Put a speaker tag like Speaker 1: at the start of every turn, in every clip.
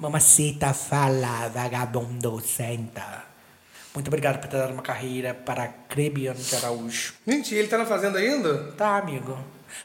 Speaker 1: Mamacita, fala, vagabundo, senta. Muito obrigado por ter dado uma carreira para Crebiano de Araújo.
Speaker 2: Mentira, ele tá na fazenda ainda?
Speaker 1: Tá, amigo.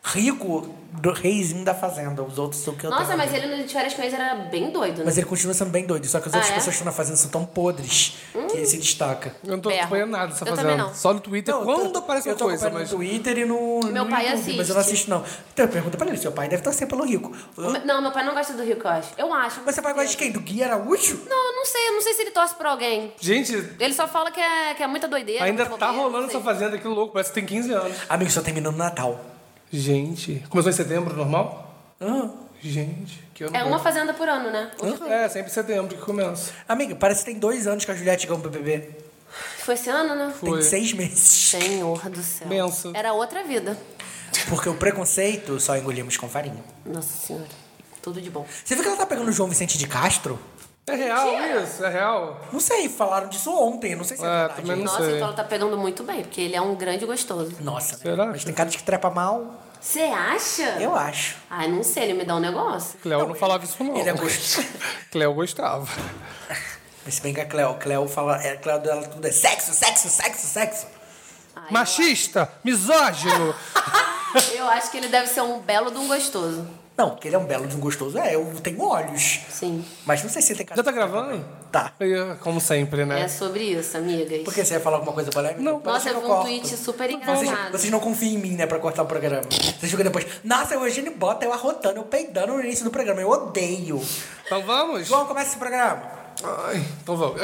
Speaker 1: Rico, do reizinho da fazenda. Os outros são o que Então, eu
Speaker 3: Nossa,
Speaker 1: tenho.
Speaker 3: mas ele de férias com eles era bem doido, né?
Speaker 1: Mas ele continua sendo bem doido, só que as
Speaker 3: Ah,
Speaker 1: outras
Speaker 3: é? Hum.
Speaker 1: pessoas que estão na fazenda são tão podres que ele se destaca.
Speaker 2: Eu não tô
Speaker 3: Berro.
Speaker 2: acompanhando nada dessa
Speaker 3: Eu
Speaker 2: fazenda.
Speaker 3: também não.
Speaker 2: Só no Twitter,
Speaker 1: Não, eu
Speaker 2: Então, quando
Speaker 1: tô-
Speaker 2: aparece
Speaker 1: eu
Speaker 2: uma
Speaker 1: tô
Speaker 2: coisa,
Speaker 1: acompanhando
Speaker 2: mas.
Speaker 1: no Twitter e no.
Speaker 3: Meu
Speaker 1: no
Speaker 3: pai
Speaker 1: YouTube, Mas eu não assisto,
Speaker 3: assiste.
Speaker 1: não. Então eu pergunto pra ele: seu pai deve torcer pelo rico.
Speaker 3: O meu- Não, meu pai não gosta do Rico, eu acho. Eu acho.
Speaker 1: Mas seu pai gosta de quem? Do Gui Araújo?
Speaker 3: Não, eu não sei. Eu não sei se ele torce pra alguém.
Speaker 2: Gente,
Speaker 3: Ele só fala que é, que é muita doideira.
Speaker 2: ainda
Speaker 3: muita
Speaker 2: tá
Speaker 3: bobeira,
Speaker 2: rolando
Speaker 3: não sei.
Speaker 2: essa fazenda aqui louco, parece que tem 15 anos.
Speaker 1: Amigo, só terminando o Natal.
Speaker 2: Gente. Começou em setembro, normal?
Speaker 1: Ah.
Speaker 2: Gente, que ano.
Speaker 3: É
Speaker 2: bom.
Speaker 3: uma fazenda por ano, né?
Speaker 2: É, sempre em setembro que começa.
Speaker 1: Amiga, parece que tem dois anos que a Juliette ganhou o BBB.
Speaker 3: Foi esse ano, né?
Speaker 1: Tem
Speaker 2: Foi.
Speaker 1: seis meses.
Speaker 3: Senhor do céu.
Speaker 2: Benção.
Speaker 3: Era outra vida.
Speaker 1: Porque o preconceito só engolimos com farinha.
Speaker 3: Nossa senhora. Tudo de bom.
Speaker 1: Você viu que ela tá pegando o João Vicente de Castro?
Speaker 2: É real
Speaker 3: Mentira.
Speaker 2: isso? É real?
Speaker 1: Não sei, falaram disso ontem, não sei se é,
Speaker 2: É,
Speaker 1: verdade.
Speaker 2: também Eu não
Speaker 3: Nossa,
Speaker 2: sei.
Speaker 3: então ela tá pegando muito bem, porque ele é um grande gostoso.
Speaker 1: Nossa,
Speaker 2: Será?
Speaker 1: mas tem cara de que trepa mal,
Speaker 3: Você acha?
Speaker 1: eu acho.
Speaker 3: Ai, não sei, ele me dá um negócio.
Speaker 2: Cleo não, falava isso, não.
Speaker 1: Ele é gostoso.
Speaker 2: Cleo gostava.
Speaker 1: Mas se bem que a Cleo, Cleo fala, é, Cleo dela tudo é sexo, sexo, sexo, sexo.
Speaker 3: Ai, eu-
Speaker 2: Machista, misógino.
Speaker 3: Eu acho que ele deve ser um belo de um gostoso.
Speaker 1: Não, porque ele é um belo de um gostoso, é, eu tenho olhos.
Speaker 3: Sim.
Speaker 1: Mas não sei se ele tem cara
Speaker 2: Já tá
Speaker 1: de-
Speaker 2: gravando?
Speaker 1: Tá.
Speaker 2: É, Como sempre,
Speaker 3: É,
Speaker 2: né?
Speaker 3: sobre isso, amigas.
Speaker 1: Porque você ia falar alguma coisa polêmica?
Speaker 2: Não.
Speaker 1: Pode
Speaker 3: Nossa,
Speaker 1: ser
Speaker 3: eu
Speaker 1: que
Speaker 3: vi um
Speaker 1: corto.
Speaker 3: tweet super
Speaker 1: Vocês,
Speaker 3: engraçado.
Speaker 1: assim, vocês não confiam em mim, né, pra cortar o programa. Vocês ficam depois, nossa, o Eugênio bota eu arrotando, eu peidando no início do programa. Eu odeio.
Speaker 2: Então vamos?
Speaker 1: João, começa esse programa.
Speaker 2: Ai, então vamos.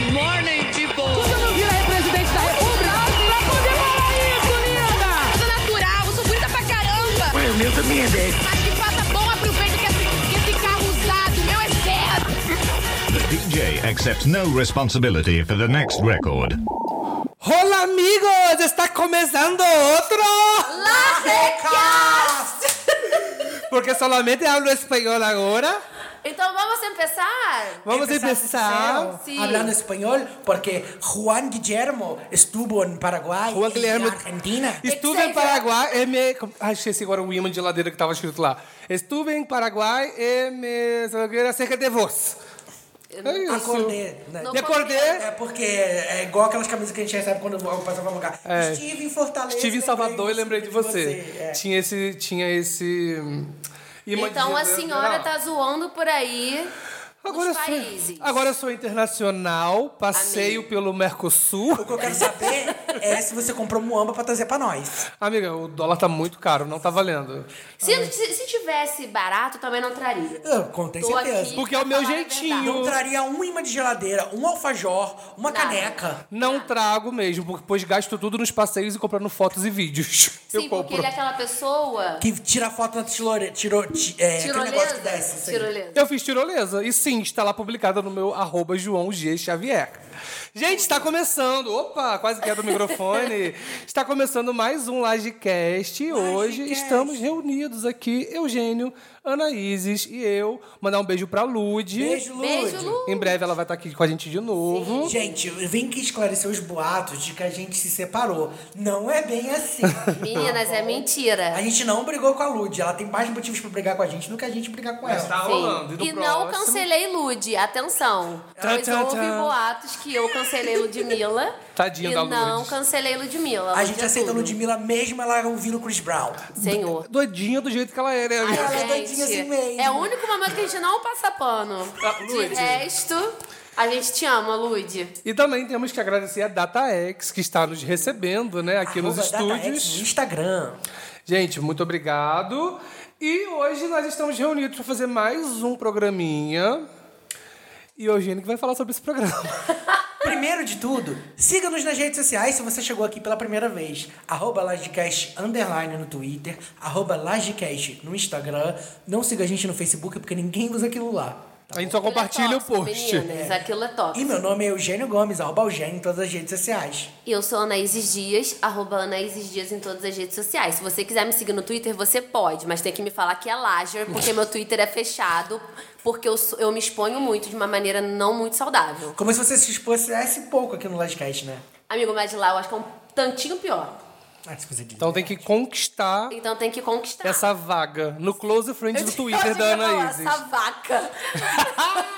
Speaker 4: Você não vira presidente da República? Pra poder falar isso, linda!
Speaker 5: sou natural, eu sou bonita pra caramba. Mas o meu também é desse. Mas que faça bom aproveita que esse, que esse carro usado, o meu é certo.
Speaker 6: The DJ accepts no responsibility for the next record.
Speaker 2: Olá, amigos! Está começando outro! Porque solamente hablo espanhol agora.
Speaker 3: Então vamos começar?
Speaker 2: Vamos começar.
Speaker 3: Sí.
Speaker 1: Hablando espanhol, porque Juan Guillermo estuvo em Paraguai
Speaker 2: Juan
Speaker 1: e
Speaker 2: Guillermo-
Speaker 1: na Argentina.
Speaker 2: Estuve em Paraguai e me. Ai, esqueci agora o imã de geladeira que estava escrito lá. Estuve em Paraguai e me. Sabe o que era? Cerca de vós.
Speaker 3: Eh,
Speaker 2: É isso.
Speaker 1: Acordei, né?
Speaker 3: Não
Speaker 2: Me acordei.
Speaker 1: É porque é igual aquelas camisas que a gente recebe quando eu passo pra lugar.
Speaker 2: É.
Speaker 1: Estive em Fortaleza.
Speaker 2: Estive em Salvador e lembrei de você.
Speaker 1: É.
Speaker 2: Tinha esse. Tinha esse. hum, imã de
Speaker 3: eh. Então a
Speaker 2: geladeira.
Speaker 3: senhora tá zoando por aí
Speaker 2: Agora eu
Speaker 3: nos
Speaker 2: sou-
Speaker 3: países.
Speaker 2: Agora eu sou internacional, passeio pelo Mercosul.
Speaker 1: O que eu quero saber é se você comprou muamba pra trazer pra nós.
Speaker 2: Amiga, o dólar tá muito caro, não tá valendo.
Speaker 3: Se, se, se tivesse barato, também não traria.
Speaker 1: Eu, com tem
Speaker 3: Tô
Speaker 1: certeza.
Speaker 3: aqui
Speaker 2: Porque é o
Speaker 3: pra
Speaker 2: meu
Speaker 3: falar a
Speaker 2: jeitinho.
Speaker 3: verdade.
Speaker 1: Eu traria um imã de geladeira, um alfajor, uma
Speaker 3: Nada.
Speaker 1: caneca.
Speaker 3: Tá.
Speaker 2: Não trago mesmo, porque depois gasto tudo nos passeios e comprando fotos e vídeos.
Speaker 3: Sim,
Speaker 2: eu
Speaker 3: porque
Speaker 2: compro.
Speaker 3: ele é aquela pessoa
Speaker 1: Que tira foto na tirolesa. Tiro, ti- é, aquele negócio que desce.
Speaker 3: tirolesa.
Speaker 1: isso aí.
Speaker 3: Tirolesa.
Speaker 2: Eu fiz tirolesa. E sim, está lá publicada no meu arroba João G. Xavier. Gente, está começando. Opa, quase quebra o microfone. está começando mais um Lagecast. Hoje estamos reunidos aqui, Eugênio, Anaíses e eu. Mandar um beijo pra Lud.
Speaker 1: Beijo, Lud.
Speaker 3: Beijo, Lu.
Speaker 2: Em breve ela vai estar aqui com a gente de novo.
Speaker 1: Gente, eu vim que esclarecer os boatos de que a gente se separou. Não é bem assim.
Speaker 3: Meninas, é
Speaker 1: A
Speaker 3: mentira.
Speaker 1: gente não brigou com a Lud. Ela tem mais motivos pra brigar com a gente do que a gente brigar com ela.
Speaker 2: Tá
Speaker 3: Sim. E, não cancelei Lude, atenção.
Speaker 2: Tchan,
Speaker 3: Pois
Speaker 2: tchan,
Speaker 3: houve
Speaker 2: tchan.
Speaker 3: boatos que eu cancelei Ludmilla.
Speaker 2: Tadinha
Speaker 3: e
Speaker 2: da
Speaker 3: não
Speaker 2: Lourdes.
Speaker 3: cancelei Ludmilla.
Speaker 1: A gente
Speaker 3: Lourdes é
Speaker 1: aceita a
Speaker 3: tudo.
Speaker 1: Ludmilla mesmo ela é ouvindo Chris Brown.
Speaker 3: Senhor.
Speaker 2: Doidinha do jeito que ela é, né?
Speaker 3: Ai,
Speaker 1: Ela é doidinha
Speaker 3: gente,
Speaker 1: assim mesmo.
Speaker 3: É o único momento que a gente não passa pano.
Speaker 2: Ah,
Speaker 3: De
Speaker 2: Lourdes.
Speaker 3: resto, a gente te ama, Lude.
Speaker 2: E também temos que agradecer a DataX, que está nos recebendo, né, aqui nos
Speaker 1: Arroba Data
Speaker 2: estúdios.
Speaker 1: X no Instagram.
Speaker 2: Gente, muito obrigado. E hoje nós estamos reunidos para fazer mais um programinha. E o Eugênio que vai falar sobre esse programa.
Speaker 3: Tá
Speaker 1: Primeiro de tudo, siga-nos nas redes sociais se você chegou aqui pela primeira vez. Arroba Lagecast underline no Twitter, arroba Lagecast no Instagram. Não siga a gente no Facebook porque ninguém usa aquilo lá.
Speaker 2: A gente só compartilha o post.
Speaker 3: é Meninas, aquilo é top.
Speaker 1: E meu nome é Eugênio Gomes, arroba Eugênio em todas as redes sociais.
Speaker 3: E eu sou Anaíses Dias, arroba Anaíses Dias em todas as redes sociais. Se você quiser me seguir no Twitter, você pode, mas tem que me falar que é Lager, porque meu Twitter é fechado, porque eu, sou- eu me exponho muito de uma maneira não muito saudável.
Speaker 1: Como se você se expusesse pouco aqui no Lagecast, né?
Speaker 3: Amigo, mas lá eu acho que é um tantinho pior.
Speaker 1: Ah, se você diz.
Speaker 2: Então tem que conquistar
Speaker 3: Então tem que conquistar.
Speaker 2: essa vaga no close friends do Twitter da
Speaker 3: Eu ia falar,
Speaker 2: Anaíses.
Speaker 3: Essa vaca.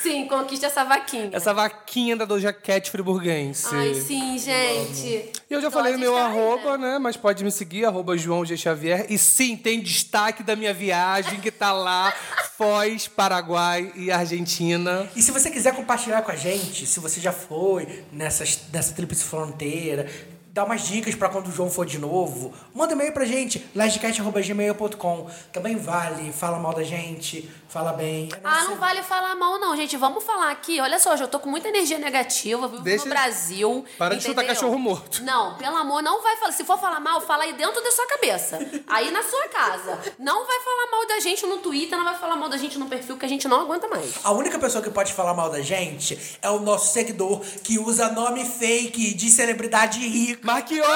Speaker 3: sim, conquista essa vaquinha.
Speaker 2: Essa vaquinha da Doja Cat friburguense.
Speaker 3: Ai, sim, gente.
Speaker 2: E eu já
Speaker 3: Dó
Speaker 2: falei
Speaker 3: de
Speaker 2: no meu
Speaker 3: estar,
Speaker 2: arroba, né? Mas pode me seguir, arroba João G. Xavier. E sim, tem destaque da minha viagem que tá lá. Foz, Paraguai e Argentina.
Speaker 1: E se você quiser compartilhar com a gente, se você já foi nessas, nessa tríplice fronteira, dá umas dicas pra quando o João for de novo, manda um e-mail pra gente, lastcast.gmail.com. Também vale, fala mal da gente, fala bem.
Speaker 3: Ah, não vale falar mal, não, gente. Vamos falar aqui. Olha só, hoje eu tô com muita energia negativa, vivo
Speaker 2: Deixa-
Speaker 3: no Brasil.
Speaker 2: Para de chutar
Speaker 3: entendeu?
Speaker 2: cachorro morto.
Speaker 3: Não, pelo amor, não vai falar. Se for falar mal, fala aí dentro da sua cabeça. Aí na sua casa. Não vai falar mal da gente no Twitter, não vai falar mal da gente no perfil, que a gente não aguenta mais.
Speaker 1: A única pessoa que pode falar mal da gente é o nosso seguidor que usa nome fake de celebridade rica.
Speaker 2: Marchiori!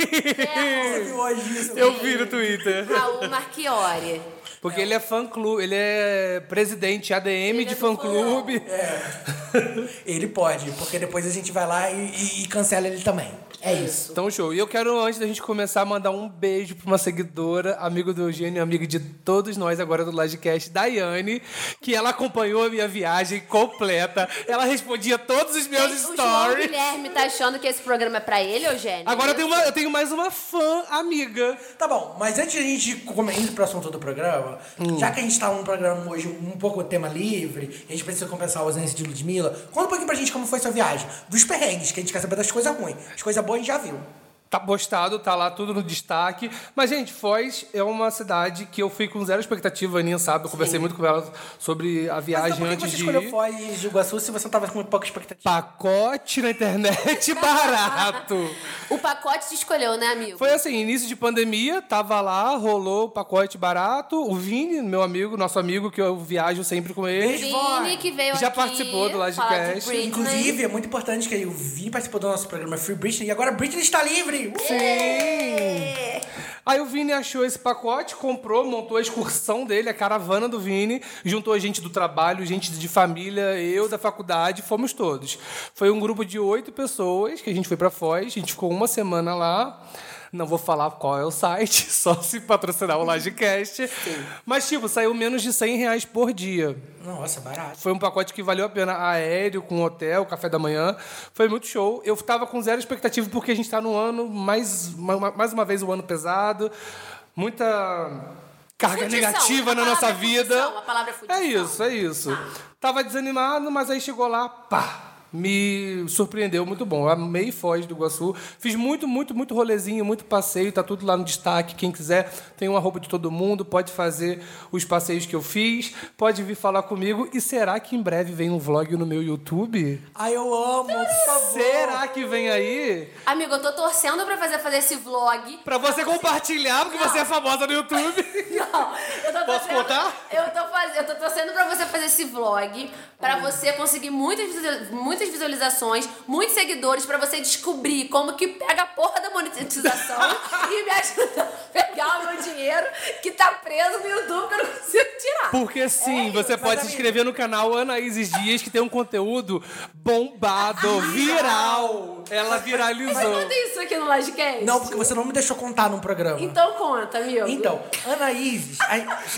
Speaker 3: É,
Speaker 1: Você viu hoje isso?
Speaker 2: Eu vi no Twitter.
Speaker 3: Raul Marchiori.
Speaker 2: Porque ele é fã clube, ele é presidente ADM
Speaker 3: Ele
Speaker 2: de
Speaker 3: é do
Speaker 2: fã clube.
Speaker 1: Ele pode, porque depois a gente vai lá e, e- e cancela ele também. É isso.
Speaker 2: Então, show. E eu quero, antes da gente começar, mandar um beijo pra uma seguidora, amigo do Eugênio, amigo de todos nós agora do Livecast, Daiane, que ela acompanhou a minha viagem completa. Ela respondia todos os meus
Speaker 3: Gente, O João
Speaker 2: stories.
Speaker 3: Guilherme tá achando que esse programa é pra ele, Eugênio?
Speaker 2: Agora eu tenho, uma- eu tenho mais uma fã amiga.
Speaker 1: Tá bom, mas antes de a gente come- ir pro assunto do programa,
Speaker 2: Hum.
Speaker 1: já que a gente tá num programa hoje um pouco tema livre, a gente precisa compensar a ausência de Ludmilla, conta um pouquinho pra gente como foi sua viagem. Dos perrengues, que a gente quer saber das coisas ruins. As coisas boas a gente já viu.
Speaker 2: Tá postado, tá lá tudo no destaque. Mas, gente, Foz é uma cidade que eu fui com zero expectativa, a Aninha sabe. Eu conversei muito com ela sobre a
Speaker 1: Mas
Speaker 2: viagem
Speaker 1: então, por que
Speaker 2: antes
Speaker 1: você
Speaker 2: de.
Speaker 1: escolheu
Speaker 2: ir.
Speaker 1: Foz de Iguaçu se você tava com pouca expectativa?
Speaker 2: Pacote na internet barato.
Speaker 3: O pacote te escolheu, né, amigo?
Speaker 2: Foi assim, início de pandemia, tava lá, rolou o pacote barato. O Vini, meu amigo, nosso amigo, que eu viajo sempre com ele.
Speaker 3: Vini que veio
Speaker 2: Já
Speaker 3: aqui
Speaker 2: participou do Lodcast.
Speaker 3: falar de Britney.
Speaker 1: Inclusive, é muito importante que o Vini participou do nosso programa Free Britney e agora Britney está livre! Uh!
Speaker 2: Sim! Aí o Vini achou esse pacote, comprou, montou a excursão dele, a caravana do Vini, juntou gente do trabalho, gente de família, eu da faculdade, fomos todos. Foi um grupo de oito pessoas que a gente foi pra Foz, a gente ficou uma semana lá. Não vou falar qual é o site, só se patrocinar o Lodcast. Mas, tipo, saiu menos de 100 reais por dia.
Speaker 1: Nossa, barato.
Speaker 2: Foi um pacote que valeu a pena. Aéreo, com hotel, café da manhã. Foi muito show. Eu tava com zero expectativa, porque a gente tá no ano, mais uma, uma- mais uma vez, um ano pesado. Muita carga
Speaker 3: Fudição.
Speaker 2: negativa
Speaker 3: A
Speaker 2: na
Speaker 3: palavra
Speaker 2: nossa
Speaker 3: é
Speaker 2: vida.
Speaker 3: fudição. A palavra é fudição.
Speaker 2: É isso, é isso. Tava desanimado, mas aí chegou lá, pá! Me surpreendeu, muito bom. Eu amei Foz do Iguaçu. Fiz muito, muito, muito rolezinho, muito passeio. Tá tudo lá no destaque. Quem quiser, tem um arroba de todo mundo. Pode fazer os passeios que eu fiz. Pode vir falar comigo. E será que em breve vem um vlog no meu YouTube?
Speaker 1: Ai, eu amo, por favor.
Speaker 2: Será que vem aí?
Speaker 3: Amigo, eu tô torcendo pra fazer, fazer esse vlog.
Speaker 2: Pra você compartilhar, porque você é famosa no YouTube.
Speaker 3: Não, eu tô
Speaker 2: Posso
Speaker 3: torcendo-
Speaker 2: contar?
Speaker 3: Eu tô, faz... eu tô torcendo pra você fazer esse vlog, pra você conseguir muitas, visual- muitas visualizações, muitos seguidores, pra você descobrir como que pega a porra da monetização e me ajuda a pegar o meu dinheiro que tá preso no YouTube que eu não consigo tirar.
Speaker 2: Porque
Speaker 3: É
Speaker 2: sim, você pode se inscrever no canal Anaíses Dias, que tem um conteúdo bombado, viral. Ela
Speaker 3: Ah, Mas
Speaker 2: viralizou.
Speaker 3: conta isso aqui no Lodcast.
Speaker 1: Não, porque você não me deixou contar num programa.
Speaker 3: Então conta, amigo.
Speaker 1: Então, Anaíses,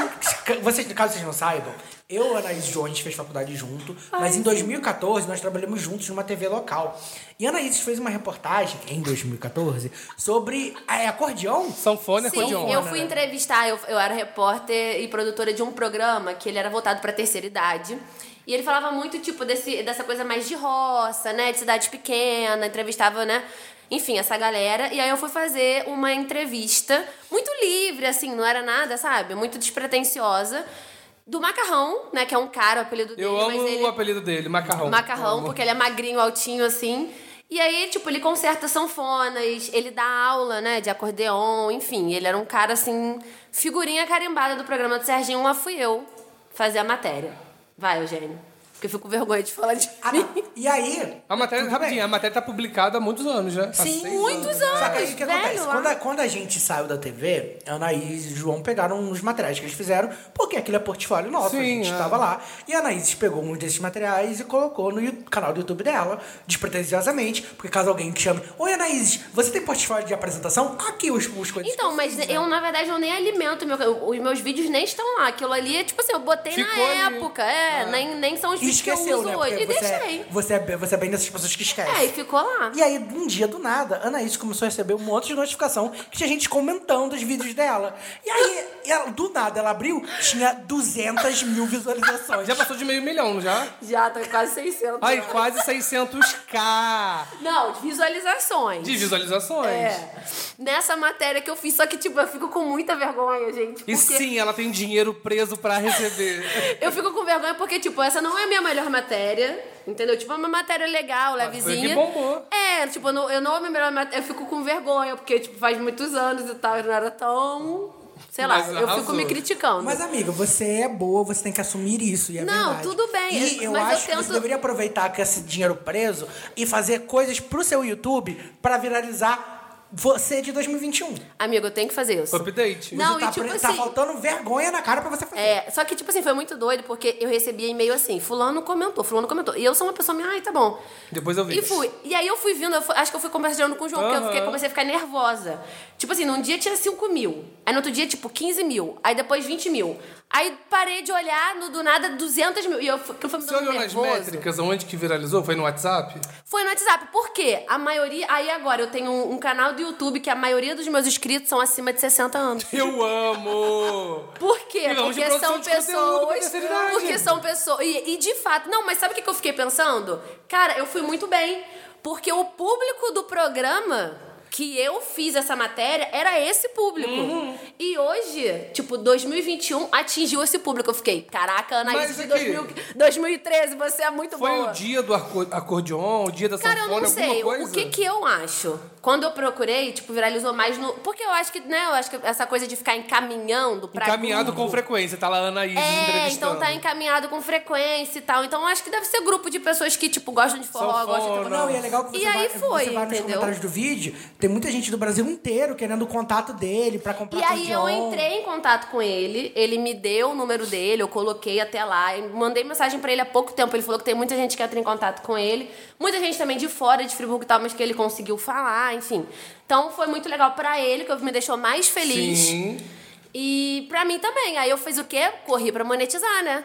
Speaker 1: a- vocês, caso vocês não saibam, eu, Anaís e João, a gente fez faculdade junto, mas em 2014 nós trabalhamos juntos numa TV local. E Anaíses fez uma reportagem, em 2014, sobre é, acordeão.
Speaker 2: Sanfona foi
Speaker 3: Sim,
Speaker 2: de
Speaker 3: eu
Speaker 2: honra. né?
Speaker 3: fui entrevistar, eu, eu era repórter e produtora de um programa que ele era voltado pra terceira idade. E ele falava muito, tipo, desse, dessa coisa mais de roça, né? De cidade pequena, entrevistava, né? Enfim, essa galera. E aí eu fui fazer uma entrevista muito livre, assim, não era nada, sabe? Muito despretensiosa. Do Macarrão, né? Que é um cara, o apelido dele.
Speaker 2: Eu
Speaker 3: mas
Speaker 2: amo
Speaker 3: ele... é
Speaker 2: o apelido dele, Macarrão.
Speaker 3: Macarrão,
Speaker 2: Amo.
Speaker 3: porque ele é magrinho, altinho, assim. E aí, tipo, ele conserta sanfonas, ele dá aula, né, de acordeon, enfim. Ele era um cara, assim, figurinha carimbada do programa do Serginho, lá fui eu fazer a matéria. Vai, Eugênio. Porque eu fico com vergonha de falar de
Speaker 1: Ah,
Speaker 3: mim.
Speaker 1: E aí.
Speaker 2: A matéria,
Speaker 1: tudo
Speaker 2: rapidinho,
Speaker 1: bem.
Speaker 2: a matéria tá publicada há muitos anos, né? Há
Speaker 1: Sim,
Speaker 2: seis
Speaker 3: Muitos anos,
Speaker 1: Tá Sabe o que
Speaker 3: velho,
Speaker 1: acontece?
Speaker 3: lá.
Speaker 1: Quando a, quando a gente saiu da TV, a Anaís e o João pegaram os materiais que eles fizeram, porque aquilo é portfólio nosso, a
Speaker 2: Sim,
Speaker 1: gente
Speaker 2: é.
Speaker 1: estava lá. E a Anaís pegou um desses materiais e colocou no Yu- canal do YouTube dela, despretensiosamente, porque caso alguém te chame, Oi Anaís, você tem portfólio de apresentação? Aqui os, os coisas.
Speaker 3: Então, mas eu, na verdade, eu nem alimento. Meu, eu- os meus vídeos nem estão lá. Aquilo ali é tipo assim, eu botei
Speaker 2: Ficou
Speaker 3: na
Speaker 2: ali.
Speaker 3: época. É, nem, nem são os
Speaker 1: Ah. E
Speaker 3: vídeos que eu
Speaker 1: esqueceu,
Speaker 3: uso
Speaker 1: né?
Speaker 3: hoje.
Speaker 1: Porque
Speaker 3: E
Speaker 1: você,
Speaker 3: deixei.
Speaker 1: é, você, é, você é bem dessas pessoas que esquecem.
Speaker 3: É, e ficou lá.
Speaker 1: E aí, um dia do nada, a Anaís começou a receber um monte de notificação que tinha gente comentando os vídeos dela. E aí, ela- do nada, ela abriu, tinha 200 mil visualizações.
Speaker 2: Já passou de meio milhão, já?
Speaker 3: Já, tá quase 600.
Speaker 2: Ai, quase 600k
Speaker 3: Não, de visualizações.
Speaker 2: de visualizações.
Speaker 3: É. Nessa matéria que eu fiz, só que, tipo, eu fico com muita vergonha, gente. Porque
Speaker 2: E sim, ela tem dinheiro preso pra receber.
Speaker 3: Eu fico com vergonha porque, tipo, essa não é a minha melhor matéria. Entendeu? Tipo, é uma matéria legal, levezinha.
Speaker 2: que bombou.
Speaker 3: É, tipo, eu não, eu não é a minha melhor matéria. Eu fico com vergonha, porque, tipo, faz muitos anos e tal, eu não era tão. Sei lá,
Speaker 2: Mas
Speaker 3: eu fico
Speaker 2: arrasou.
Speaker 3: me criticando.
Speaker 1: Mas, amiga, você é boa, você tem que assumir isso. E é
Speaker 3: Não,
Speaker 1: verdade.
Speaker 3: tudo bem,
Speaker 1: E eu
Speaker 3: mas eu
Speaker 1: acho que
Speaker 3: tento-
Speaker 1: você deveria aproveitar que esse dinheiro preso e fazer coisas pro seu YouTube pra viralizar você de 2021.
Speaker 3: Amigo, eu tenho que fazer isso.
Speaker 2: Update.
Speaker 1: você
Speaker 3: Não, e
Speaker 1: um. tá,
Speaker 3: tipo
Speaker 1: pre- tá
Speaker 3: assim-
Speaker 1: faltando vergonha na cara pra você fazer.
Speaker 3: É, só que, tipo assim, foi muito doido, porque eu recebia e-mail assim, fulano comentou, fulano comentou. E eu sou uma pessoa, ai, tá bom.
Speaker 2: Depois eu vi.
Speaker 3: E fui. E aí eu fui vindo, eu fu- acho que eu fui conversando com o João, porque eu fiquei- comecei a ficar nervosa. Tipo assim, num dia tinha 5 mil. Aí no outro dia, tipo, 15 mil. Aí depois 20 mil. Aí parei de olhar, no, do nada, 200 mil. E eu, fui- aquilo foi me
Speaker 2: Você
Speaker 3: dando
Speaker 2: olhou
Speaker 3: nervoso.
Speaker 2: nas métricas onde que viralizou? Foi no WhatsApp?
Speaker 3: Foi no WhatsApp. Por quê? A maioria... Aí agora, eu tenho um, um canal do YouTube que a maioria dos meus inscritos são acima de 60 anos.
Speaker 2: Eu amo!
Speaker 3: Por quê?
Speaker 2: E vamos de
Speaker 3: Porque
Speaker 2: produção
Speaker 3: são
Speaker 2: de conteúdo pra
Speaker 3: pessoas.
Speaker 2: terceira idade.
Speaker 3: Porque são pessoas. E, e de fato. Não, mas sabe o que que eu fiquei pensando? Cara, eu fui muito bem. Porque o público do programa que eu fiz essa matéria era esse público.
Speaker 2: Uhum.
Speaker 3: E hoje, tipo, 2021 atingiu esse público. Eu fiquei, caraca,
Speaker 2: Mas
Speaker 3: Anaís, de
Speaker 2: aqui-
Speaker 3: 2000 2013, você é muito
Speaker 2: Foi
Speaker 3: boa.
Speaker 2: o dia do arco- acordeon, o dia da
Speaker 3: Cara, eu
Speaker 2: sanfona,
Speaker 3: não sei.
Speaker 2: alguma coisa?
Speaker 3: O que que eu acho? Quando eu procurei, tipo, viralizou mais no. Porque eu acho que, né? Eu acho que essa coisa de ficar encaminhando pra.
Speaker 2: Encaminhado
Speaker 3: grupo.
Speaker 2: com frequência, tá lá a Anaís
Speaker 3: É,
Speaker 2: entrevistando.
Speaker 3: então tá encaminhado com frequência e tal. Então acho que deve ser grupo de pessoas que, tipo, gostam de forró,
Speaker 2: Sanfona.
Speaker 3: gostam de forró.
Speaker 1: Não, e é legal que você
Speaker 3: E
Speaker 1: vai,
Speaker 3: aí foi,
Speaker 1: você vai nos
Speaker 3: entendeu?
Speaker 1: comentários do vídeo, tem muita gente do Brasil inteiro querendo o contato dele pra comprar
Speaker 3: E aí eu
Speaker 1: acordeon.
Speaker 3: entrei em contato com ele, ele me deu o número dele, eu coloquei até lá, e mandei mensagem pra ele há pouco tempo, ele falou que tem muita gente que entra em contato com ele, muita gente também de fora, de Friburgo e tal, mas que ele conseguiu falar, enfim. Então foi muito legal pra ele, que me deixou mais feliz.
Speaker 2: Sim.
Speaker 3: E pra mim também. Aí eu fiz o quê? Corri pra monetizar, né?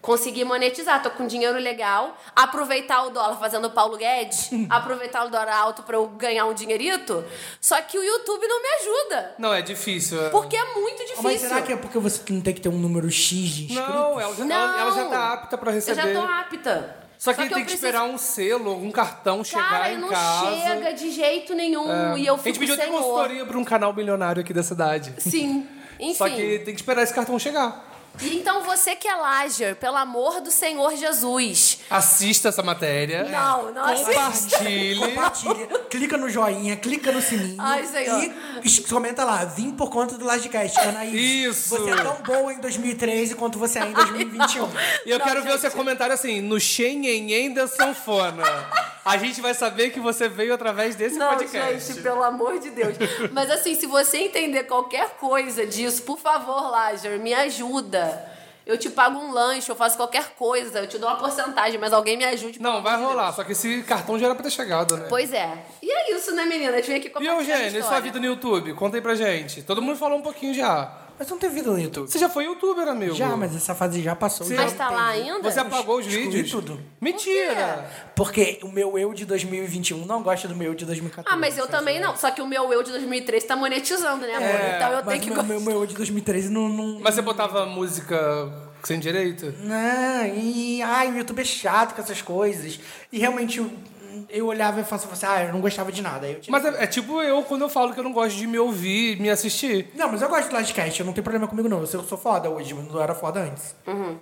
Speaker 3: Consegui monetizar, tô com dinheiro legal. Aproveitar o dólar fazendo o Paulo Guedes, aproveitar o dólar alto pra eu ganhar um dinheirito. Só que o YouTube não me ajuda.
Speaker 2: Não, é difícil. é.
Speaker 3: Porque é muito difícil.
Speaker 1: Mas será que é porque você não tem que ter um número X de inscritos?
Speaker 2: Não, ela já,
Speaker 3: Não.
Speaker 2: Ela, ela já tá apta pra
Speaker 3: Eu
Speaker 2: receber.
Speaker 3: já tô apta.
Speaker 2: Só que, tem
Speaker 3: eu
Speaker 2: que
Speaker 3: preciso-
Speaker 2: esperar um selo, um cartão chegar
Speaker 3: Cara,
Speaker 2: em
Speaker 3: não
Speaker 2: casa. É.
Speaker 3: chega de jeito nenhum. E eu
Speaker 2: A gente
Speaker 3: fico
Speaker 2: pediu
Speaker 3: sem
Speaker 2: até
Speaker 3: humor.
Speaker 2: consultoria pra um canal milionário aqui da cidade.
Speaker 3: Sim. Enfim.
Speaker 2: Só que tem que esperar esse cartão chegar.
Speaker 3: E então você que é Lager, pelo amor do Senhor Jesus.
Speaker 2: Assista essa matéria.
Speaker 3: Não, não assista.
Speaker 2: Compartilhe.
Speaker 1: Compartilha, clica no joinha, clica no sininho.
Speaker 3: Ai, Senhor.
Speaker 1: E es- comenta lá, vim por conta do Lajcast, Anaís.
Speaker 2: Isso.
Speaker 1: Você é tão boa em 2013 quanto você é em 2021.
Speaker 2: E eu quero ver o seu comentário assim, no Xenhenhen da Sanfona. A gente vai saber que você veio através desse
Speaker 3: Não,
Speaker 2: podcast.
Speaker 3: gente, pelo amor de Deus. Mas assim, se você entender qualquer coisa disso, por favor, Lager, me ajuda. Eu te pago um lanche, eu faço qualquer coisa, eu te dou uma porcentagem, mas alguém me ajude. pelo
Speaker 2: Não, vai
Speaker 3: amor de
Speaker 2: rolar.
Speaker 3: Deus.
Speaker 2: Só que esse cartão já era pra ter chegado, né?
Speaker 3: Pois é. E é isso, né, meninas? Vem aqui
Speaker 2: E
Speaker 3: compartilhar a
Speaker 2: Eugênio, e sua
Speaker 3: história.
Speaker 2: vida no YouTube? Conta aí pra gente. Todo mundo falou um pouquinho já.
Speaker 1: Mas não tem vida no YouTube.
Speaker 2: Você já foi youtuber, amigo?
Speaker 1: Já, mas essa fase já passou.
Speaker 2: Sim.
Speaker 1: já
Speaker 3: Mas tá lá
Speaker 1: entendi.
Speaker 3: ainda?
Speaker 2: Você apagou os
Speaker 1: Excluí
Speaker 2: vídeos?
Speaker 1: tudo.
Speaker 2: Mentira!
Speaker 1: Porque o meu eu de 2021 não gosta do meu eu de 2014.
Speaker 3: Ah, mas eu
Speaker 1: é-
Speaker 3: também não. Só que o meu eu de 2003 tá monetizando, né, amor? então eu
Speaker 1: Mas
Speaker 3: tenho que...
Speaker 1: o meu, meu, meu eu de 2013 não... não...
Speaker 2: Mas você botava música sem direito?
Speaker 1: Não, e ai, o YouTube é chato com essas coisas. E realmente eu, eu olhava e falava assim, ah, eu não gostava de nada. Aí eu tinha...
Speaker 2: Mas é, é tipo eu quando eu falo que eu não gosto de me ouvir, me assistir.
Speaker 1: Não, mas eu gosto do Lodcast, eu não tenho problema comigo, não. Eu sou, eu sou foda hoje, mas não era foda antes.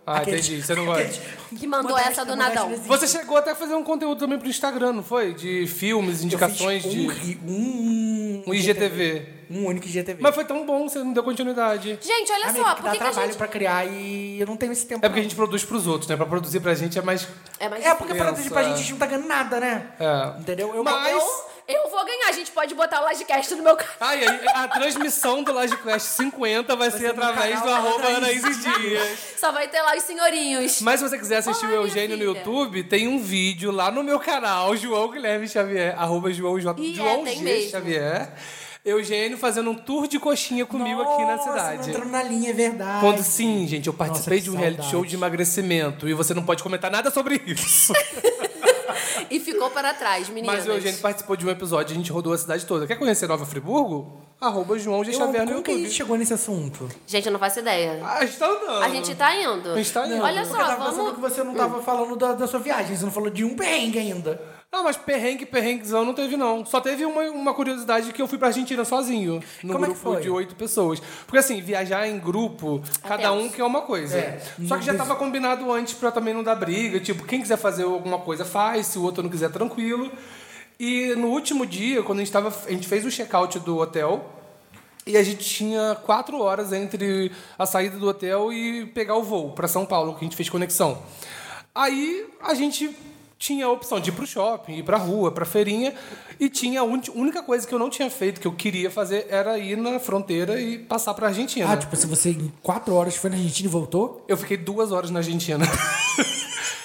Speaker 2: Ah,
Speaker 1: Aqueles-
Speaker 2: entendi. Você não gosta.
Speaker 1: aqueles-
Speaker 3: Que mandou
Speaker 1: Modéstia,
Speaker 3: essa do
Speaker 1: modéstia
Speaker 3: Nadão.
Speaker 1: não existe.
Speaker 2: Você chegou até a fazer um conteúdo também pro Instagram, não foi? De filmes,
Speaker 1: Eu fiz
Speaker 2: indicações
Speaker 1: um
Speaker 2: de
Speaker 1: ri- Um,
Speaker 2: um IGTV.
Speaker 1: Um único IGTV.
Speaker 2: Mas foi tão bom, você não deu continuidade.
Speaker 3: Gente, olha
Speaker 1: Amiga,
Speaker 3: só,
Speaker 1: que
Speaker 3: por
Speaker 1: dá
Speaker 3: que, que a
Speaker 1: trabalho
Speaker 3: gente.
Speaker 1: pra criar e eu não tenho esse tempo.
Speaker 2: É porque a
Speaker 1: não.
Speaker 2: gente produz pros outros, né? Pra produzir pra gente é mais.
Speaker 3: É, mais
Speaker 1: É porque pra,
Speaker 2: Pensa.
Speaker 1: pra gente a gente não tá ganhando nada, né?
Speaker 2: É.
Speaker 1: Entendeu? Eu,
Speaker 2: Mas-
Speaker 1: eu-
Speaker 3: Eu vou ganhar, a gente pode botar o livecast no meu canal.
Speaker 2: Ai, ai, a transmissão do LajeCast 50 vai, ser
Speaker 1: ser no
Speaker 2: através do
Speaker 1: canal
Speaker 2: arroba
Speaker 1: Anaíses
Speaker 2: Anaíses Dias.
Speaker 3: Só vai ter lá os senhorinhos.
Speaker 2: Mas se você quiser assistir
Speaker 3: Olá,
Speaker 2: o
Speaker 3: minha
Speaker 2: Eugênio no
Speaker 3: filha.
Speaker 2: YouTube, tem um vídeo lá no meu canal, João Guilherme Xavier, arroba João, J,
Speaker 3: Ih, é,
Speaker 2: João
Speaker 3: tem
Speaker 2: G
Speaker 3: mesmo.
Speaker 2: Xavier. Eugênio fazendo um tour de coxinha comigo aqui na
Speaker 1: Nossa,
Speaker 2: cidade.
Speaker 1: entrando na linha, é verdade.
Speaker 2: Quando sim, gente, eu participei
Speaker 1: Nossa, que
Speaker 2: de um reality
Speaker 1: saudade.
Speaker 2: show de emagrecimento e você não pode comentar nada sobre isso.
Speaker 3: E ficou para trás, meninas.
Speaker 2: Mas o Eugênio participou de um episódio, a gente rodou a cidade toda. Quer conhecer Nova Friburgo? Arroba João G
Speaker 1: Eu,
Speaker 2: Xavier no
Speaker 1: como que a gente
Speaker 2: YouTube.
Speaker 1: chegou nesse assunto?
Speaker 3: Gente, eu não faço ideia.
Speaker 2: Ah, a gente tá andando.
Speaker 3: A gente tá indo.
Speaker 2: A gente tá indo.
Speaker 3: Olha
Speaker 1: Porque eu
Speaker 3: só,
Speaker 1: tava pensando
Speaker 3: vamos.
Speaker 1: que você não tava falando da, da sua viagem, você não falou de um perrengue ainda.
Speaker 2: Ah, mas perrengue, perrenguezão não teve, não. Só teve uma, uma curiosidade que eu fui pra Argentina sozinho. Num
Speaker 1: Como é que
Speaker 2: grupo
Speaker 1: foi?
Speaker 2: de oito pessoas. Porque assim, viajar em grupo, cada um
Speaker 3: tenso.
Speaker 2: quer uma coisa.
Speaker 1: É.
Speaker 2: Só que já tava combinado antes pra também não dar briga. Tipo, quem quiser fazer alguma coisa faz, se o outro não quiser, tranquilo. E no último dia, quando a gente tava. A gente fez o check-out do hotel. E a gente tinha quatro horas entre a saída do hotel e pegar o voo para São Paulo, que a gente fez conexão. Aí a gente tinha a opção de ir pro shopping, ir pra rua, pra feirinha, e tinha a un- única coisa que eu não tinha feito, que eu queria fazer, era ir na fronteira e passar pra Argentina.
Speaker 1: Ah, tipo, se você em quatro horas foi na Argentina e voltou?
Speaker 2: Eu fiquei duas horas na Argentina.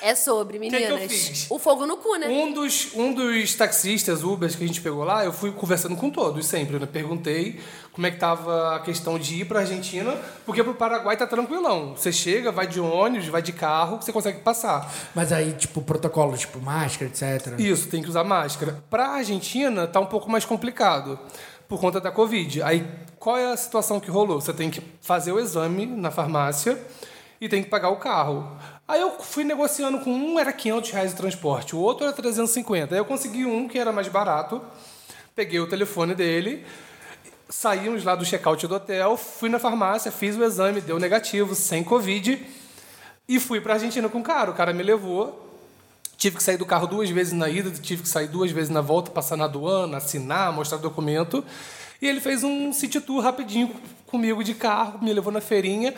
Speaker 3: É sobre,
Speaker 2: que eu
Speaker 3: meninas.
Speaker 2: fiz?
Speaker 3: O fogo no cu, né?
Speaker 2: Um dos, um dos taxistas Ubers que a gente pegou lá, eu fui conversando com todos sempre, né? Perguntei como é que tava a questão de ir pra Argentina, porque pro Paraguai tá tranquilão. Você chega, vai de ônibus, vai de carro, você consegue passar.
Speaker 1: Mas aí, tipo, protocolo, tipo, máscara, etc.
Speaker 2: Isso, tem que usar máscara. Pra Argentina tá um pouco mais complicado, por conta da Covid. Aí, qual é a situação que rolou? Você tem que fazer o exame na farmácia e tem que pagar o carro. Aí eu fui negociando com um, era 500 reais o transporte, o outro era 350. Aí eu consegui um que era mais barato, peguei o telefone dele, saímos lá do check-out do hotel, fui na farmácia, fiz o exame, deu negativo, sem Covid, e fui pra Argentina com o cara. O cara me levou, Tive que sair do carro duas vezes na ida, tive que sair duas vezes na volta, passar na aduana, assinar, mostrar documento. E ele fez um city tour rapidinho comigo de carro, me levou na feirinha.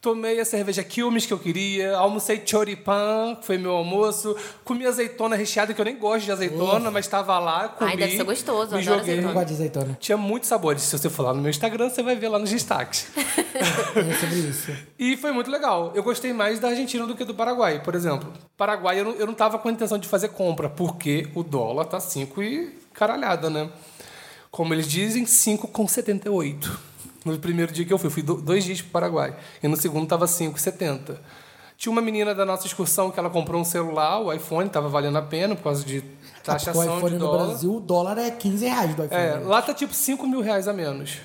Speaker 2: Tomei a cerveja Quilmes que eu queria, almocei choripan, que foi meu almoço, comi azeitona recheada, que eu nem gosto de azeitona, mas estava lá, comi.
Speaker 3: Hum. Ai, deve ser gostoso,
Speaker 2: me
Speaker 3: adoro
Speaker 2: joguei.
Speaker 1: Eu não gosto de então, né? azeitona.
Speaker 2: Tinha muitos sabores. Se você for lá no meu Instagram, você vai ver lá nos destaques.
Speaker 1: É sobre isso.
Speaker 2: E foi muito legal. Eu gostei mais da Argentina do que do Paraguai, por exemplo. Paraguai eu não, eu não tava com a intenção de fazer compra, porque o dólar tá 5 e caralhada, né? Como eles dizem, 5,78. No primeiro dia que eu fui, fui do- dois dias pro Paraguai. E no segundo tava 5,70. Tinha uma menina da nossa excursão que ela comprou um celular, o iPhone, tava valendo a pena por causa de
Speaker 1: Ah, Porque Tipo, o
Speaker 2: taxação
Speaker 1: iPhone
Speaker 2: de
Speaker 1: no
Speaker 2: dólar.
Speaker 1: Brasil, o dólar é 15 reais do iPhone.
Speaker 2: É, lá tá tipo 5 mil reais a menos.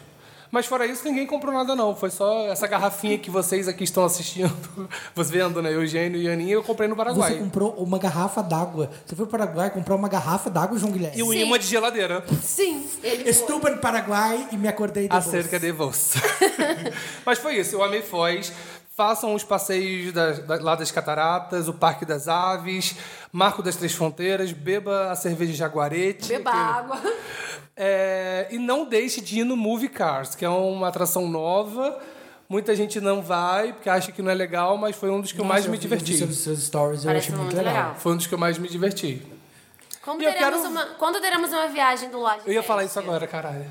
Speaker 2: Mas fora isso, ninguém comprou nada, não. Foi só essa garrafinha que vocês aqui estão assistindo, vocês vendo, né? Eugênio e Aninha, eu comprei no
Speaker 1: Você
Speaker 2: Paraguai.
Speaker 1: comprou uma garrafa d'água. Você foi para o Paraguai comprar uma garrafa d'água, João Guilherme.
Speaker 2: E um
Speaker 3: Sim.
Speaker 2: imã de geladeira.
Speaker 3: Sim. Ele
Speaker 2: tá
Speaker 3: foi.
Speaker 1: Estou no Paraguai e me acordei depois.
Speaker 2: Acerca de você. Mas foi isso, eu amei Foz. Façam os passeios da- da- lá das cataratas, o Parque das Aves, Marco das Três Fronteiras, beba a cerveja de Jaguarete.
Speaker 3: Beba água.
Speaker 2: É, e não deixe de ir no Movie Cars, que é uma atração nova. Muita gente não vai, porque acha que não é legal, mas foi um dos que eu mais me diverti.
Speaker 1: Sobre seus stories, eu
Speaker 3: Parece
Speaker 1: achei muito
Speaker 3: muito
Speaker 1: legal.
Speaker 3: legal.
Speaker 2: Foi um dos que eu mais me diverti.
Speaker 3: Como
Speaker 2: E eu
Speaker 3: teremos
Speaker 2: quero-
Speaker 3: uma... Quando teremos uma viagem do Lodge?
Speaker 2: Eu ia falar isso agora, caralho.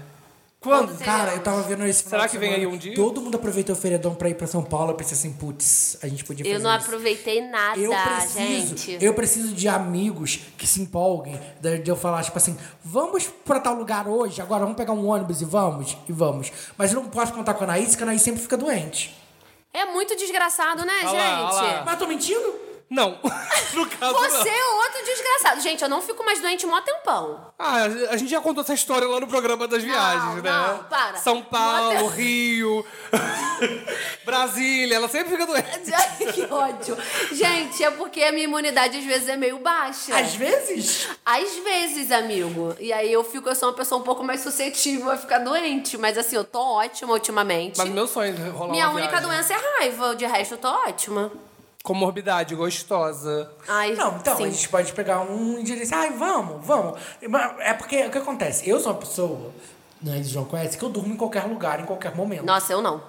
Speaker 2: Quando?
Speaker 1: Cara, eu tava vendo esse final
Speaker 2: Será
Speaker 1: de
Speaker 2: que vem
Speaker 1: semana,
Speaker 2: aí um dia?
Speaker 1: Todo mundo aproveitou o feriadão pra ir pra São Paulo. Eu pensei assim, putz, a gente podia fazer
Speaker 3: Eu não
Speaker 1: isso.
Speaker 3: aproveitei nada,
Speaker 1: Eu preciso,
Speaker 3: gente.
Speaker 1: eu preciso de amigos que se empolguem. De de eu falar, tipo assim, vamos pra tal lugar hoje, agora vamos pegar um ônibus e vamos, e vamos. Mas eu não posso contar com a Anaís, porque a Anaís sempre fica doente.
Speaker 3: É muito desgraçado, né,
Speaker 2: Olha lá,
Speaker 3: gente?
Speaker 2: olha lá.
Speaker 1: Mas eu tô mentindo?
Speaker 2: Não. no caso,
Speaker 3: Você
Speaker 2: não.
Speaker 3: é outro desgraçado. Gente, eu não fico mais doente mó tempão.
Speaker 2: Ah, a gente já contou essa história lá no programa das viagens, né?
Speaker 3: não, para.
Speaker 2: São Paulo,
Speaker 3: Bota-
Speaker 2: Rio, Brasília, ela sempre fica doente.
Speaker 3: Ai, que ódio. Gente, é porque a minha imunidade às vezes é meio baixa.
Speaker 1: Às vezes.
Speaker 3: Às vezes, amigo. E aí eu fico, eu sou uma pessoa um pouco mais suscetível a ficar doente. Mas assim, eu tô ótima ultimamente.
Speaker 2: Mas meu sonho é rolar
Speaker 3: Minha
Speaker 2: uma
Speaker 3: única
Speaker 2: viagem.
Speaker 3: doença é raiva. De resto, eu tô ótima.
Speaker 2: Comorbidade, gostosa.
Speaker 3: Ai,
Speaker 1: Não, então,
Speaker 3: sim.
Speaker 1: a gente pode pegar um e dizer assim, ai, vamos, vamos. Mas É porque o que acontece? Eu sou uma pessoa né, eles não conhecem, que eu durmo em qualquer lugar, em qualquer momento.
Speaker 3: Nossa, eu não.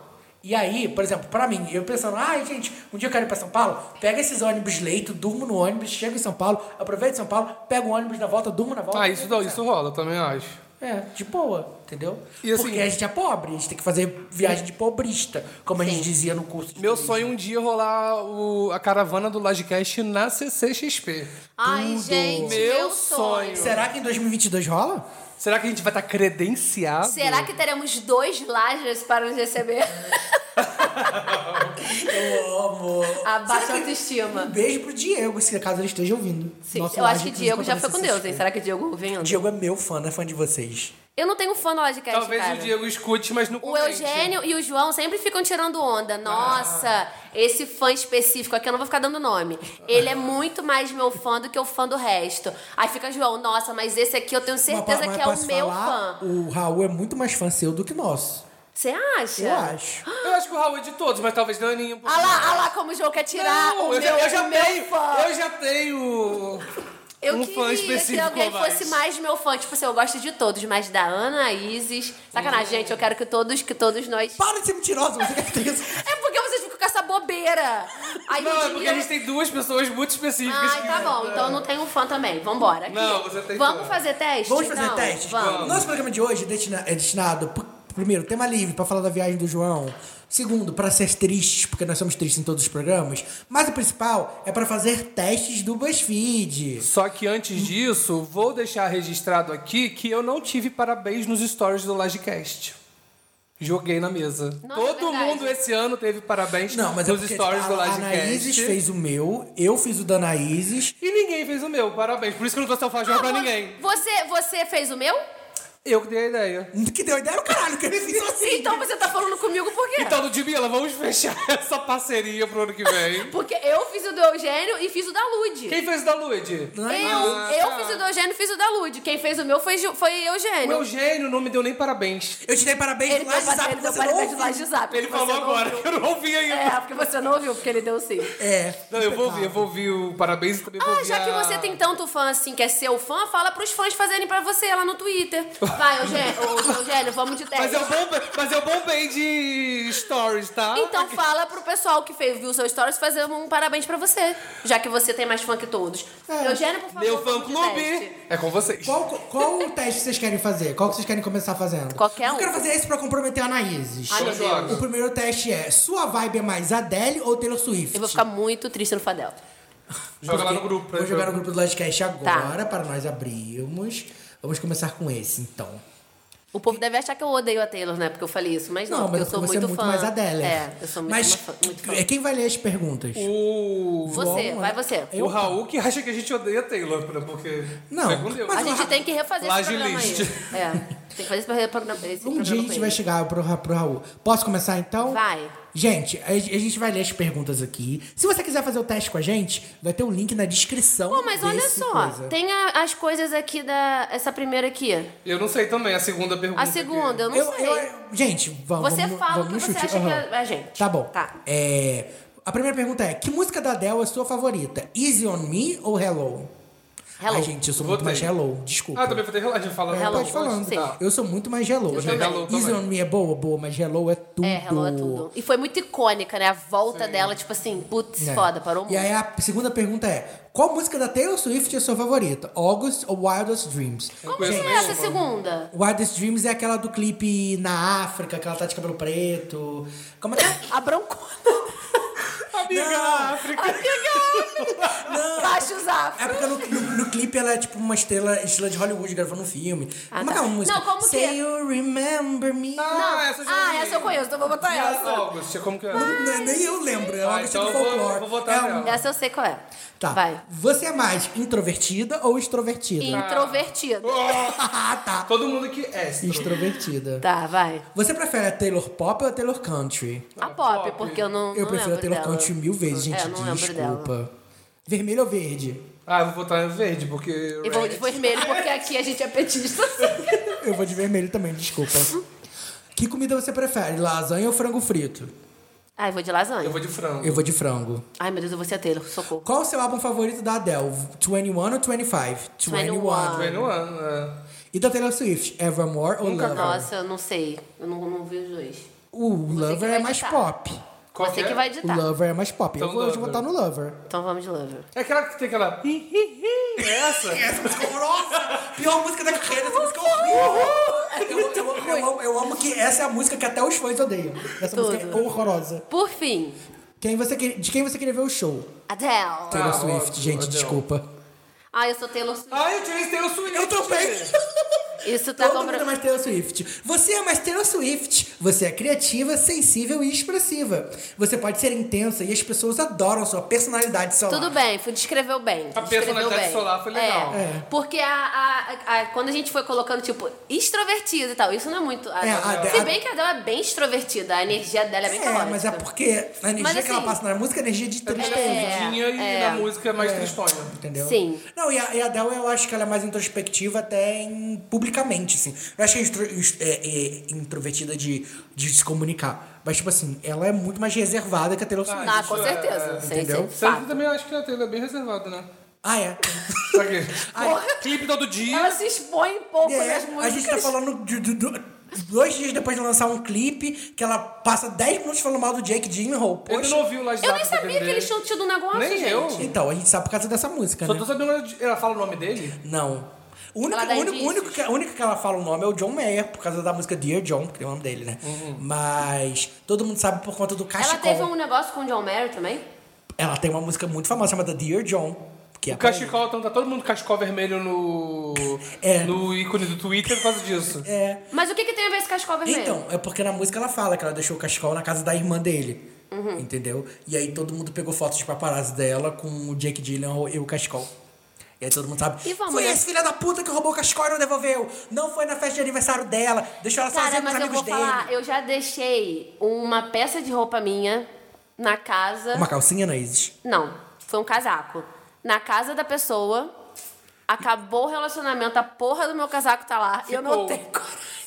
Speaker 1: E aí, por exemplo, pra mim, eu pensando, ai, gente, um dia eu quero ir pra São Paulo, pega esses ônibus leito, durmo no ônibus, chego em São Paulo, aproveito São Paulo, pego o ônibus na volta, durmo na volta.
Speaker 2: Ah, isso,
Speaker 1: dá
Speaker 2: dá- isso rola, também acho.
Speaker 1: É, de boa, entendeu?
Speaker 2: E assim-
Speaker 1: Porque a gente é pobre, a gente tem que fazer viagem de pobrista, como a gente dizia no curso. de
Speaker 2: Meu
Speaker 1: turismo.
Speaker 2: sonho é um dia rolar o- a caravana do Lodcast na CCXP.
Speaker 3: Ai, gente,
Speaker 2: Meu
Speaker 3: meu,
Speaker 2: sonho.
Speaker 3: sonho.
Speaker 1: Será que em 2022 rola?
Speaker 2: Será que a gente vai estar credenciado?
Speaker 3: Será que teremos dois Lajas para nos receber?
Speaker 1: Eu amo.
Speaker 3: A baixa
Speaker 1: Será que-
Speaker 3: autoestima.
Speaker 1: Um beijo pro Diego, se acaso ele esteja ouvindo.
Speaker 3: Sim,
Speaker 1: Nosso
Speaker 3: eu
Speaker 1: laje,
Speaker 3: acho que
Speaker 1: inclusive,
Speaker 3: Diego já foi com
Speaker 1: acontece
Speaker 3: Deus, hein?
Speaker 1: sexta-feira.
Speaker 3: Será que Diego vem andando?
Speaker 1: Diego é meu fã, não é fã de vocês.
Speaker 3: Eu não tenho fã no Lodcast,
Speaker 2: Talvez
Speaker 3: cara.
Speaker 2: o Diego escute, mas não
Speaker 3: O
Speaker 2: comente.
Speaker 3: Eugênio e o João sempre ficam tirando onda. Nossa,
Speaker 2: Ah.
Speaker 3: esse fã específico aqui, eu não vou ficar dando nome. Ele é muito mais meu fã do que o fã do resto. Aí fica João, nossa, mas esse aqui eu tenho certeza
Speaker 1: Mas- mas
Speaker 3: que é o
Speaker 1: posso
Speaker 3: meu
Speaker 1: falar,
Speaker 3: fã.
Speaker 1: O Raul é muito mais fã seu do que nosso.
Speaker 3: Você acha?
Speaker 1: Eu acho.
Speaker 2: Eu acho que o Raul é de todos, mas talvez Daninho.
Speaker 3: Ah lá, ah lá, como o João quer tirar
Speaker 2: Não,
Speaker 3: Ah, o
Speaker 2: eu,
Speaker 3: meu,
Speaker 2: já, eu já
Speaker 3: o meu
Speaker 2: tenho.
Speaker 3: fã.
Speaker 2: Eu já tenho.
Speaker 3: Eu
Speaker 2: um
Speaker 3: queria
Speaker 2: fã específico
Speaker 3: que alguém
Speaker 2: a mais.
Speaker 3: fosse mais meu fã. Tipo assim, eu gosto de todos, mas da Ana, Isis. Sacanagem, gente, eu quero que todos, que todos nós.
Speaker 1: Para de ser mentirosa, você quer ter isso.
Speaker 3: É porque vocês ficam com essa bobeira. Aí
Speaker 2: Não,
Speaker 3: um
Speaker 2: é
Speaker 3: dia-
Speaker 2: porque a gente tem duas pessoas muito específicas.
Speaker 3: Ai,
Speaker 2: que-
Speaker 3: tá bom. Então eu não tenho um fã também. Vambora. Aqui.
Speaker 2: Não, você tem
Speaker 3: Vamos
Speaker 2: fã.
Speaker 3: fazer teste?
Speaker 1: Vamos fazer
Speaker 3: Não,
Speaker 1: teste?
Speaker 3: Vamos.
Speaker 1: Nosso programa de hoje é destina- é destinado, p- primeiro, tema livre pra falar da viagem do João. Segundo, pra ser tristes, porque nós somos tristes em todos os programas. Mas o principal é pra fazer testes do BuzzFeed.
Speaker 2: Só que antes disso, vou deixar registrado aqui que eu não tive parabéns nos stories do Lagecast. Joguei na mesa.
Speaker 3: Nossa, é
Speaker 2: Todo
Speaker 3: verdade.
Speaker 2: mundo esse ano teve parabéns
Speaker 1: Não, mas
Speaker 2: nos
Speaker 1: é porque
Speaker 2: stories
Speaker 1: a,
Speaker 2: do
Speaker 1: a
Speaker 2: Lagecast.
Speaker 1: Anaíses fez o meu, eu fiz o da Anaíses.
Speaker 2: E ninguém fez o meu, parabéns. Por isso que eu não trouxe alfajor pra
Speaker 3: Ah, vo-
Speaker 2: ninguém.
Speaker 3: Você, você fez o meu?
Speaker 2: Eu que dei a ideia.
Speaker 1: Que deu ideia o caralho, que ele fez assim.
Speaker 3: Então você tá falando comigo por quê?
Speaker 2: Então, Ludmilla, vamos fechar essa parceria pro ano que vem.
Speaker 3: Porque eu fiz o do Eugênio e fiz o da Lud.
Speaker 2: Quem fez o da Lud?
Speaker 3: Eu,
Speaker 1: é
Speaker 2: Ah,
Speaker 3: eu
Speaker 2: tá.
Speaker 3: fiz o do Eugênio e fiz o da Lud. Quem fez o meu foi, Ju- foi
Speaker 2: O
Speaker 3: Eugênio.
Speaker 2: Eugênio não me deu nem parabéns.
Speaker 1: Eu te dei parabéns
Speaker 3: Ele
Speaker 1: no
Speaker 3: deu
Speaker 1: WhatsApp,
Speaker 3: parabéns, deu
Speaker 1: você não
Speaker 3: parabéns do
Speaker 1: ouve.
Speaker 3: Laje Zap.
Speaker 2: Ele
Speaker 3: porque
Speaker 2: falou
Speaker 3: você não
Speaker 2: agora,
Speaker 3: ouviu.
Speaker 2: eu não ouvi ainda.
Speaker 3: É, porque você não ouviu, porque ele deu sim.
Speaker 1: É.
Speaker 2: Não, eu vou ouvir, eu vou ouvir o parabéns e também vou
Speaker 3: Ah,
Speaker 2: ouvir
Speaker 3: já que
Speaker 2: a-
Speaker 3: você tem tanto fã assim, que é seu fã, fala pros fãs fazerem pra você lá no Twitter. Vai, Eugênio, ô, Eugênio vamos de teste.
Speaker 2: Mas eu, bombei, mas eu bombei de stories, tá?
Speaker 1: Ah,
Speaker 3: Então fala pro pessoal que fez, viu seu stories fazer um parabéns pra você. Já que você tem mais fã que todos.
Speaker 1: É.
Speaker 3: Eugênio, por favor.
Speaker 2: Meu fã
Speaker 3: vamos de
Speaker 2: clube
Speaker 3: teste.
Speaker 2: é com vocês.
Speaker 1: Qual, qual o teste que vocês querem fazer? Qual que vocês querem começar fazendo?
Speaker 3: Qualquer
Speaker 1: Eu
Speaker 3: um. Ah,
Speaker 1: quero fazer esse pra comprometer a Anaíses.
Speaker 3: Ai, meu Deus.
Speaker 1: O primeiro teste é: sua vibe é mais Adele ou Taylor Swift?
Speaker 3: Eu vou ficar muito triste no Fadel.
Speaker 2: Joga lá no grupo. né, pra
Speaker 1: Vou
Speaker 2: gente
Speaker 1: jogar
Speaker 2: ver.
Speaker 1: no grupo do Lodcast
Speaker 3: Tá.
Speaker 1: agora para nós abrirmos. Vamos começar com esse, então.
Speaker 3: O povo deve achar que eu odeio a Taylor, né? Porque eu falei isso, mas não,
Speaker 1: Não,
Speaker 3: porque
Speaker 1: mas
Speaker 3: eu sou
Speaker 1: você
Speaker 3: muito,
Speaker 1: é muito
Speaker 3: fã.
Speaker 1: mais Adele.
Speaker 3: É, eu sou muito,
Speaker 1: Mas
Speaker 3: uma fã, muito fã.
Speaker 1: é quem vai ler as perguntas?
Speaker 2: O...
Speaker 3: Você,
Speaker 1: João,
Speaker 3: vai
Speaker 1: né?
Speaker 3: você.
Speaker 2: o Raul que acha que a gente odeia Taylor, pra- porque... é
Speaker 1: Não,
Speaker 2: Segundo eu.
Speaker 1: mas
Speaker 3: A gente tem que refazer esse
Speaker 2: Laje
Speaker 3: programa
Speaker 2: List.
Speaker 3: aí. É, tem que fazer esse programa. Esse
Speaker 1: Um
Speaker 3: programa
Speaker 1: dia a
Speaker 3: com
Speaker 1: gente
Speaker 3: ele.
Speaker 1: vai chegar pro, Ra- pro Raul. Posso começar então?
Speaker 3: Vai.
Speaker 1: Gente, a, a gente vai ler as perguntas aqui. Se você quiser fazer o teste com a gente, vai ter um link na descrição.
Speaker 3: Pô, mas olha
Speaker 1: desse
Speaker 3: só,
Speaker 1: coisa.
Speaker 3: tem a- as coisas aqui da. Essa primeira aqui.
Speaker 2: Eu não sei também a segunda pergunta.
Speaker 3: A segunda, eu não
Speaker 1: Eu,
Speaker 3: sei.
Speaker 1: eu- gente, vamos.
Speaker 3: Você
Speaker 1: vamos,
Speaker 3: fala o
Speaker 1: vamos
Speaker 3: que
Speaker 1: no
Speaker 3: você
Speaker 1: chute.
Speaker 3: acha que
Speaker 1: Aham.
Speaker 3: é a gente.
Speaker 1: Tá bom.
Speaker 3: Tá.
Speaker 1: É, a primeira pergunta é: que música da Adele é sua favorita? Easy on Me ou Hello?
Speaker 3: Hello.
Speaker 1: Ai, gente, eu sou muito
Speaker 2: Votei.
Speaker 1: mais Hello. Desculpa.
Speaker 2: Ah, também vou ter relato, a gente fala.
Speaker 3: Hello.
Speaker 1: Pode falando.
Speaker 3: Sim.
Speaker 2: Tá.
Speaker 1: Eu sou muito mais Hello.
Speaker 2: Eu
Speaker 1: gente.
Speaker 2: também. Hello
Speaker 1: Easy
Speaker 2: também.
Speaker 1: on Me é boa, boa, mas Hello é tudo.
Speaker 3: É, Hello é tudo. E foi muito icônica, né? A volta dela, tipo assim, putz,
Speaker 1: É.
Speaker 3: foda, parou muito.
Speaker 1: E aí a segunda pergunta é: qual música da Taylor Swift é sua favorita? August ou Wildest Dreams?
Speaker 3: Como que
Speaker 2: conheço
Speaker 3: é
Speaker 2: nenhuma.
Speaker 3: essa segunda?
Speaker 1: Wildest Dreams é aquela do clipe na África, que ela tá de cabelo preto. Como é que é?
Speaker 3: A broncona.
Speaker 2: Amiga
Speaker 1: Não.
Speaker 2: da África.
Speaker 1: Não.
Speaker 3: Baixa os afros.
Speaker 1: É porque no, no- no clipe ela é tipo uma estrela, estrela de Hollywood gravando um filme.
Speaker 3: Ah,
Speaker 1: como é
Speaker 3: tá.
Speaker 1: que é uma música?
Speaker 3: Não, como que
Speaker 1: Say
Speaker 3: é?
Speaker 1: you remember me.
Speaker 2: Ah, essa eu já
Speaker 3: Ah,
Speaker 2: vi.
Speaker 3: essa eu conheço, então vou botar
Speaker 2: E essa,
Speaker 3: essa.
Speaker 2: August, como que é?
Speaker 1: Não, nem eu lembro, é uma
Speaker 2: Ah,
Speaker 1: música
Speaker 2: então
Speaker 1: do
Speaker 2: eu vou-
Speaker 1: folclore.
Speaker 2: vou votar
Speaker 1: é um-
Speaker 2: nela.
Speaker 3: Essa eu sei qual é.
Speaker 1: Tá.
Speaker 3: Vai.
Speaker 1: Você é mais introvertida ou extrovertida?
Speaker 3: Introvertida.
Speaker 1: Ah, tá.
Speaker 2: Todo mundo que é.
Speaker 1: Extrovertida.
Speaker 3: Tá, vai.
Speaker 1: Você prefere a Taylor Pop ou a Taylor Country?
Speaker 3: A pop,
Speaker 2: pop.
Speaker 3: porque eu não.
Speaker 1: Eu
Speaker 3: não
Speaker 1: prefiro a
Speaker 3: lembro
Speaker 1: Taylor
Speaker 3: dela.
Speaker 1: Country mil vezes, gente.
Speaker 3: É, eu não lembro
Speaker 1: desculpa.
Speaker 3: dela.
Speaker 1: Vermelho ou verde?
Speaker 2: Ah, eu vou botar em verde, porque...
Speaker 3: E vou de vermelho, porque aqui a gente é petista.
Speaker 1: Eu vou de vermelho também, desculpa. que comida você prefere? Lasanha ou frango frito?
Speaker 3: Ai, vou de lasanha.
Speaker 2: Eu vou de frango.
Speaker 1: Eu vou de frango.
Speaker 3: Ai, meu Deus, eu vou ser a Taylor, socorro.
Speaker 1: Qual o seu álbum favorito da Adele? 21 ou 25?
Speaker 3: 21.
Speaker 2: 21, é.
Speaker 1: E da Taylor Swift, Evermore ou Lover?
Speaker 3: Nossa, eu não sei. Eu não, não vi os dois.
Speaker 1: O
Speaker 3: que
Speaker 1: Lover
Speaker 3: vai
Speaker 1: é mais
Speaker 3: ditar.
Speaker 1: pop.
Speaker 2: Qual
Speaker 3: Você
Speaker 2: que
Speaker 3: que
Speaker 2: é?
Speaker 3: vai
Speaker 1: O
Speaker 3: editar.
Speaker 1: Lover é mais pop.
Speaker 2: Então,
Speaker 1: eu vou eu vou
Speaker 2: Lover.
Speaker 1: votar no Lover.
Speaker 3: Então vamos de Lover.
Speaker 2: É aquela que tem aquela. hi, hi, hi, É essa?
Speaker 1: Essa música é horrorosa! Pior música da carreira, essa música é horrível! Eu, eu, eu, amo- eu amo que essa é a música que até os fãs odeiam. Essa
Speaker 3: Tudo.
Speaker 1: música é horrorosa.
Speaker 3: Por fim,
Speaker 1: Quem você, que- de quem você queria ver o show?
Speaker 3: Adele.
Speaker 1: Taylor
Speaker 2: Ah,
Speaker 1: Swift,
Speaker 2: ótimo,
Speaker 1: gente,
Speaker 2: Adele.
Speaker 1: desculpa.
Speaker 3: Ah, eu sou Taylor Swift.
Speaker 2: Ai, eu tirei tem o Swift.
Speaker 1: Eu também!
Speaker 3: Isso tá
Speaker 1: Todo mundo é
Speaker 3: comprovado.
Speaker 1: mais Taylor Swift. Você é mais Taylor Swift. Você é criativa, sensível e expressiva. Você pode ser intensa e as pessoas adoram sua personalidade solar.
Speaker 3: Tudo bem, foi, descreveu bem.
Speaker 2: A
Speaker 3: descreveu
Speaker 2: personalidade
Speaker 3: bem.
Speaker 2: solar foi legal.
Speaker 3: É, Porque a, a- a- a- quando a gente foi colocando, tipo, extrovertida e tal, isso não é muito.
Speaker 1: É, a Adele-
Speaker 3: Se bem que a Adele é bem extrovertida, a energia dela é bem
Speaker 1: É,
Speaker 3: calórica.
Speaker 1: mas é porque a energia que ela
Speaker 3: assim-
Speaker 1: passa na música é energia de
Speaker 2: Ela
Speaker 1: tristeza.
Speaker 2: é queridinha e
Speaker 3: é.
Speaker 2: na música é mais tristonha.
Speaker 1: Entendeu?
Speaker 3: Sim.
Speaker 1: Não, e a, e a Adele, eu acho que ela é mais introspectiva até em- publicamente, assim. Eu acho que é, instro- inst- é- é introvertida de, de se comunicar. Mas, tipo assim, ela é muito mais reservada que a Taylor Swift.
Speaker 3: Ah, com
Speaker 2: Isso é-
Speaker 3: certeza. Sem,
Speaker 1: Entendeu?
Speaker 3: sem
Speaker 2: Sandra
Speaker 3: fato.
Speaker 2: também eu acho que a Taylor é bem reservada, né?
Speaker 1: Ah, é?
Speaker 2: Só que- Porra, Clipe todo
Speaker 3: Ela
Speaker 2: dia.
Speaker 3: se
Speaker 2: um
Speaker 3: expõe pouco
Speaker 1: É,
Speaker 3: nas músicas.
Speaker 1: a gente tá falando de, de- do- dois dias depois de lançar um clipe que ela passa 10 minutos falando mal do Jake Gyllenhaal.
Speaker 2: Ele
Speaker 1: Poxa.
Speaker 2: não ouviu o Last
Speaker 3: Eu nem
Speaker 2: Zappa
Speaker 3: sabia
Speaker 2: dele.
Speaker 3: que eles
Speaker 1: né?
Speaker 3: tinham tido um negócio,
Speaker 2: Nem
Speaker 3: gente.
Speaker 2: eu.
Speaker 1: Então, a gente sabe por causa dessa música,
Speaker 2: Só
Speaker 1: né?
Speaker 2: tô sabendo onde ela fala o nome dele.
Speaker 1: Não. O único,
Speaker 3: Ela dá
Speaker 1: o único,
Speaker 3: indícios.
Speaker 1: o único que, o único que ela fala o nome é o John Mayer, por causa da música Dear John, que tem o nome dele, né? Mas todo mundo sabe por conta do cachecol.
Speaker 3: Uhum. Ela teve um negócio com o John Mayer também?
Speaker 1: Ela tem uma música muito famosa chamada Dear John. Que é
Speaker 2: O cachecol, então tá todo mundo com cachecol vermelho no.
Speaker 1: É.
Speaker 2: No ícone do Twitter por causa disso.
Speaker 1: É.
Speaker 3: Mas o que, que tem a ver esse cachecol vermelho?
Speaker 1: Então, é porque na música ela fala que ela deixou o cachecol na casa da irmã dele.
Speaker 3: Uhum.
Speaker 1: Entendeu? E aí todo mundo pegou fotos de paparazzi dela com o Jake Gyllenhaal e o cachecol. E aí todo mundo sabe.
Speaker 3: E vamos,
Speaker 1: Foi
Speaker 3: né?
Speaker 1: esse filho da puta que roubou o cachecol e não devolveu. Não foi na festa de aniversário dela. Deixou ela
Speaker 3: Cara,
Speaker 1: sozinha com os
Speaker 3: mas eu
Speaker 1: amigos
Speaker 3: vou
Speaker 1: dele.
Speaker 3: falar, eu já deixei uma peça de roupa minha na casa.
Speaker 1: Uma calcinha, na Isis?
Speaker 3: Não, foi um casaco. Na casa da pessoa, acabou o relacionamento, a porra do meu casaco tá lá. E eu não
Speaker 2: Ficou.
Speaker 3: tenho coragem.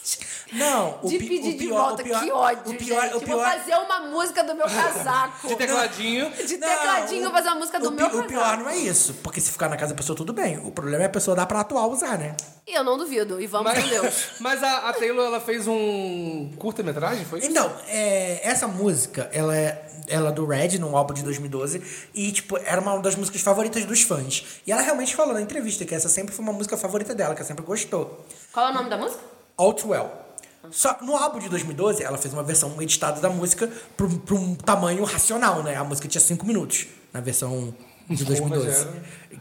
Speaker 1: Não, o
Speaker 3: de
Speaker 1: pi-
Speaker 3: pedir
Speaker 1: o
Speaker 3: de
Speaker 1: pior,
Speaker 3: volta,
Speaker 1: o pior,
Speaker 3: que ódio,
Speaker 1: o pior,
Speaker 3: gente.
Speaker 1: o
Speaker 3: Vou
Speaker 1: pior,
Speaker 3: fazer uma música do meu casaco.
Speaker 2: De tecladinho.
Speaker 3: De
Speaker 1: Não,
Speaker 3: tecladinho,
Speaker 1: o-
Speaker 3: fazer uma música do
Speaker 1: o
Speaker 3: meu
Speaker 1: pi- O
Speaker 3: casaco.
Speaker 1: pior não é isso, porque se ficar na casa da pessoa, tudo bem. O problema é a pessoa dar pra atual usar, né?
Speaker 3: E eu não duvido, e vamos com Deus.
Speaker 2: Mas, mas a, a Taylor, ela fez um curta-metragem, foi? isso?
Speaker 1: Então, é, essa música, ela é, ela é do Red, num álbum de 2012, e, tipo, era uma das músicas favoritas dos fãs. E ela realmente falou na entrevista que essa sempre foi uma música favorita dela, que ela sempre gostou.
Speaker 3: Qual é o nome da música?
Speaker 1: All Too Well. Só que no álbum de 2012, ela fez uma versão editada da música pra um- pra um tamanho racional, né? A música tinha 5 minutos na versão de 2012.
Speaker 2: já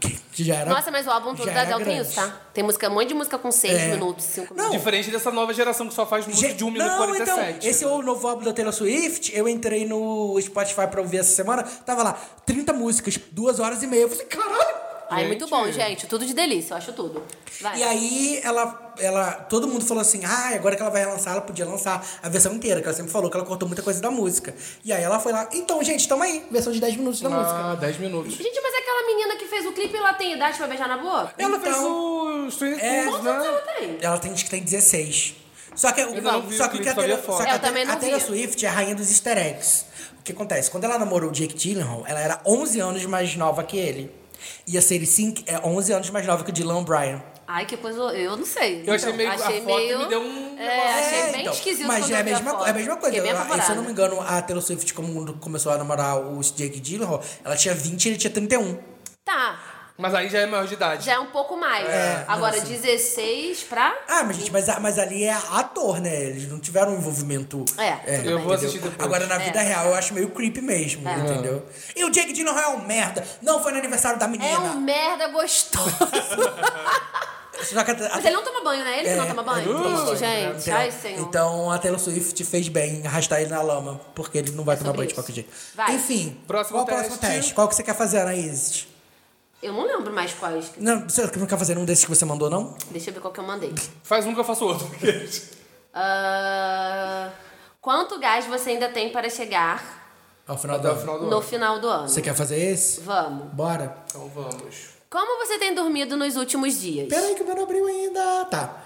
Speaker 1: Que- que já era-
Speaker 3: Nossa, mas o álbum todo
Speaker 1: já
Speaker 3: da
Speaker 1: era
Speaker 3: Adele tem
Speaker 1: grande.
Speaker 3: isso, tá? Tem música, um monte de música com 6
Speaker 1: É.
Speaker 3: minutos, 5
Speaker 1: Não,
Speaker 3: minutos.
Speaker 2: Diferente dessa nova geração que só faz música
Speaker 1: Gente,
Speaker 2: de 1 minuto e
Speaker 1: não, então,
Speaker 2: 47.
Speaker 1: esse é o novo álbum da Taylor Swift. Eu entrei no Spotify pra ouvir essa semana. Tava lá, 30 músicas, 2 horas e meia. Eu falei, caralho!
Speaker 3: Ai, é muito bom,
Speaker 2: Gente.
Speaker 3: gente. Tudo de delícia, eu acho tudo. Vai.
Speaker 1: E aí, ela, ela, todo mundo falou assim: ah, agora que ela vai lançar, ela podia lançar a versão inteira, que ela sempre falou que ela cortou muita coisa da música. E aí ela foi lá, então, gente, tamo aí, versão de 10 minutos da música.
Speaker 2: Ah, 10 minutos.
Speaker 3: Gente, mas é aquela menina que fez o clipe, ela tem idade pra beijar na boca?
Speaker 2: Ela
Speaker 1: Então-
Speaker 2: fez o Stranger
Speaker 1: É.
Speaker 2: Things,
Speaker 3: Quantos anos ela
Speaker 2: né?
Speaker 3: tem?
Speaker 1: Ela tem, acho que tem 16. Só que,
Speaker 2: Eu
Speaker 1: o,
Speaker 2: não vi
Speaker 1: só
Speaker 2: o
Speaker 1: que, o
Speaker 2: clipe,
Speaker 1: que a
Speaker 2: só vi a
Speaker 1: Taylor,
Speaker 2: foto.
Speaker 1: só que
Speaker 3: Eu
Speaker 1: a Taylor-
Speaker 3: também não
Speaker 1: a Taylor
Speaker 3: vi.
Speaker 1: Swift é a rainha dos easter eggs. O que acontece? Quando ela namorou o Jake Gyllenhaal, ela era 11 anos mais nova que ele. E a Sadie Sink é 11 anos mais nova que o Dylan Bryan.
Speaker 3: Ai, que coisa. Eu não sei. Então,
Speaker 2: Eu achei meio- a foto me deu um
Speaker 3: É,
Speaker 2: negócio.
Speaker 3: achei bem
Speaker 1: então,
Speaker 3: esquisito.
Speaker 1: Mas
Speaker 3: quando
Speaker 1: é a
Speaker 3: eu vi
Speaker 1: mesma,
Speaker 3: foto.
Speaker 1: co- é a mesma coisa.
Speaker 3: Fiquei bem
Speaker 1: Ela- e se eu não
Speaker 3: apavorada.
Speaker 1: me engano, a Taylor Swift, quando começou a namorar o Jake Gyllenhaal, ela tinha 20 e um. ele tinha 31.
Speaker 3: Tá,
Speaker 2: Mas aí já é maior de idade.
Speaker 3: já é um pouco mais. Agora,
Speaker 1: assim-
Speaker 3: 16 pra.
Speaker 1: Ah, mas, gente, mas, a- mas ali é ator, né? Eles não tiveram um envolvimento.
Speaker 3: É, tudo
Speaker 2: Eu vou
Speaker 1: entendeu?
Speaker 2: assistir depois.
Speaker 1: Agora, na vida
Speaker 3: É.
Speaker 1: real, eu acho meio creepy mesmo,
Speaker 3: É.
Speaker 1: entendeu? E o Jake Gyllenhaal é um merda. Não foi no aniversário da menina.
Speaker 3: É um merda gostoso.
Speaker 1: Só que a- a-
Speaker 3: Mas ele não toma banho, né? Ele
Speaker 1: É,
Speaker 3: que não toma banho.
Speaker 1: ele não toma
Speaker 3: Triste,
Speaker 1: banho,
Speaker 3: gente.
Speaker 1: entendeu?
Speaker 3: Ai, senhor.
Speaker 1: né? Então a Taylor Swift fez bem em arrastar ele na lama, porque ele não vai tomar
Speaker 3: É sobre
Speaker 1: banho de
Speaker 3: isso.
Speaker 1: qualquer jeito.
Speaker 3: Vai.
Speaker 1: Enfim,
Speaker 2: Próximo
Speaker 1: qual o próximo
Speaker 2: teste?
Speaker 1: teste? Qual que você quer fazer, Anaís?
Speaker 3: Eu não lembro mais quais.
Speaker 1: Não, você não quer fazer um desses que você mandou, não?
Speaker 3: Deixa eu ver qual que eu mandei.
Speaker 2: Faz um que eu faço outro.
Speaker 3: Ah, quanto gás você ainda tem para chegar
Speaker 1: Ao final
Speaker 2: Até
Speaker 1: do
Speaker 2: o final do
Speaker 3: no
Speaker 2: ano.
Speaker 3: final do ano?
Speaker 1: Você quer fazer esse?
Speaker 3: Vamos.
Speaker 1: Bora.
Speaker 2: Então vamos.
Speaker 3: Como você tem dormido nos últimos dias?
Speaker 1: Peraí que o meu não abriu ainda. Tá.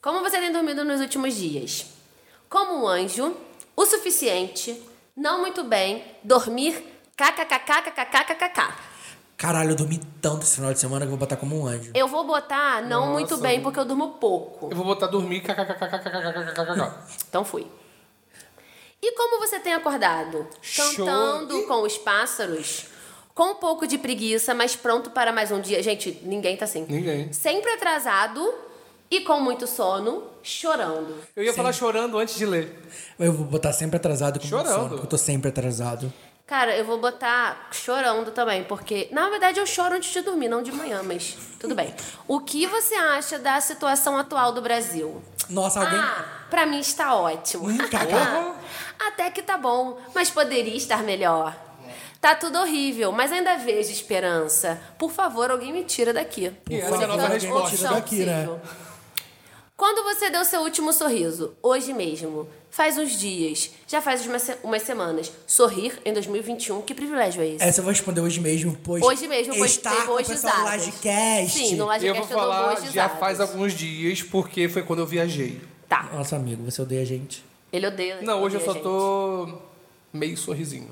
Speaker 3: Como você tem dormido nos últimos dias? Como um anjo, o suficiente, não muito bem, dormir, kkkkkkkkk.
Speaker 1: Caralho, eu dormi tanto esse final de semana que eu vou botar como um anjo.
Speaker 3: Eu vou botar não muito bem, porque eu durmo pouco.
Speaker 2: Eu vou botar dormir. kkkkkkkkkkk.
Speaker 3: Então fui. E como você tem acordado?
Speaker 2: Show.
Speaker 3: Cantando com os pássaros? Com um pouco de preguiça, mas pronto para mais um dia. Gente, ninguém tá assim.
Speaker 2: Ninguém.
Speaker 3: Sempre atrasado e com muito sono, chorando.
Speaker 2: Eu ia falar chorando antes de ler.
Speaker 1: Eu vou botar sempre atrasado como
Speaker 2: Chorando.
Speaker 1: sono, porque eu tô sempre atrasado.
Speaker 3: Cara, eu vou botar chorando também, porque na verdade eu choro antes de dormir, não de manhã, mas tudo bem. O que você acha da situação atual do Brasil?
Speaker 1: Nossa, alguém.
Speaker 3: Ah, pra mim está ótimo. Ah,
Speaker 1: Hum, cacá.
Speaker 3: Até que tá bom, mas poderia estar melhor.
Speaker 1: É.
Speaker 3: Tá tudo horrível, mas ainda vejo esperança. Por favor, alguém me tira daqui.
Speaker 2: E essa
Speaker 1: Por
Speaker 2: é
Speaker 1: favor,
Speaker 2: a nossa
Speaker 1: alguém me
Speaker 2: resposta.
Speaker 1: tira daqui, né?
Speaker 3: possível. Quando você deu seu último sorriso? Hoje mesmo. Faz uns dias. Já faz umas, se- umas semanas. Sorrir em 2021, que privilégio é esse?
Speaker 1: Essa eu vou responder hoje mesmo, pois.
Speaker 3: Hoje mesmo, pois
Speaker 1: está
Speaker 3: teve
Speaker 1: com o
Speaker 3: hoje
Speaker 1: pessoal do
Speaker 3: usadas.
Speaker 1: Lajcast.
Speaker 3: Sim, é- no Lajcast
Speaker 2: Eu vou falar
Speaker 3: dou
Speaker 2: já
Speaker 3: usadas.
Speaker 2: faz alguns dias, porque foi quando eu viajei.
Speaker 3: Tá,
Speaker 1: Nossa, amigo, você odeia a gente.
Speaker 3: ele odeia.
Speaker 2: Não, hoje eu
Speaker 3: odeia
Speaker 2: só
Speaker 3: a
Speaker 2: tô meio sorrisinho.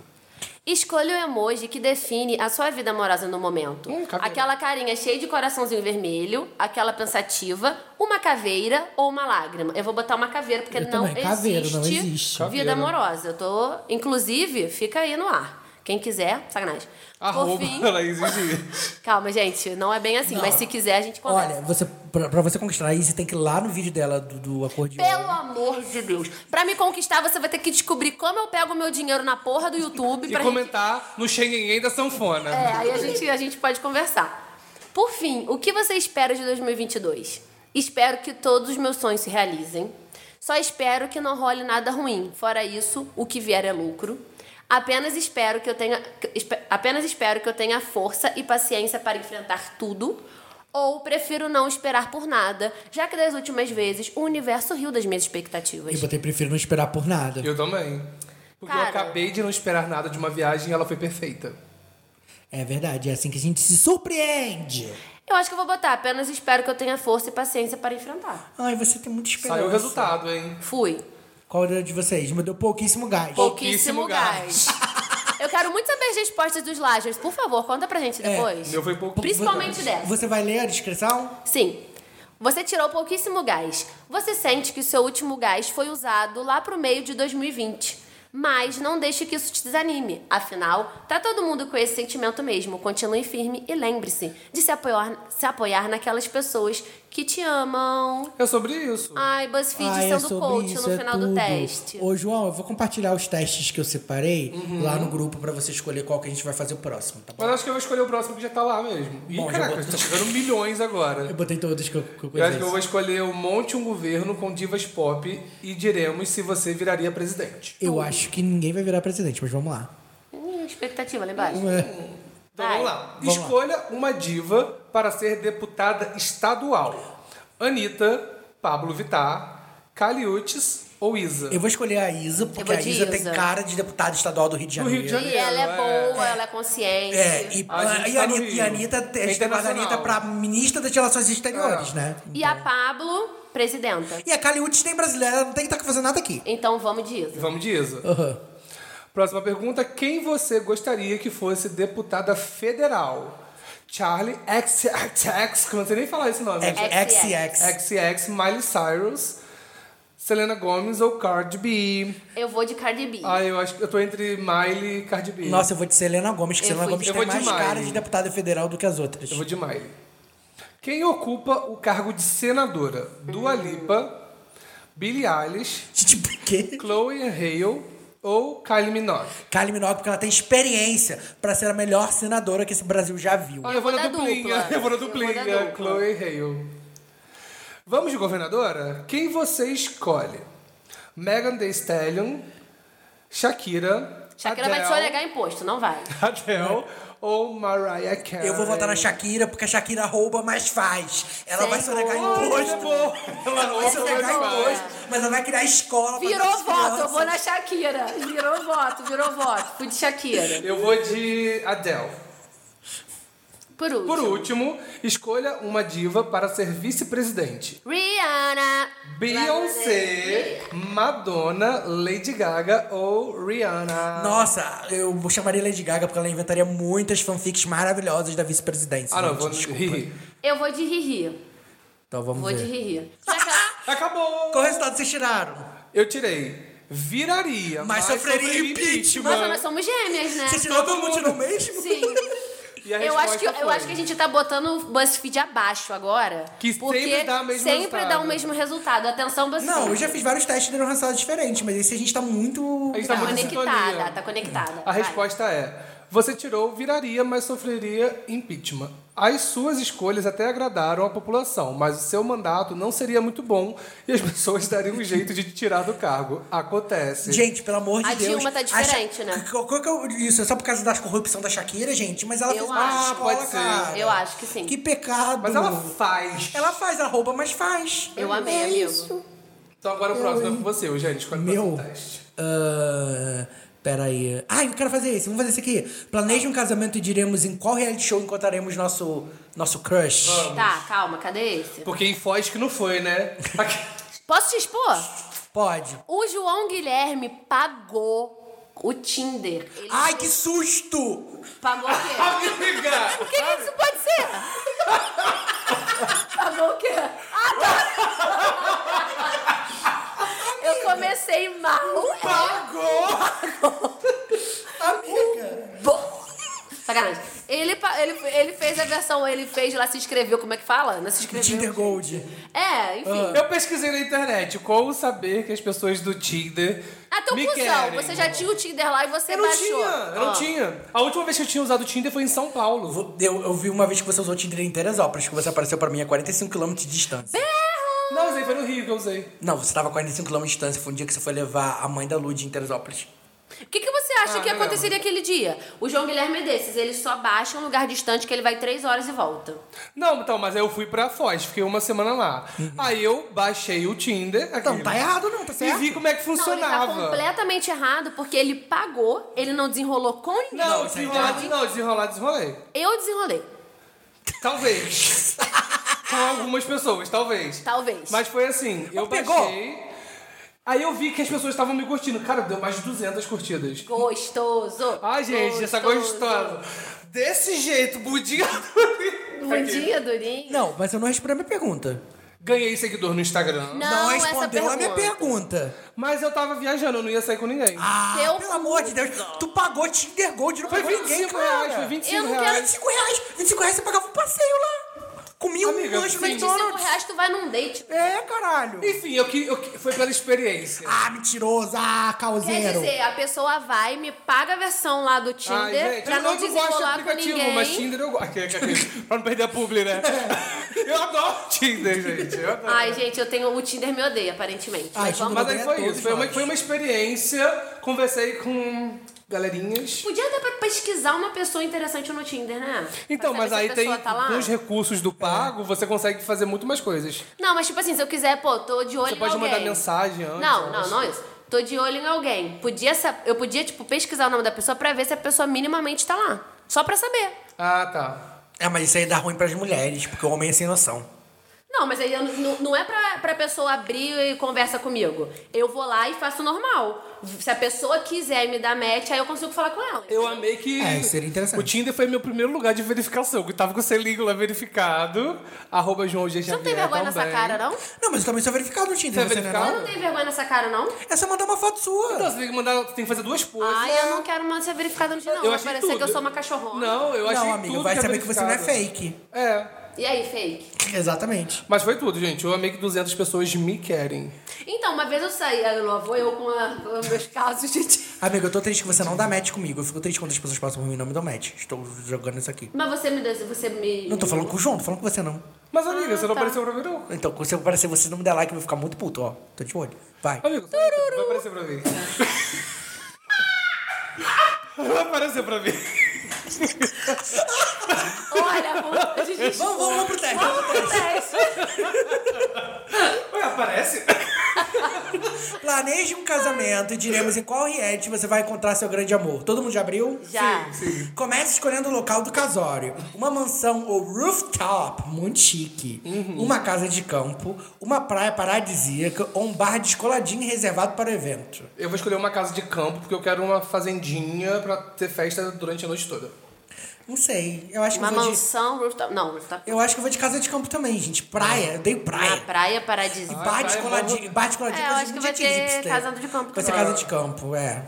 Speaker 3: Escolha o emoji que define a sua vida amorosa no momento.
Speaker 2: Hum, caveira.
Speaker 3: aquela carinha cheia de coraçãozinho vermelho, aquela pensativa, uma caveira ou uma lágrima. Eu vou botar uma caveira, porque
Speaker 1: Eu
Speaker 3: não,
Speaker 1: também, caveira,
Speaker 3: existe
Speaker 1: não existe.
Speaker 3: vida
Speaker 2: Caveira.
Speaker 3: amorosa. Eu tô. Inclusive, fica aí no ar. Quem quiser, sacanagem. Por
Speaker 2: Arroba
Speaker 3: fim.
Speaker 2: Laís Dias.
Speaker 3: Calma, gente, não é bem assim, mas se quiser, a gente conversa.
Speaker 1: Olha, você, pra, pra você conquistar a Izzy, tem que ir lá no vídeo dela do, do acordeon.
Speaker 3: Pelo amor de Deus. Pra me conquistar, você vai ter que descobrir como eu pego meu dinheiro na porra do YouTube.
Speaker 2: E
Speaker 3: pra gente-
Speaker 2: comentar no Xenhenhen da Sanfona.
Speaker 3: É, aí a gente, a gente pode conversar. Por fim, o que você espera de 2022? Espero que todos os meus sonhos se realizem. Só espero que não role nada ruim. Fora isso, o que vier é lucro. Apenas espero que eu tenha que- espe- apenas espero que eu tenha força e paciência para enfrentar tudo. Ou prefiro não esperar por nada, já que das últimas vezes o universo riu das minhas expectativas.
Speaker 1: E botei prefiro não esperar por nada.
Speaker 2: Eu também. Porque
Speaker 3: Cara.
Speaker 2: eu acabei de não esperar nada de uma viagem e ela foi perfeita.
Speaker 1: É verdade, é assim que a gente se surpreende.
Speaker 3: Eu acho que eu vou botar, apenas espero que eu tenha força e paciência para enfrentar.
Speaker 1: Ai, você tem muita esperança.
Speaker 2: Saiu o resultado, hein?
Speaker 3: Fui.
Speaker 1: Qual era de vocês? Me deu pouquíssimo gás.
Speaker 3: Pouquíssimo
Speaker 2: Pouquíssimo
Speaker 3: gás. Eu quero muito saber as respostas dos Lajers. Por favor, conta pra gente depois.
Speaker 2: É, Meu foi pouco.
Speaker 3: Principalmente dessa.
Speaker 1: Você vai ler a descrição?
Speaker 3: Sim. Você tirou pouquíssimo gás. Você sente que seu último gás foi usado lá pro meio de 2020. Mas não deixe que isso te desanime. Afinal, tá todo mundo com esse sentimento mesmo. Continue firme e lembre-se de se apoiar, se apoiar naquelas pessoas que te amam.
Speaker 2: É sobre isso.
Speaker 3: Ai, BuzzFeed
Speaker 1: Ai, é
Speaker 3: sendo
Speaker 1: sobre
Speaker 3: coach
Speaker 1: isso,
Speaker 3: no
Speaker 1: é
Speaker 3: final do
Speaker 1: tudo.
Speaker 3: teste.
Speaker 1: Ô, João, eu vou compartilhar os testes que eu separei
Speaker 2: Uhum.
Speaker 1: lá no grupo pra você escolher qual que a gente vai fazer o próximo, tá bom?
Speaker 2: Mas acho que eu vou escolher o próximo que já tá lá mesmo. Ih,
Speaker 1: Bom, já
Speaker 2: caraca,
Speaker 1: botou. É,
Speaker 2: tô chegando milhões agora.
Speaker 1: Eu botei todos que eu, que eu
Speaker 2: Eu acho
Speaker 1: conheço.
Speaker 2: que eu vou escolher o Monte um Governo com divas pop e diremos se você viraria presidente.
Speaker 1: Eu acho que ninguém vai virar presidente, mas vamos lá.
Speaker 3: Hum, expectativa lá embaixo.
Speaker 2: Então
Speaker 3: Vai.
Speaker 2: vamos lá.
Speaker 1: Vamos lá.
Speaker 2: Escolha uma diva para ser deputada estadual. Anitta, Pablo Vittar, Caliutes ou Isa?
Speaker 1: Eu vou escolher a Isa, porque
Speaker 3: vou
Speaker 1: a
Speaker 3: de
Speaker 1: Isa, tem
Speaker 3: Isa.
Speaker 1: cara de deputada estadual do Rio de
Speaker 2: Do
Speaker 1: Janeiro.
Speaker 2: Rio de Janeiro.
Speaker 3: E ela é
Speaker 2: é.
Speaker 3: boa, ela é consciente.
Speaker 1: É, e
Speaker 2: A gente
Speaker 1: e
Speaker 2: tá
Speaker 1: a
Speaker 2: no
Speaker 1: Anitta,
Speaker 2: Rio.
Speaker 1: e a Anitta
Speaker 2: É
Speaker 1: tem a Anitta
Speaker 2: internacional.
Speaker 1: pra ministra das Relações Exteriores,
Speaker 2: É.
Speaker 1: né?
Speaker 3: E a Pablo, presidenta.
Speaker 1: E a Caliutes tem brasileira, ela não tem que estar fazendo nada aqui.
Speaker 3: Então vamos de Isa.
Speaker 2: Vamos de Isa.
Speaker 1: Aham.
Speaker 2: Próxima pergunta: quem você gostaria que fosse deputada federal? Charlie X, X, X, que eu não sei nem falar esse nome. gente.
Speaker 1: XX.
Speaker 2: XX, Miley Cyrus, Selena Gomez ou Cardi B.
Speaker 3: Eu vou de Cardi B.
Speaker 2: Ah, eu acho que eu tô entre Miley e Cardi B.
Speaker 1: Nossa, eu vou de Selena Gomes, que
Speaker 3: Eu
Speaker 1: Selena
Speaker 3: fui-
Speaker 1: Gomes
Speaker 2: eu
Speaker 1: tem
Speaker 2: vou de
Speaker 1: mais cara
Speaker 2: Miley.
Speaker 1: de deputada federal do que as outras.
Speaker 2: Eu vou de Miley. Quem ocupa o cargo de senadora?
Speaker 3: Hum.
Speaker 2: Dua Lipa, Billie Eilish,
Speaker 1: Gente, por quê?
Speaker 2: Chloe Hale ou Kylie Minogue?
Speaker 1: Kylie Minogue, porque ela tem experiência pra ser a melhor senadora que esse Brasil já viu.
Speaker 2: Ah,
Speaker 3: Eu vou da dupla.
Speaker 2: Eu vou na
Speaker 3: Eu vou da
Speaker 2: duplinha,
Speaker 3: dupla.
Speaker 2: Chloe Hale. Vamos de governadora? Quem você escolhe? Megan Thee Stallion, Shakira,
Speaker 3: Shakira vai
Speaker 2: Adele,
Speaker 3: sonegar imposto, não vai.
Speaker 2: Adele ou Mariah Carey?
Speaker 1: Eu vou votar na Shakira, porque a Shakira rouba, mas faz. Ela vai
Speaker 3: Senhor.
Speaker 1: sonegar imposto. Ela vai
Speaker 3: Essa é
Speaker 1: sonegar
Speaker 3: boa.
Speaker 1: imposto, mas ela vai criar escola pra
Speaker 3: Virou
Speaker 1: todas as
Speaker 3: voto, eu vou
Speaker 1: crianças.
Speaker 3: na Shakira. Virou voto, virou voto. Fui de Shakira.
Speaker 2: Eu vou de Adele.
Speaker 3: Por último.
Speaker 2: Por último, escolha uma diva para ser vice-presidente.
Speaker 3: Rihanna.
Speaker 2: Beyoncé, Madonna, Lady Gaga ou Rihanna?
Speaker 1: Nossa, eu chamaria Lady Gaga porque ela inventaria muitas fanfics maravilhosas da vice-presidência.
Speaker 2: Ah, não,
Speaker 1: gente,
Speaker 2: vou...
Speaker 1: desculpa.
Speaker 2: Ih,
Speaker 3: Eu vou de Riri.
Speaker 1: Então vamos
Speaker 3: Vou
Speaker 1: ver.
Speaker 3: de Riri. Já que ela-
Speaker 2: Acabou!
Speaker 1: Qual resultado vocês tiraram?
Speaker 2: Eu tirei. Viraria.
Speaker 1: Mas sofreria impeachment.
Speaker 3: Nossa, nós somos gêmeas, né?
Speaker 1: Vocês tiraram todo mundo tirou o mesmo?
Speaker 3: Sim.
Speaker 2: E a
Speaker 3: Eu acho, que,
Speaker 2: resposta
Speaker 3: eu
Speaker 2: foi-
Speaker 3: acho que a gente tá botando o BuzzFeed abaixo agora.
Speaker 2: Que
Speaker 3: porque
Speaker 2: sempre dá o mesmo
Speaker 3: sempre
Speaker 2: resultado. é
Speaker 3: dá o mesmo resultado. Atenção, BuzzFeed.
Speaker 1: Não, eu já fiz vários testes e deram um resultado diferente, mas esse a gente tá muito.
Speaker 2: A gente
Speaker 3: Tá
Speaker 2: tá muito em sintonia.
Speaker 3: conectada, tá conectada.
Speaker 2: A
Speaker 3: Vai.
Speaker 2: resposta é: você tirou viraria, mas sofreria impeachment. As suas escolhas até agradaram a população, mas o seu mandato não seria muito bom e as pessoas dariam um jeito de te tirar do cargo. Acontece.
Speaker 1: Gente, pelo amor de
Speaker 3: A
Speaker 1: Deus.
Speaker 3: Dilma tá diferente, né?
Speaker 1: Qual qual que é o- isso? É só por causa da corrupção da Shakira, gente? Mas ela
Speaker 3: Eu
Speaker 1: fez uma
Speaker 3: acho.
Speaker 1: escola,
Speaker 2: Pode ser.
Speaker 1: cara.
Speaker 3: Eu acho que sim.
Speaker 1: Que pecado.
Speaker 2: mas ela faz.
Speaker 1: Ela faz a roupa, mas faz.
Speaker 3: Eu amei,
Speaker 1: É
Speaker 3: amigo.
Speaker 1: isso.
Speaker 2: Então agora o próximo é com você, Eugênio. Escolhe
Speaker 1: Meu.
Speaker 2: pra você o teste.
Speaker 1: ah, peraí. Ah, eu quero fazer esse. Vamos fazer esse aqui. Planeje um casamento e diremos em qual reality show encontraremos nosso, nosso crush.
Speaker 2: Ah.
Speaker 3: Tá, calma, cadê esse?
Speaker 2: Porque em Foz que não foi, né?
Speaker 3: Posso te expor?
Speaker 1: Pode.
Speaker 3: O João Guilherme pagou o Tinder. Ele
Speaker 1: Ai, que susto!
Speaker 3: pagou o quê? O
Speaker 2: Amiga!
Speaker 3: que, que isso pode ser? pagou o quê? Ah, tá! Eu comecei mal.
Speaker 2: Pagou!
Speaker 3: Bom. Sacanagem. Ele, pa- ele, ele fez a versão, ele fez lá, se inscreveu, como é que fala? Não se inscreveu.
Speaker 1: Tinder Gold.
Speaker 3: É, enfim.
Speaker 2: Eu pesquisei na internet como saber que as pessoas do Tinder.
Speaker 3: Até o
Speaker 2: Ah. me
Speaker 3: É cuzão,
Speaker 2: querem.
Speaker 3: você já tinha o Tinder lá e você
Speaker 2: Eu não
Speaker 3: baixou. Ah.
Speaker 2: tinha, eu não
Speaker 3: Ó.
Speaker 2: tinha. A última vez que eu tinha usado o Tinder foi em São Paulo.
Speaker 1: Vou- Eu, eu vi uma vez que você usou Tinder em Teresópolis, que você apareceu pra mim a 45km de distância.
Speaker 2: Não, usei, foi no Rio que eu usei.
Speaker 1: Não, você tava a 45km de distância, foi um dia que você foi levar a mãe da Lud em Teresópolis.
Speaker 3: O que, que você acha
Speaker 2: Ah,
Speaker 3: que
Speaker 2: não
Speaker 3: aconteceria aquele dia? O João Guilherme é desses, ele só baixa um lugar distante que ele vai três horas e volta.
Speaker 2: Não, então, mas aí eu fui pra Foz, fiquei uma semana lá. Aí eu baixei o Tinder.
Speaker 1: Uhum. Então,
Speaker 2: aquele,
Speaker 1: tá errado não, tá
Speaker 2: E
Speaker 1: certo?
Speaker 2: vi como é que
Speaker 3: Não, ele tá
Speaker 2: funcionava.
Speaker 3: completamente errado porque ele pagou, ele não desenrolou com ninguém.
Speaker 2: Não,
Speaker 1: isso aí
Speaker 2: desenrolar, não, desenrolar, desenrolei.
Speaker 3: Eu desenrolei,
Speaker 2: Talvez. Com algumas pessoas, talvez.
Speaker 3: talvez.
Speaker 2: Mas foi assim, eu
Speaker 1: pegou.
Speaker 2: baixei. Aí eu vi que as pessoas estavam me curtindo. Cara, deu mais de 200 curtidas.
Speaker 3: Gostoso.
Speaker 2: Ai, gente, essa gostosa. Desse jeito, budinha.
Speaker 3: Bom Um dia, Durinho.
Speaker 1: Não, mas eu não respondi a minha pergunta.
Speaker 2: Ganhei seguidor no Instagram.
Speaker 3: Não, essa
Speaker 1: respondeu a minha
Speaker 3: pergunta.
Speaker 1: pergunta.
Speaker 2: Mas eu tava viajando, eu não ia sair com ninguém.
Speaker 1: Ah,
Speaker 3: Teu
Speaker 1: pelo
Speaker 3: cu.
Speaker 1: amor de Deus. Tu pagou Tinder Gold, não
Speaker 2: foi
Speaker 1: pagou
Speaker 2: 25
Speaker 1: ninguém, cara.
Speaker 2: reais, foi 25
Speaker 3: Eu não quero-
Speaker 2: reais.
Speaker 1: 25 reais. 25 reais você pagava um passeio lá. Comia um
Speaker 2: Amiga,
Speaker 1: lanche no
Speaker 3: 25
Speaker 1: McDonald's.
Speaker 3: reais tu vai num date.
Speaker 1: É, caralho.
Speaker 2: Enfim, eu, que- eu que- foi pela experiência.
Speaker 1: Ah, mentiroso. Ah,
Speaker 3: Quer
Speaker 1: calzeiro.
Speaker 3: dizer, a pessoa vai, me paga a versão lá do Tinder pra não desenrolar com ninguém.
Speaker 2: mas Tinder eu gosto. Aqui, aqui, aqui. pra não perder a publi, né? eu adoro Tinder, gente. Eu adoro.
Speaker 3: Ai, gente, eu tenho. O Tinder me odeia, aparentemente.
Speaker 1: Ai,
Speaker 3: Mas vamos-
Speaker 2: Mas aí
Speaker 1: Odeia
Speaker 2: foi
Speaker 1: todos
Speaker 2: isso. Foi uma,
Speaker 1: nós.
Speaker 2: foi uma experiência. Conversei com galerinhas.
Speaker 3: Podia até pra pesquisar uma pessoa interessante no Tinder, né?
Speaker 2: Então,
Speaker 3: Pra
Speaker 2: mas
Speaker 3: saber
Speaker 2: aí
Speaker 3: se a
Speaker 2: tem
Speaker 3: pessoa Tá lá.
Speaker 2: com os recursos do
Speaker 1: É.
Speaker 2: pago, você consegue fazer muito mais coisas.
Speaker 3: Não, mas tipo assim, se eu quiser, pô, tô de olho
Speaker 2: Você
Speaker 3: em
Speaker 2: pode
Speaker 3: alguém.
Speaker 2: mandar mensagem antes.
Speaker 3: Não,
Speaker 2: eu
Speaker 3: não,
Speaker 2: acho.
Speaker 3: não é isso. Tô de olho em alguém. Podia, sa- eu podia, tipo, pesquisar o nome da pessoa pra ver se a pessoa minimamente tá lá. Só pra saber.
Speaker 2: Ah, tá.
Speaker 1: É, mas isso aí dá ruim pras mulheres, porque o homem é sem noção.
Speaker 3: Não, mas aí eu n- n- não é pra, pra pessoa abrir e conversa comigo. Eu vou lá e faço normal. Se a pessoa quiser e me dar match, aí eu consigo falar com ela.
Speaker 2: Eu amei que.
Speaker 1: É, isso seria interessante.
Speaker 2: O Tinder foi meu primeiro lugar de verificação. Que tava com o selinho lá verificado. Arroba João G.
Speaker 3: Você não tem
Speaker 2: é
Speaker 3: vergonha nessa cara, não? Você
Speaker 1: Não, mas eu também sou verificado no Tinder.
Speaker 2: Você é
Speaker 1: você não é
Speaker 2: verificado?
Speaker 3: não tem vergonha nessa cara, não?
Speaker 1: não? É só mandar uma foto sua.
Speaker 2: Então, você tem que mandar. Tem que fazer duas poses.
Speaker 3: Ai, eu não quero mais ser verificada no Tinder, não.
Speaker 2: é. Eu
Speaker 3: Vai
Speaker 2: achei
Speaker 3: parecer
Speaker 2: tudo.
Speaker 3: que eu sou uma cachorrona.
Speaker 2: Não, eu achei
Speaker 1: não, amigo,
Speaker 2: tudo
Speaker 1: vai
Speaker 2: que é
Speaker 1: saber que você não é
Speaker 2: verificado.
Speaker 1: fake.
Speaker 2: É.
Speaker 3: E aí, fake?
Speaker 1: Exatamente.
Speaker 2: Mas foi tudo, gente. Eu amei que 200 pessoas me querem.
Speaker 3: Então, uma vez eu saí, aí lá vou eu com, a- com meus casos de.
Speaker 1: Amigo, eu tô triste que você não dá match comigo. Eu fico triste quando as pessoas passam por mim e não me dão match. Estou jogando isso aqui.
Speaker 3: Mas você me deu, você me.
Speaker 1: Não tô falando com o João, tô falando com você não.
Speaker 2: Mas, amiga, você não
Speaker 3: tá.
Speaker 2: apareceu pra mim, não.
Speaker 1: Então, se eu aparecer você não me der like, eu vou ficar muito puto, ó. Tô de olho. Vai.
Speaker 2: Amigo, você vai aparecer pra mim. Vai aparecer pra mim.
Speaker 3: Olha, vamos de
Speaker 1: Vamos, vamos, vamos pro teste.
Speaker 3: Vamos pro teste.
Speaker 2: Ué, aparece?
Speaker 1: Planeje um casamento e diremos em qual reality você vai encontrar seu grande amor. Todo mundo já abriu?
Speaker 3: Já.
Speaker 1: Comece escolhendo o local do casório. Uma mansão ou rooftop, muito chique.
Speaker 3: Uhum.
Speaker 1: Uma casa de campo, uma praia paradisíaca ou um bar descoladinho reservado para o evento.
Speaker 2: Eu vou escolher uma casa de campo, porque eu quero uma fazendinha pra ter festa durante a noite toda.
Speaker 3: Tá.
Speaker 1: Não sei. Eu acho que
Speaker 3: Uma
Speaker 1: eu vou de...
Speaker 3: mansão, rooftop. Não, rooftop.
Speaker 1: Eu acho que eu vou de casa de campo também, gente. Praia, eu dei
Speaker 3: Uma
Speaker 1: praia.
Speaker 3: praia
Speaker 1: E
Speaker 3: paradisíaca.
Speaker 1: bar
Speaker 2: praia,
Speaker 1: descoladinho, bar descoladinho.
Speaker 3: É, eu
Speaker 1: mas
Speaker 3: acho que
Speaker 1: de
Speaker 3: vai ter
Speaker 1: hipster.
Speaker 3: casando de campo
Speaker 1: Vai ser
Speaker 3: também.
Speaker 1: casa de campo, é.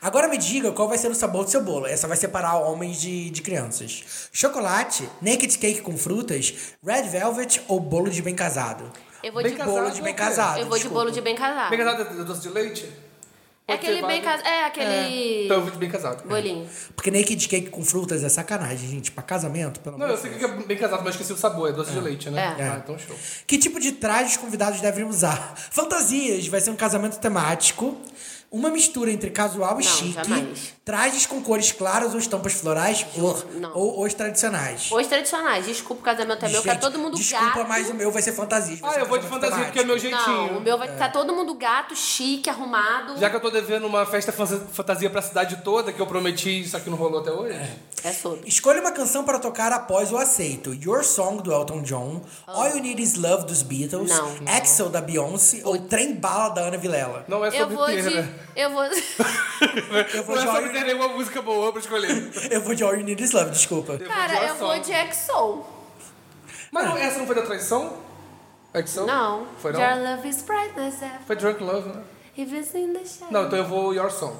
Speaker 1: Agora me diga qual vai ser o sabor do seu bolo. Essa vai separar homens de, de crianças. Chocolate, naked cake com frutas, red velvet ou bolo de bem casado?
Speaker 3: Eu vou
Speaker 2: Bem
Speaker 3: de
Speaker 2: casado,
Speaker 1: Bolo de bem
Speaker 2: ou o quê?
Speaker 1: casado.
Speaker 3: Eu vou de bolo de bem casado.
Speaker 2: Bem casado é doce de leite?
Speaker 3: É
Speaker 2: Pode
Speaker 3: aquele
Speaker 2: ter
Speaker 3: bem
Speaker 2: vários.
Speaker 3: casado. É aquele.
Speaker 2: Então eu vou de bem casado.
Speaker 3: Bolinho.
Speaker 1: Porque naked cake com frutas é sacanagem, gente. Pra casamento, pelo
Speaker 2: Não,
Speaker 1: amor de
Speaker 2: eu sei
Speaker 1: Deus.
Speaker 2: que é bem casado, mas eu esqueci o sabor. É doce de leite, né?
Speaker 3: É.
Speaker 2: Ah, então show.
Speaker 1: Que tipo de traje os convidados devem usar? Fantasias, vai ser um casamento temático. Uma mistura entre casual e
Speaker 3: Não,
Speaker 1: chique.
Speaker 3: jamais.
Speaker 1: Trajes com cores claras ou estampas florais ou,
Speaker 3: Não.
Speaker 1: ou os tradicionais.
Speaker 3: Os tradicionais. Desculpa, o casamento é meu.
Speaker 1: Gente,
Speaker 3: Tá todo mundo
Speaker 1: Desculpa,
Speaker 3: gato.
Speaker 1: mas o meu vai ser fantasia. vai
Speaker 2: Ah,
Speaker 1: ser
Speaker 2: eu
Speaker 1: um
Speaker 2: vou de
Speaker 1: casamento
Speaker 2: fantasia, porque é meu jeitinho.
Speaker 3: Não, o meu vai
Speaker 1: É.
Speaker 3: estar todo mundo gato, chique, arrumado.
Speaker 2: Já que eu tô devendo uma festa fan- fantasia pra cidade toda, que eu prometi, isso aqui não rolou até hoje.
Speaker 3: É sobre.
Speaker 1: Escolha uma canção para tocar após o aceito. Your Song, do Elton John. All You Need Is Love, dos Beatles.
Speaker 3: Ah. Não.
Speaker 1: Axel, da Beyoncé. Ou Trem Bala, da Ana Vilela.
Speaker 2: Não é
Speaker 3: Eu
Speaker 2: sobre
Speaker 3: vou de.
Speaker 2: ter, né?
Speaker 3: Eu vou.
Speaker 1: Eu
Speaker 2: Não
Speaker 1: vou,
Speaker 2: é
Speaker 1: de all,
Speaker 2: sobre
Speaker 1: You-
Speaker 2: ter nenhuma música boa pra escolher.
Speaker 1: eu vou de All You Need Is Love, desculpa.
Speaker 3: Cara, eu vou de Exo.
Speaker 2: Mas não- essa não foi da traição? É que são?
Speaker 3: É. Não.
Speaker 2: Foi não?
Speaker 3: Your love is brightness after
Speaker 2: Foi Drunk Love, né?
Speaker 3: if it's in the shadow.
Speaker 2: Não, então eu vou Your Song.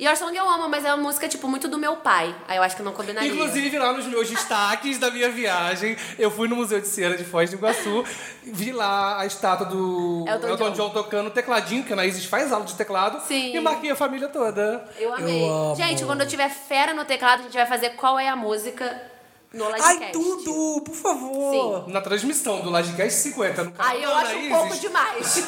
Speaker 3: Your Song eu amo, mas é uma música, tipo, muito do meu pai. Tá Aí eu acho que não combinaria.
Speaker 2: Inclusive, lá nos meus destaques da minha viagem, eu fui no Museu de Cera de Foz do Iguaçu, vi lá a estátua do
Speaker 3: Elton
Speaker 2: Elton,
Speaker 3: John.
Speaker 2: John. tocando tecladinho, que a Anaíses faz aula de teclado,
Speaker 3: Sim.
Speaker 2: e marquei a família toda.
Speaker 3: Eu amei.
Speaker 1: amo.
Speaker 3: Gente, quando eu tiver fera no teclado, a gente vai fazer qual é a música no livecast.
Speaker 1: Ai, tudo! Por favor!
Speaker 2: Na transmissão do Lagecast 50, no canal
Speaker 3: Aí eu
Speaker 2: da
Speaker 3: acho um
Speaker 2: Anaíses.
Speaker 3: pouco demais.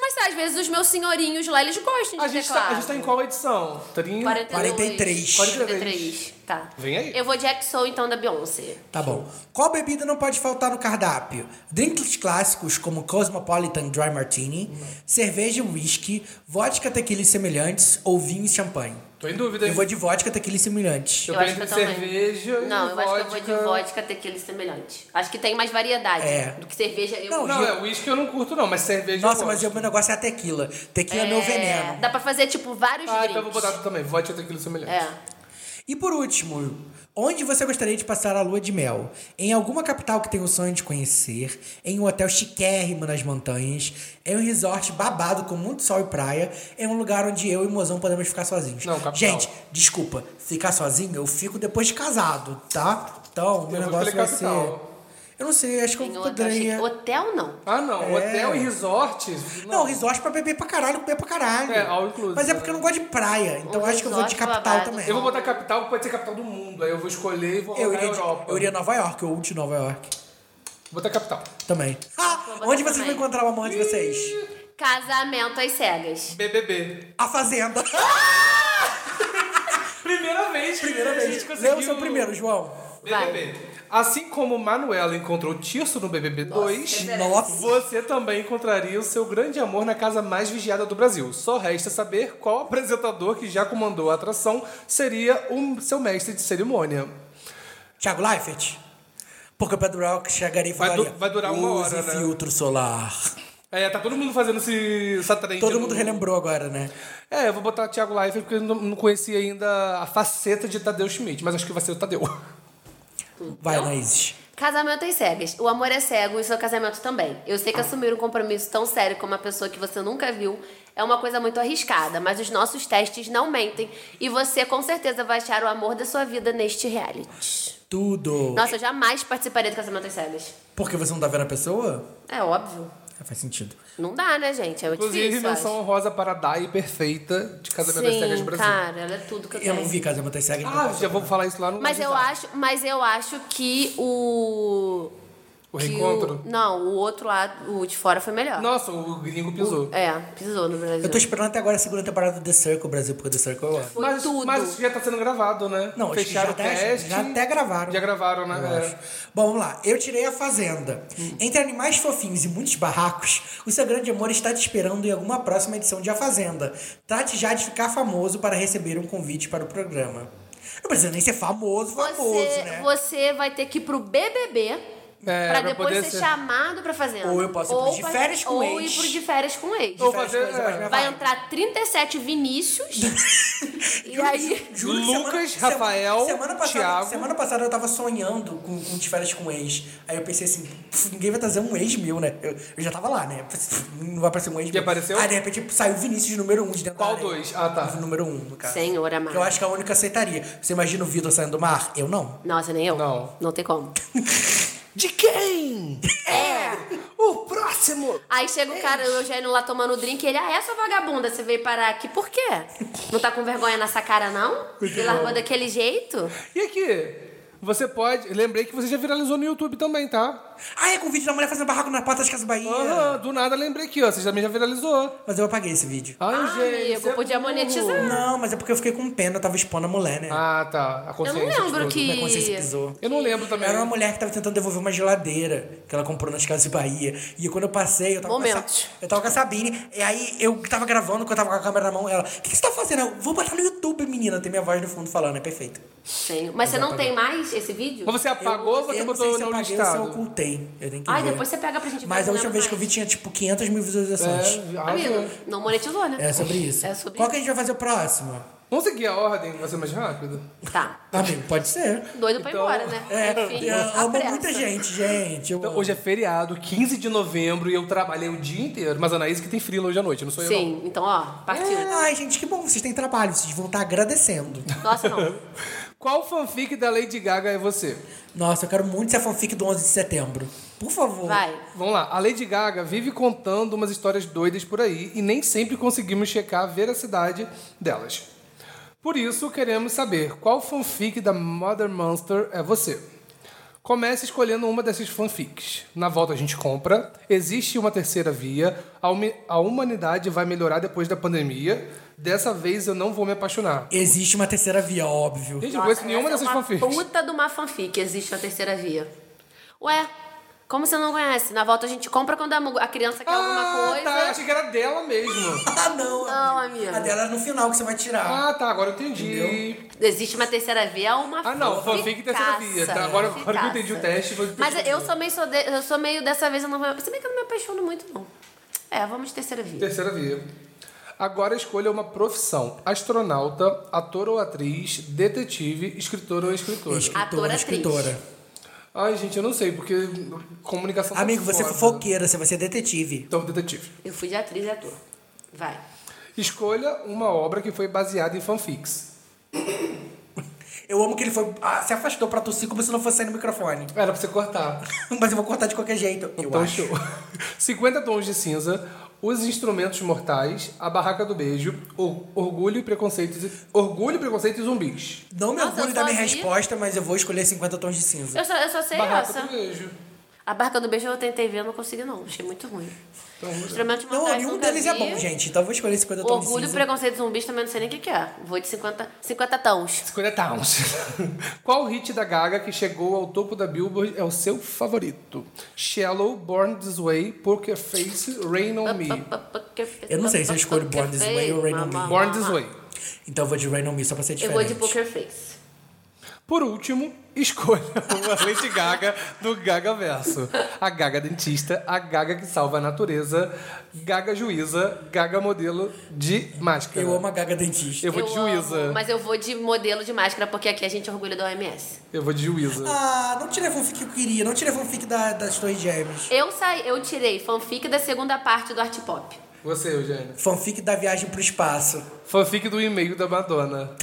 Speaker 3: Mas tá, às vezes os meus senhorinhos lá, eles gostam de
Speaker 2: A gente,
Speaker 3: teclado.
Speaker 2: tá, a gente tá em qual edição? 30?
Speaker 1: 43.
Speaker 3: 43. Tá.
Speaker 2: Vem aí.
Speaker 3: Eu vou de EXO, então, da Beyoncé.
Speaker 1: Tá bom. Qual bebida não pode faltar no cardápio? Drinks clássicos como Cosmopolitan Dry Martini, cerveja e whisky, vodka, tequila e semelhantes ou vinho e champanhe.
Speaker 2: Tô em dúvida. hein?
Speaker 1: Eu vou de vodka, tequila e semelhantes.
Speaker 2: Eu
Speaker 3: Eu acho que
Speaker 2: prefiro
Speaker 3: eu também.
Speaker 2: cerveja e
Speaker 3: Não, eu acho que eu vou de
Speaker 2: vodka.
Speaker 3: vodka, tequila e semelhante. Acho que tem mais variedade
Speaker 1: É.
Speaker 3: do que cerveja. Eu...
Speaker 1: Não,
Speaker 2: Não, é, uísque eu não curto não, mas cerveja
Speaker 1: Nossa,
Speaker 2: eu
Speaker 1: mas
Speaker 2: gosto.
Speaker 1: o meu negócio é a tequila. Tequila é meu veneno.
Speaker 3: Dá pra fazer, tipo, vários
Speaker 2: Ah,
Speaker 3: drinks.
Speaker 2: então eu vou botar Então também. Vodka, tequila e semelhante.
Speaker 3: É.
Speaker 1: E por último, onde você gostaria de passar a lua de mel? Em alguma capital que tem o sonho de conhecer, em um hotel chiquérrimo nas montanhas, em um resort babado com muito sol e praia, em um lugar onde eu e o mozão podemos ficar sozinhos.
Speaker 2: Não, capital.
Speaker 1: Gente, desculpa, ficar sozinho eu fico depois de casado, tá? Então, meu
Speaker 2: Eu vou
Speaker 1: negócio
Speaker 2: escolher
Speaker 1: vai ser.
Speaker 2: capital.
Speaker 1: Eu não sei, acho que
Speaker 3: Tem
Speaker 1: eu
Speaker 3: um hotel,
Speaker 1: poderia.
Speaker 2: é.
Speaker 3: chique. hotel não.
Speaker 2: Ah, não.
Speaker 1: É.
Speaker 2: Hotel e resort?
Speaker 1: Não, resort pra beber pra caralho, comer pra caralho.
Speaker 2: É, all inclusive,
Speaker 1: Mas é porque eu não gosto de praia, então
Speaker 3: Um
Speaker 1: acho que eu vou de
Speaker 3: resort
Speaker 1: capital
Speaker 3: babado.
Speaker 1: também.
Speaker 2: Eu vou botar capital, pode ser capital do mundo. Aí eu vou escolher e vou
Speaker 1: Eu
Speaker 2: na
Speaker 1: iria, de,
Speaker 2: Europa.
Speaker 1: eu iria Nova York, ou de Nova York.
Speaker 2: Vou botar capital.
Speaker 1: Também. Ah, onde vocês
Speaker 3: também.
Speaker 1: vão encontrar o amor de vocês?
Speaker 3: Casamento às cegas.
Speaker 2: BBB.
Speaker 1: A Fazenda.
Speaker 2: Primeira vez. Primeira vez. A gente conseguiu...
Speaker 1: Lê o seu primeiro, João.
Speaker 2: BBB. Assim como Manuela encontrou Tirso no BBB 2,
Speaker 1: Nossa.
Speaker 2: você também encontraria o seu grande amor na casa mais vigiada do Brasil. Só resta saber qual apresentador que já comandou a atração seria o seu mestre de cerimônia.
Speaker 1: Thiago Leifert. Porque o Pedro Rock chegaria e
Speaker 2: Vai du-
Speaker 1: falaria...
Speaker 2: vai durar uma
Speaker 1: "Use
Speaker 2: hora, né?"
Speaker 1: filtro solar.
Speaker 2: É, tá todo mundo fazendo esse, essa trend
Speaker 1: Todo
Speaker 2: no-
Speaker 1: mundo relembrou agora, né?
Speaker 2: É, eu vou botar o Thiago Leifert porque eu não, não conhecia ainda a faceta de Tadeu Schmidt, mas acho que vai ser o Tadeu.
Speaker 3: É
Speaker 1: Vai, Anaíses.
Speaker 3: Casamento às cegas. O amor é cego e seu casamento também. Eu sei que assumir um compromisso tão sério com uma pessoa que você nunca viu é uma coisa muito arriscada, mas os nossos testes não mentem e você com certeza vai achar o amor da sua vida neste reality.
Speaker 1: Tudo.
Speaker 3: Nossa, eu jamais participaria do casamento às cegas.
Speaker 1: Porque você não tá vendo a pessoa?
Speaker 3: É óbvio.
Speaker 1: Ah, faz sentido.
Speaker 3: Não dá, né, gente? É muito
Speaker 2: Inclusive,
Speaker 3: difícil. eu acho.
Speaker 2: menção honrosa para a Dai Perfeita de Casamento das
Speaker 3: Sim,
Speaker 2: Cegas Brasil.
Speaker 3: cara, ela é tudo que eu,
Speaker 1: Eu
Speaker 3: tenho.
Speaker 1: não vi Casamento das Cegas. não
Speaker 2: Ah,
Speaker 1: posso
Speaker 2: já vou
Speaker 1: falar.
Speaker 2: falar isso lá no
Speaker 3: Mas eu acho, mas eu acho que o
Speaker 2: O
Speaker 3: que
Speaker 2: reencontro?
Speaker 3: não, o outro lá, o de fora foi melhor.
Speaker 2: Nossa, o gringo pisou.
Speaker 3: É, pisou no Brasil.
Speaker 1: Eu tô esperando até agora a segunda temporada do The Circle Brasil, porque The Circle é eu amo.
Speaker 3: Foi
Speaker 2: mas,
Speaker 3: tudo.
Speaker 2: mas isso já tá sendo gravado, né?
Speaker 1: Não, acho que
Speaker 2: Fecharam
Speaker 1: já
Speaker 2: o
Speaker 1: até-
Speaker 2: cast.
Speaker 1: já até gravaram.
Speaker 2: Já gravaram, né?
Speaker 1: eu acho.
Speaker 2: É.
Speaker 1: Bom, vamos lá. Eu tirei a Fazenda.
Speaker 3: Hum.
Speaker 1: Entre animais fofinhos e muitos barracos, o seu grande amor está te esperando em alguma próxima edição de A Fazenda. Trate já de ficar famoso para receber um convite para o programa. Não precisa nem ser famoso,
Speaker 3: você,
Speaker 1: famoso, né?
Speaker 3: você vai ter que ir pro BBB.
Speaker 2: É,
Speaker 3: pra
Speaker 2: pra
Speaker 3: depois
Speaker 2: poder
Speaker 3: ser,
Speaker 2: ser-
Speaker 3: chamado pra fazenda.
Speaker 1: Ou eu posso ir pro de
Speaker 3: pra-
Speaker 1: férias com
Speaker 3: ou
Speaker 1: ex.
Speaker 3: ir pro de férias com ex.
Speaker 2: Ou
Speaker 1: Faz
Speaker 2: fazer-
Speaker 1: coisa
Speaker 2: é.
Speaker 1: mais minha
Speaker 3: Vai
Speaker 1: vibe.
Speaker 3: entrar 37 Vinícius. e aí.
Speaker 1: Juro que
Speaker 2: Lucas, Rafael,
Speaker 1: passada,
Speaker 2: Thiago.
Speaker 1: Semana passada eu tava sonhando com, com de férias com ex. Aí eu pensei assim, "Pff, ninguém vai trazer um ex meu, né? Eu, eu já tava lá, né? Pff, Não vai aparecer um ex meu.
Speaker 2: apareceu?
Speaker 1: Aí de repente saiu o Vinícius número um de dentro
Speaker 2: Qual
Speaker 1: da área.
Speaker 2: dois? Ah, tá.
Speaker 1: O Número um, no caso.
Speaker 3: Senhor amado.
Speaker 1: Que eu acho que é o único que aceitaria. Você imagina o Vitor saindo do mar? Eu não.
Speaker 3: Nossa, nem eu.
Speaker 2: Não.
Speaker 3: Não tem como.
Speaker 2: De quem? É! O próximo!
Speaker 3: Aí chega o cara, o Eugênio lá tomando drink, e ele, ah, é sua vagabunda, você veio parar aqui, por quê? Não tá com vergonha nessa cara, não? Me largou
Speaker 1: é.
Speaker 3: daquele jeito?
Speaker 2: E aqui? Você pode. Lembrei que você já viralizou no YouTube também, tá?
Speaker 1: Ah, é com o vídeo da mulher fazendo barraco na porta de Casa Bahia.
Speaker 2: Aham, do nada lembrei aqui, ó. Você também já viralizou.
Speaker 1: Mas eu apaguei esse vídeo.
Speaker 2: Ai,
Speaker 3: Ah,
Speaker 2: gente.
Speaker 3: amigo,
Speaker 2: você é
Speaker 3: podia
Speaker 2: burro.
Speaker 3: monetizar.
Speaker 1: Não, mas é porque eu fiquei com pena, eu tava expondo a mulher, né?
Speaker 2: Ah, tá. A
Speaker 3: Eu não
Speaker 2: consciência.
Speaker 3: lembro
Speaker 2: tipo,
Speaker 1: Minha consciência
Speaker 3: que.
Speaker 1: pisou.
Speaker 2: Eu não lembro também.
Speaker 1: Era uma mulher que tava tentando devolver uma geladeira que ela comprou nas Casas Bahia. E quando eu passei, eu tava, com a,
Speaker 3: Momentos.
Speaker 1: Sa- eu tava com a Sabine. E aí eu tava gravando, quando eu tava com a câmera na mão, ela, o que, que você tá fazendo? Eu, vou botar no YouTube, menina. Tem minha voz no fundo falando, é perfeito.
Speaker 3: Tenho. Mas você não tem mais esse vídeo?
Speaker 2: Mas você apagou ou você
Speaker 1: eu não
Speaker 2: botou
Speaker 1: sei se eu
Speaker 2: no
Speaker 1: apaguei ou se eu
Speaker 2: listado?
Speaker 1: ocultei. Eu tenho que
Speaker 3: Ai,
Speaker 1: ver.
Speaker 3: depois você pega pra gente ver,
Speaker 1: Mas a
Speaker 3: eu não
Speaker 1: última
Speaker 3: lembro
Speaker 1: vez que eu vi
Speaker 3: mais.
Speaker 1: tinha tipo 500 mil visualizações.
Speaker 2: É, ah,
Speaker 3: Amigo,
Speaker 2: tá.
Speaker 3: não monetizou, né?
Speaker 1: É, sobre isso.
Speaker 3: É sobre
Speaker 1: Qual que a gente vai fazer o próximo?
Speaker 2: Vamos seguir a ordem, vai ser mais rápido?
Speaker 3: Tá.
Speaker 1: Amigo, pode ser.
Speaker 3: Doido pra ir
Speaker 2: Então,
Speaker 3: embora, né?
Speaker 1: É,
Speaker 3: Enfim,
Speaker 1: eu
Speaker 3: a
Speaker 1: amo
Speaker 3: pressa.
Speaker 1: muita gente, gente. Eu
Speaker 2: Então,
Speaker 1: amo.
Speaker 2: hoje é feriado, 15 de novembro, e eu trabalhei o dia inteiro. Mas a Anaís que tem frila hoje à noite, não sou eu.
Speaker 3: Sim, então, ó, partiu.
Speaker 1: É, Ai, gente, que bom, vocês têm trabalho, vocês vão estar agradecendo.
Speaker 3: Nossa, não.
Speaker 2: não. Qual fanfic da Lady Gaga é você?
Speaker 1: Nossa, eu quero muito ser fanfic do 11 de setembro. Por favor.
Speaker 3: Vai.
Speaker 2: Vamos lá, a Lady Gaga vive contando umas histórias doidas por aí e nem sempre conseguimos checar a veracidade delas. Por isso, queremos saber qual fanfic da Mother Monster é você. Comece escolhendo uma dessas fanfics. Na volta a gente compra. Existe uma terceira via. A, humi- a humanidade vai melhorar depois da pandemia. Dessa vez eu não vou me apaixonar.
Speaker 1: Existe uma terceira via, óbvio.
Speaker 2: Gente, eu não
Speaker 3: Nossa,
Speaker 2: conheço nenhuma
Speaker 3: essa
Speaker 2: dessas
Speaker 3: é uma
Speaker 2: fanfics.
Speaker 3: Puta de uma fanfic existe a terceira via. Ué, como você não conhece? Na volta a gente compra quando a mu- a criança quer alguma
Speaker 2: Ah,
Speaker 3: coisa.
Speaker 2: tá. Eu achei que era dela mesmo.
Speaker 1: Ah, não.
Speaker 3: Não,
Speaker 1: A
Speaker 3: amiga.
Speaker 1: dela é no final que você vai tirar.
Speaker 2: Ah, tá. Agora eu entendi.
Speaker 3: Existe uma terceira via, é uma
Speaker 2: tá. Ah, não, fanfic
Speaker 3: fanficaça.
Speaker 2: terceira via. Tá, agora, agora que eu
Speaker 3: Fanficaça.
Speaker 2: entendi o teste, vou
Speaker 3: Mas eu sou meio, sou de- eu sou meio dessa vez, eu não vou. Se bem que eu não me apaixono muito, não. É, vamos de terceira via.
Speaker 2: Terceira via. Agora escolha uma profissão: astronauta, ator ou atriz, detetive, escritor ou escritora.
Speaker 3: Atora,
Speaker 1: escritora.
Speaker 2: Ai, gente, eu não sei, porque comunicação. tá
Speaker 1: Amigo, você é
Speaker 2: foda.
Speaker 1: fofoqueira, você vai ser detetive.
Speaker 2: Então, detetive.
Speaker 3: Eu fui de atriz e ator. Vai.
Speaker 2: Escolha uma obra que foi baseada em fanfics.
Speaker 1: Eu amo que ele foi. ah, se afastou pra tossir como se não fosse sair no microfone.
Speaker 2: Era pra você cortar.
Speaker 1: Mas eu vou cortar de qualquer jeito. Eu
Speaker 2: Então,
Speaker 1: acho.
Speaker 2: show. 50 tons de cinza, Os Instrumentos Mortais, A Barraca do Beijo, Or- Orgulho e Preconceito e- Orgulho, Preconceito e Zumbis.
Speaker 1: Não me
Speaker 3: Nossa,
Speaker 1: orgulho
Speaker 3: eu
Speaker 1: da minha
Speaker 3: só vi.
Speaker 1: resposta, mas eu vou escolher 50 tons de cinza.
Speaker 3: Eu só, eu só sei
Speaker 2: Barraca
Speaker 3: essa.
Speaker 2: do Beijo.
Speaker 3: A barca do beijo eu tentei ver, eu não consegui, não. Achei muito ruim.
Speaker 2: Então,
Speaker 3: Instrumento
Speaker 1: Não, nenhum deles é bom, gente. Então eu vou escolher 50 tons de cinza.
Speaker 3: Orgulho, preconceito zumbis, também não sei nem o que, que é. Vou de 50, 50 tons.
Speaker 2: Escolha Towns. Qual hit da Gaga que chegou ao topo da Billboard é o seu favorito? Shallow, Born This Way, Poker Face, Rain On Me.
Speaker 1: Eu não sei se eu escolho Born This Way ou Rain On Me.
Speaker 2: Born This Way.
Speaker 1: Então eu vou de Rain On Me só pra ser
Speaker 3: Eu
Speaker 1: é diferente.
Speaker 3: vou de Poker Face.
Speaker 2: Por último, escolha uma Lady Gaga do Gaga Verso. A Gaga Dentista, a Gaga que salva a natureza, Gaga Juíza, Gaga Modelo de Máscara.
Speaker 1: Eu amo a Gaga Dentista.
Speaker 2: Eu vou de
Speaker 3: amo,
Speaker 2: Juíza.
Speaker 3: mas eu vou de modelo de máscara, porque aqui a gente orgulha da OMS.
Speaker 2: Eu vou de Juíza.
Speaker 1: Ah, não tirei a fanfic que eu queria, não tirei a fanfic da, das Torres Gêmeas.
Speaker 3: Eu, saí, eu tirei fanfic da segunda parte do Art Pop.
Speaker 2: Você, Eugênio.
Speaker 1: Fanfic da viagem pro espaço.
Speaker 2: Fanfic do e-mail da Madonna.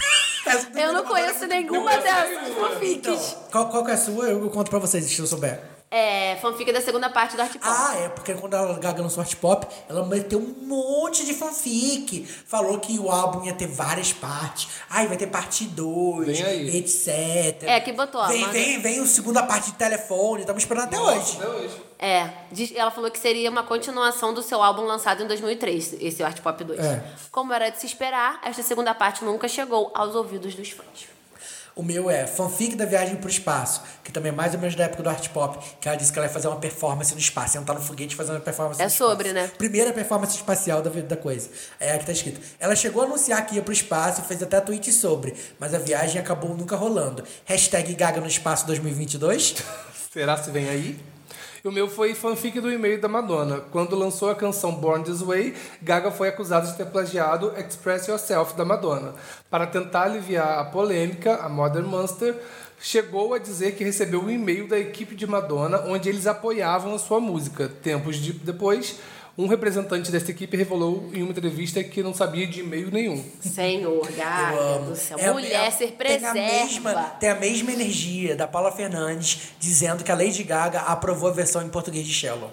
Speaker 1: Essa é do
Speaker 3: Eu
Speaker 1: Madonna
Speaker 3: não conheço
Speaker 1: é muito
Speaker 3: nenhuma dessas fanfics.
Speaker 1: boa. Qual, qual que é a sua? Eu conto pra vocês se eu souber.
Speaker 3: é, fanfic da segunda parte do Art Pop.
Speaker 1: Ah, é, porque quando a Gaga lançou Art Pop, ela meteu um monte de fanfic. Falou que o álbum ia ter várias partes. Ai, vai ter parte 2,
Speaker 2: Vem aí.
Speaker 1: etc.
Speaker 3: É, que botou,
Speaker 1: Vem,
Speaker 3: Amanda.
Speaker 1: vem, vem a segunda parte de telefone. Tava esperando até hoje.
Speaker 2: Até hoje.
Speaker 3: É, diz- ela falou que seria uma continuação do seu álbum lançado em 2003, esse Art Pop 2.
Speaker 1: É.
Speaker 3: Como era de se esperar, esta segunda parte nunca chegou aos ouvidos dos fãs.
Speaker 1: O meu é fanfic da viagem pro espaço, que também é mais ou menos da época do Art Pop, que ela disse que ela ia fazer uma performance no espaço, ia entrar no foguete e fazer uma performance
Speaker 3: É
Speaker 1: no espaço.
Speaker 3: sobre, né?
Speaker 1: Primeira performance espacial da, vi- da coisa. É aqui tá escrito. Ela chegou a anunciar que ia pro espaço, fez até tweet sobre, mas a viagem acabou nunca rolando. Hashtag Gaga no espaço 2022.
Speaker 2: Será se vem aí? E O meu foi fanfic do e-mail da Madonna. Quando lançou a canção Born This Way, Gaga foi acusada de ter plagiado Express Yourself da Madonna. Para tentar aliviar a polêmica, a Modern Monster chegou a dizer que recebeu um e-mail da equipe de Madonna onde eles apoiavam a sua música. Tempos de- depois, um representante dessa equipe revelou em uma entrevista que não sabia de e-mail nenhum.
Speaker 3: Senhor,
Speaker 1: Eu
Speaker 3: Gaga
Speaker 1: amo.
Speaker 3: do céu.
Speaker 1: É a-
Speaker 3: Mulher
Speaker 1: é a-
Speaker 3: ser
Speaker 1: Tem a, mesma,
Speaker 3: preserva.
Speaker 1: tem a mesma energia da Paula Fernandes dizendo que a Lady Gaga aprovou a versão em português de Shallow.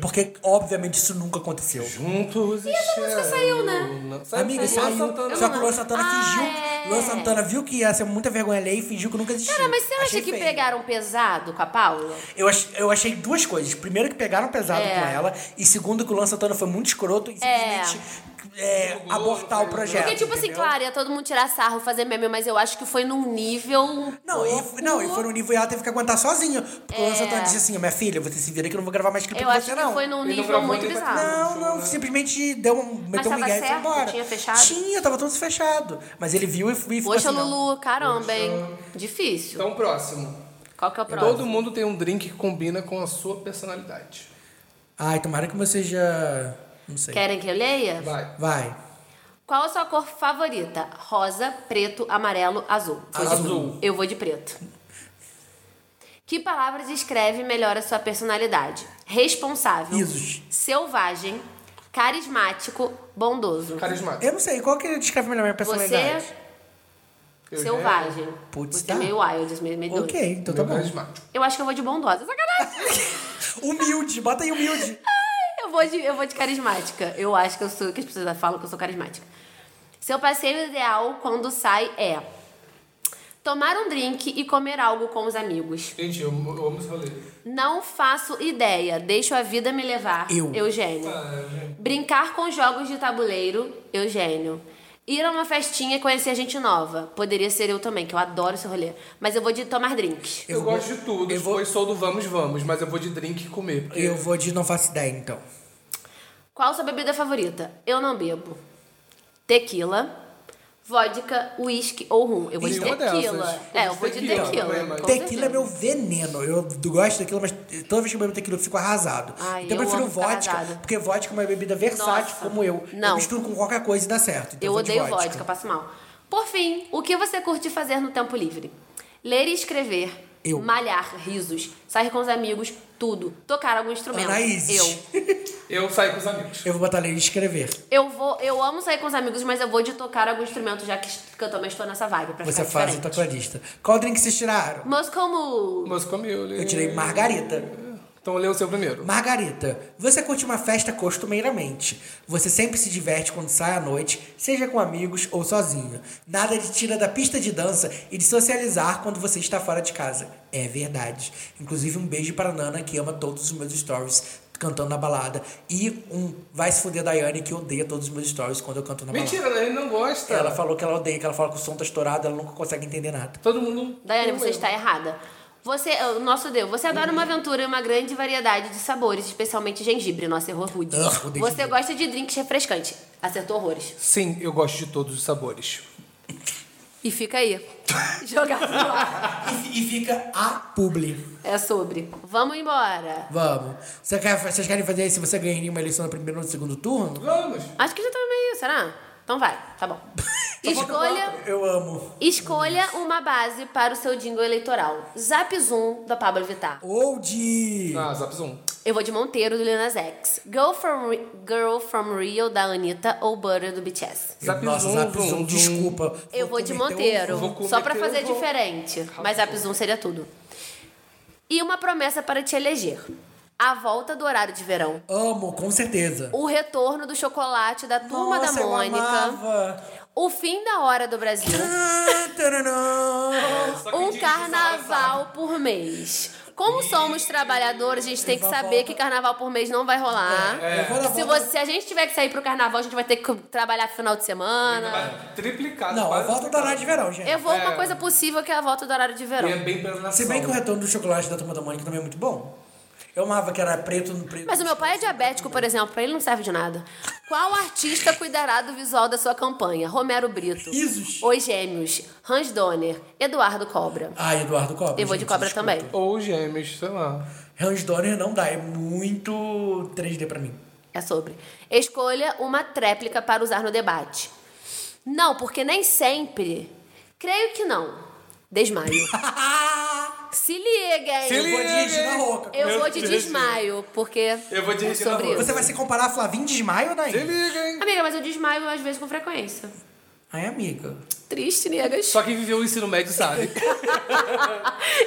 Speaker 1: Porque, obviamente, isso nunca aconteceu.
Speaker 2: Juntos e
Speaker 3: essa música saiu, né?
Speaker 2: Não-
Speaker 1: Amiga,
Speaker 2: Luan
Speaker 1: saiu.
Speaker 2: Santana.
Speaker 1: Só que o Luan Santana
Speaker 3: Ah,
Speaker 1: fingiu.
Speaker 3: é.
Speaker 1: Luan Santana viu que ia ser muita vergonha alheia e fingiu que nunca existiu.
Speaker 3: Cara, mas você acha
Speaker 1: Achei
Speaker 3: que
Speaker 1: feio.
Speaker 3: pegaram pesado com a Paula?
Speaker 1: Eu, ach- eu achei duas coisas. Primeiro, que pegaram pesado
Speaker 3: É.
Speaker 1: com ela. E segundo, que o Luan Santana foi muito escroto e
Speaker 3: É.
Speaker 1: simplesmente é, abortar o projeto.
Speaker 3: Porque, tipo assim,
Speaker 1: entendeu?
Speaker 3: claro, ia todo mundo tirar sarro, fazer meme, mas eu acho que foi num nível. um
Speaker 1: Não, e,
Speaker 3: pouco-
Speaker 1: não, e foi no nível e ela teve que aguentar sozinha. Porque o Luan Santana disse assim: minha filha, você se vira que eu não vou gravar mais clipe
Speaker 3: É. Eu
Speaker 1: com
Speaker 3: acho
Speaker 1: tipo, você,
Speaker 3: que
Speaker 1: não.
Speaker 3: foi num
Speaker 2: Ele não
Speaker 3: nível
Speaker 2: gravou
Speaker 3: muito
Speaker 2: nem pra-
Speaker 3: bizarro.
Speaker 1: Não, não, simplesmente deu um, meteu um
Speaker 3: tava
Speaker 1: migué e foi
Speaker 3: certo?
Speaker 1: embora.
Speaker 3: Tinha fechado?
Speaker 1: Tinha, tava tudo fechado. Mas ele viu e, e ficou
Speaker 3: Poxa,
Speaker 1: assim, não.
Speaker 3: Lulu, caramba, hein? Difícil.
Speaker 2: Então, próximo.
Speaker 3: Qual que é o próximo?
Speaker 2: Todo mundo tem um drink que combina com a sua personalidade.
Speaker 1: Ai, tomara que você já... Não sei.
Speaker 3: Querem que eu leia?
Speaker 2: Vai.
Speaker 1: Vai.
Speaker 3: Qual a sua cor favorita? Rosa, preto, amarelo, azul. Vou de-
Speaker 2: Azul.
Speaker 3: Eu vou de preto. Que palavra descreve melhor a sua personalidade? Responsável.
Speaker 1: Isos.
Speaker 3: Selvagem. Carismático. Bondoso.
Speaker 2: Carismático.
Speaker 1: Eu não sei, qual que descreve melhor a minha personalidade?
Speaker 3: Você, é
Speaker 2: Eu já-
Speaker 3: selvagem.
Speaker 1: Putz,
Speaker 3: Você
Speaker 1: tá.
Speaker 3: é meio wild, meio, meio doido.
Speaker 1: Ok, então tá
Speaker 2: Meu
Speaker 1: bom.
Speaker 2: carismático.
Speaker 3: Eu acho que eu vou de bondosa. Sacanagem!
Speaker 1: Humilde, bota aí humilde.
Speaker 3: Eu vou, de, eu vou de carismática. Eu acho que eu sou. que as pessoas falam que eu sou carismática. Seu passeio ideal quando sai é tomar um drink e comer algo com os amigos.
Speaker 2: Gente, eu, eu amo esse rolê.
Speaker 3: Não faço ideia, deixo a vida me levar.
Speaker 1: Eu.
Speaker 3: Eugênio. Brincar com jogos de tabuleiro, Eugênio. Ir a uma festinha e conhecer gente nova. Poderia ser eu também, que eu adoro esse rolê. Mas eu vou de tomar drinks.
Speaker 2: Eu, gosto de tudo. Eu
Speaker 1: eu vou-
Speaker 2: sou do vamos, vamos, mas eu vou de drink e comer. Porque
Speaker 1: Eu vou de não faço ideia, então.
Speaker 3: Qual sua bebida favorita? Eu não bebo. Tequila, vodka, uísque ou rum. Eu vou de
Speaker 2: Nenhuma
Speaker 3: tequila.
Speaker 2: dessas.
Speaker 3: É, eu vou de
Speaker 2: Tequila
Speaker 3: tequila.
Speaker 2: também, mas-
Speaker 3: com
Speaker 1: Tequila é
Speaker 3: certeza.
Speaker 1: meu veneno. Eu gosto de tequila, mas toda vez que eu bebo tequila eu fico arrasado.
Speaker 3: Ai,
Speaker 1: então
Speaker 3: eu
Speaker 1: prefiro
Speaker 3: amo ficar
Speaker 1: vodka,
Speaker 3: arrasado.
Speaker 1: porque vodka é uma bebida versátil
Speaker 3: Nossa.
Speaker 1: como eu.
Speaker 3: Não.
Speaker 1: Eu misturo com qualquer coisa e dá certo. Então
Speaker 3: Eu
Speaker 1: vou de
Speaker 3: odeio vodka. passo mal. Por fim, o que você curte fazer no tempo livre? Ler e escrever.
Speaker 1: Eu.
Speaker 3: Malhar, risos, sair com os amigos, tudo. Tocar algum instrumento.
Speaker 1: Anaíses.
Speaker 3: Eu.
Speaker 2: eu saio com os amigos.
Speaker 1: Eu vou botar ele escrever.
Speaker 3: Eu vou, eu amo sair com os amigos, mas eu vou de tocar algum instrumento, já que, que eu também estou nessa vibe pra
Speaker 1: Você
Speaker 3: ficar
Speaker 1: faz
Speaker 3: diferente.
Speaker 1: a tua lista. Qual drink vocês tiraram?
Speaker 3: Moscow Mule.
Speaker 2: Mas como eu li.
Speaker 1: Eu tirei margarita.
Speaker 2: Então lê o seu primeiro.
Speaker 1: Margarita, você curte uma festa costumeiramente. Você sempre se diverte quando sai à noite, seja com amigos ou sozinho. Nada te tira da pista de dança e de socializar quando você está fora de casa. É verdade. Inclusive, um beijo para a Nana, que ama todos os meus stories cantando na balada. E um vai se fuder Daiane, que odeia todos os meus stories quando eu canto na
Speaker 2: Mentira, né? ele não gosta.
Speaker 1: balada. Ela falou que ela odeia, que ela fala que o som tá estourado, ela nunca consegue entender nada.
Speaker 2: Todo mundo.
Speaker 3: Daiane,
Speaker 2: Eu
Speaker 3: você
Speaker 2: mesmo.
Speaker 3: está errada. Você, oh, nosso Deus, você adora uma aventura e uma grande variedade de sabores, especialmente gengibre, nosso erro rude.
Speaker 1: Ah, odeio
Speaker 3: você
Speaker 1: gengibre.
Speaker 3: gosta de drinks refrescantes. Acertou horrores.
Speaker 2: Sim, eu gosto de todos os sabores.
Speaker 3: E fica aí. Jogar pro ar.
Speaker 1: E, e fica a publi.
Speaker 3: É sobre. Vamos embora.
Speaker 1: Vamos. Você quer- vocês querem fazer isso? se você ganharia uma eleição no primeiro ou no segundo turno?
Speaker 2: Vamos!
Speaker 3: Acho que já tá meio, será? Então vai, tá bom. Escolha,
Speaker 1: Eu amo.
Speaker 3: escolha uma base para o seu jingle eleitoral. Zap Zoom da Pablo Vittar.
Speaker 1: Ou de.
Speaker 2: Ah, Zap Zoom.
Speaker 3: Eu vou de Monteiro do Lil Nas X. Girl from, Re- Girl from Rio da Anitta ou Butter do BTS.
Speaker 2: Zap
Speaker 1: Nossa,
Speaker 2: Zoom,
Speaker 1: Zap
Speaker 2: Zoom,
Speaker 1: Zoom,
Speaker 2: Zoom.
Speaker 1: desculpa.
Speaker 3: Eu vou de
Speaker 1: cometer um-
Speaker 3: Monteiro,
Speaker 2: vou
Speaker 3: só pra
Speaker 2: cometer
Speaker 3: fazer
Speaker 2: um-
Speaker 3: diferente. Mas a Zoom seria tudo. E uma promessa para te eleger. A volta do horário de verão.
Speaker 1: Amo, com certeza.
Speaker 3: O retorno do chocolate da turma
Speaker 1: Nossa,
Speaker 3: da
Speaker 1: eu
Speaker 3: Mônica.
Speaker 1: amava.
Speaker 3: O fim da hora do Brasil.
Speaker 1: Ah, tarará.
Speaker 3: um carnaval por mês. Como somos trabalhadores, a gente tem que saber que carnaval por mês não vai rolar.
Speaker 1: É, é. Eu vou na
Speaker 3: Se,
Speaker 1: volta-
Speaker 3: você- se a gente tiver que sair pro carnaval, a gente vai ter que trabalhar final de semana.
Speaker 2: Ah, Triplicado.
Speaker 1: Não, a
Speaker 2: quase
Speaker 1: volta da hora de verão, gente.
Speaker 3: Eu vou uma coisa possível que é a volta do horário de verão.
Speaker 2: E é bem pela
Speaker 1: Se bem que o retorno do chocolate da turma da Mônica também é muito bom. Eu amava que era preto no preto.
Speaker 3: Mas o meu pai é diabético, por exemplo, pra ele não serve de nada. Qual artista cuidará do visual da sua campanha? Romero Brito.
Speaker 1: Isos.
Speaker 3: Os Gêmeos. Hans Donner. Eduardo Cobra.
Speaker 1: Ah, Eduardo Cobra.
Speaker 3: Eu vou de
Speaker 1: gente,
Speaker 3: cobra
Speaker 1: desculpa.
Speaker 3: também.
Speaker 2: Ou gêmeos, sei lá.
Speaker 1: Hans Donner não dá, é muito 3D pra mim.
Speaker 3: É sobre. Escolha uma tréplica para usar no debate. Não, porque nem sempre. Creio que não. Desmaio. Se liga, hein?
Speaker 2: Se
Speaker 1: Eu vou de
Speaker 2: liga,
Speaker 1: Regina
Speaker 2: hein?
Speaker 1: Roca.
Speaker 3: Eu
Speaker 2: Meu
Speaker 3: vou de
Speaker 2: Deus.
Speaker 3: desmaio, porque.
Speaker 2: Eu vou de
Speaker 3: é
Speaker 2: Regina
Speaker 3: sobre
Speaker 2: Roca.
Speaker 1: Você
Speaker 3: isso.
Speaker 1: vai se comparar a Flavinha Desmaio, Daí?
Speaker 2: Se liga, hein?
Speaker 3: Amiga, mas eu desmaio às vezes com frequência.
Speaker 1: Ai, amiga.
Speaker 3: Triste, negas.
Speaker 2: Só quem viveu o ensino médio sabe.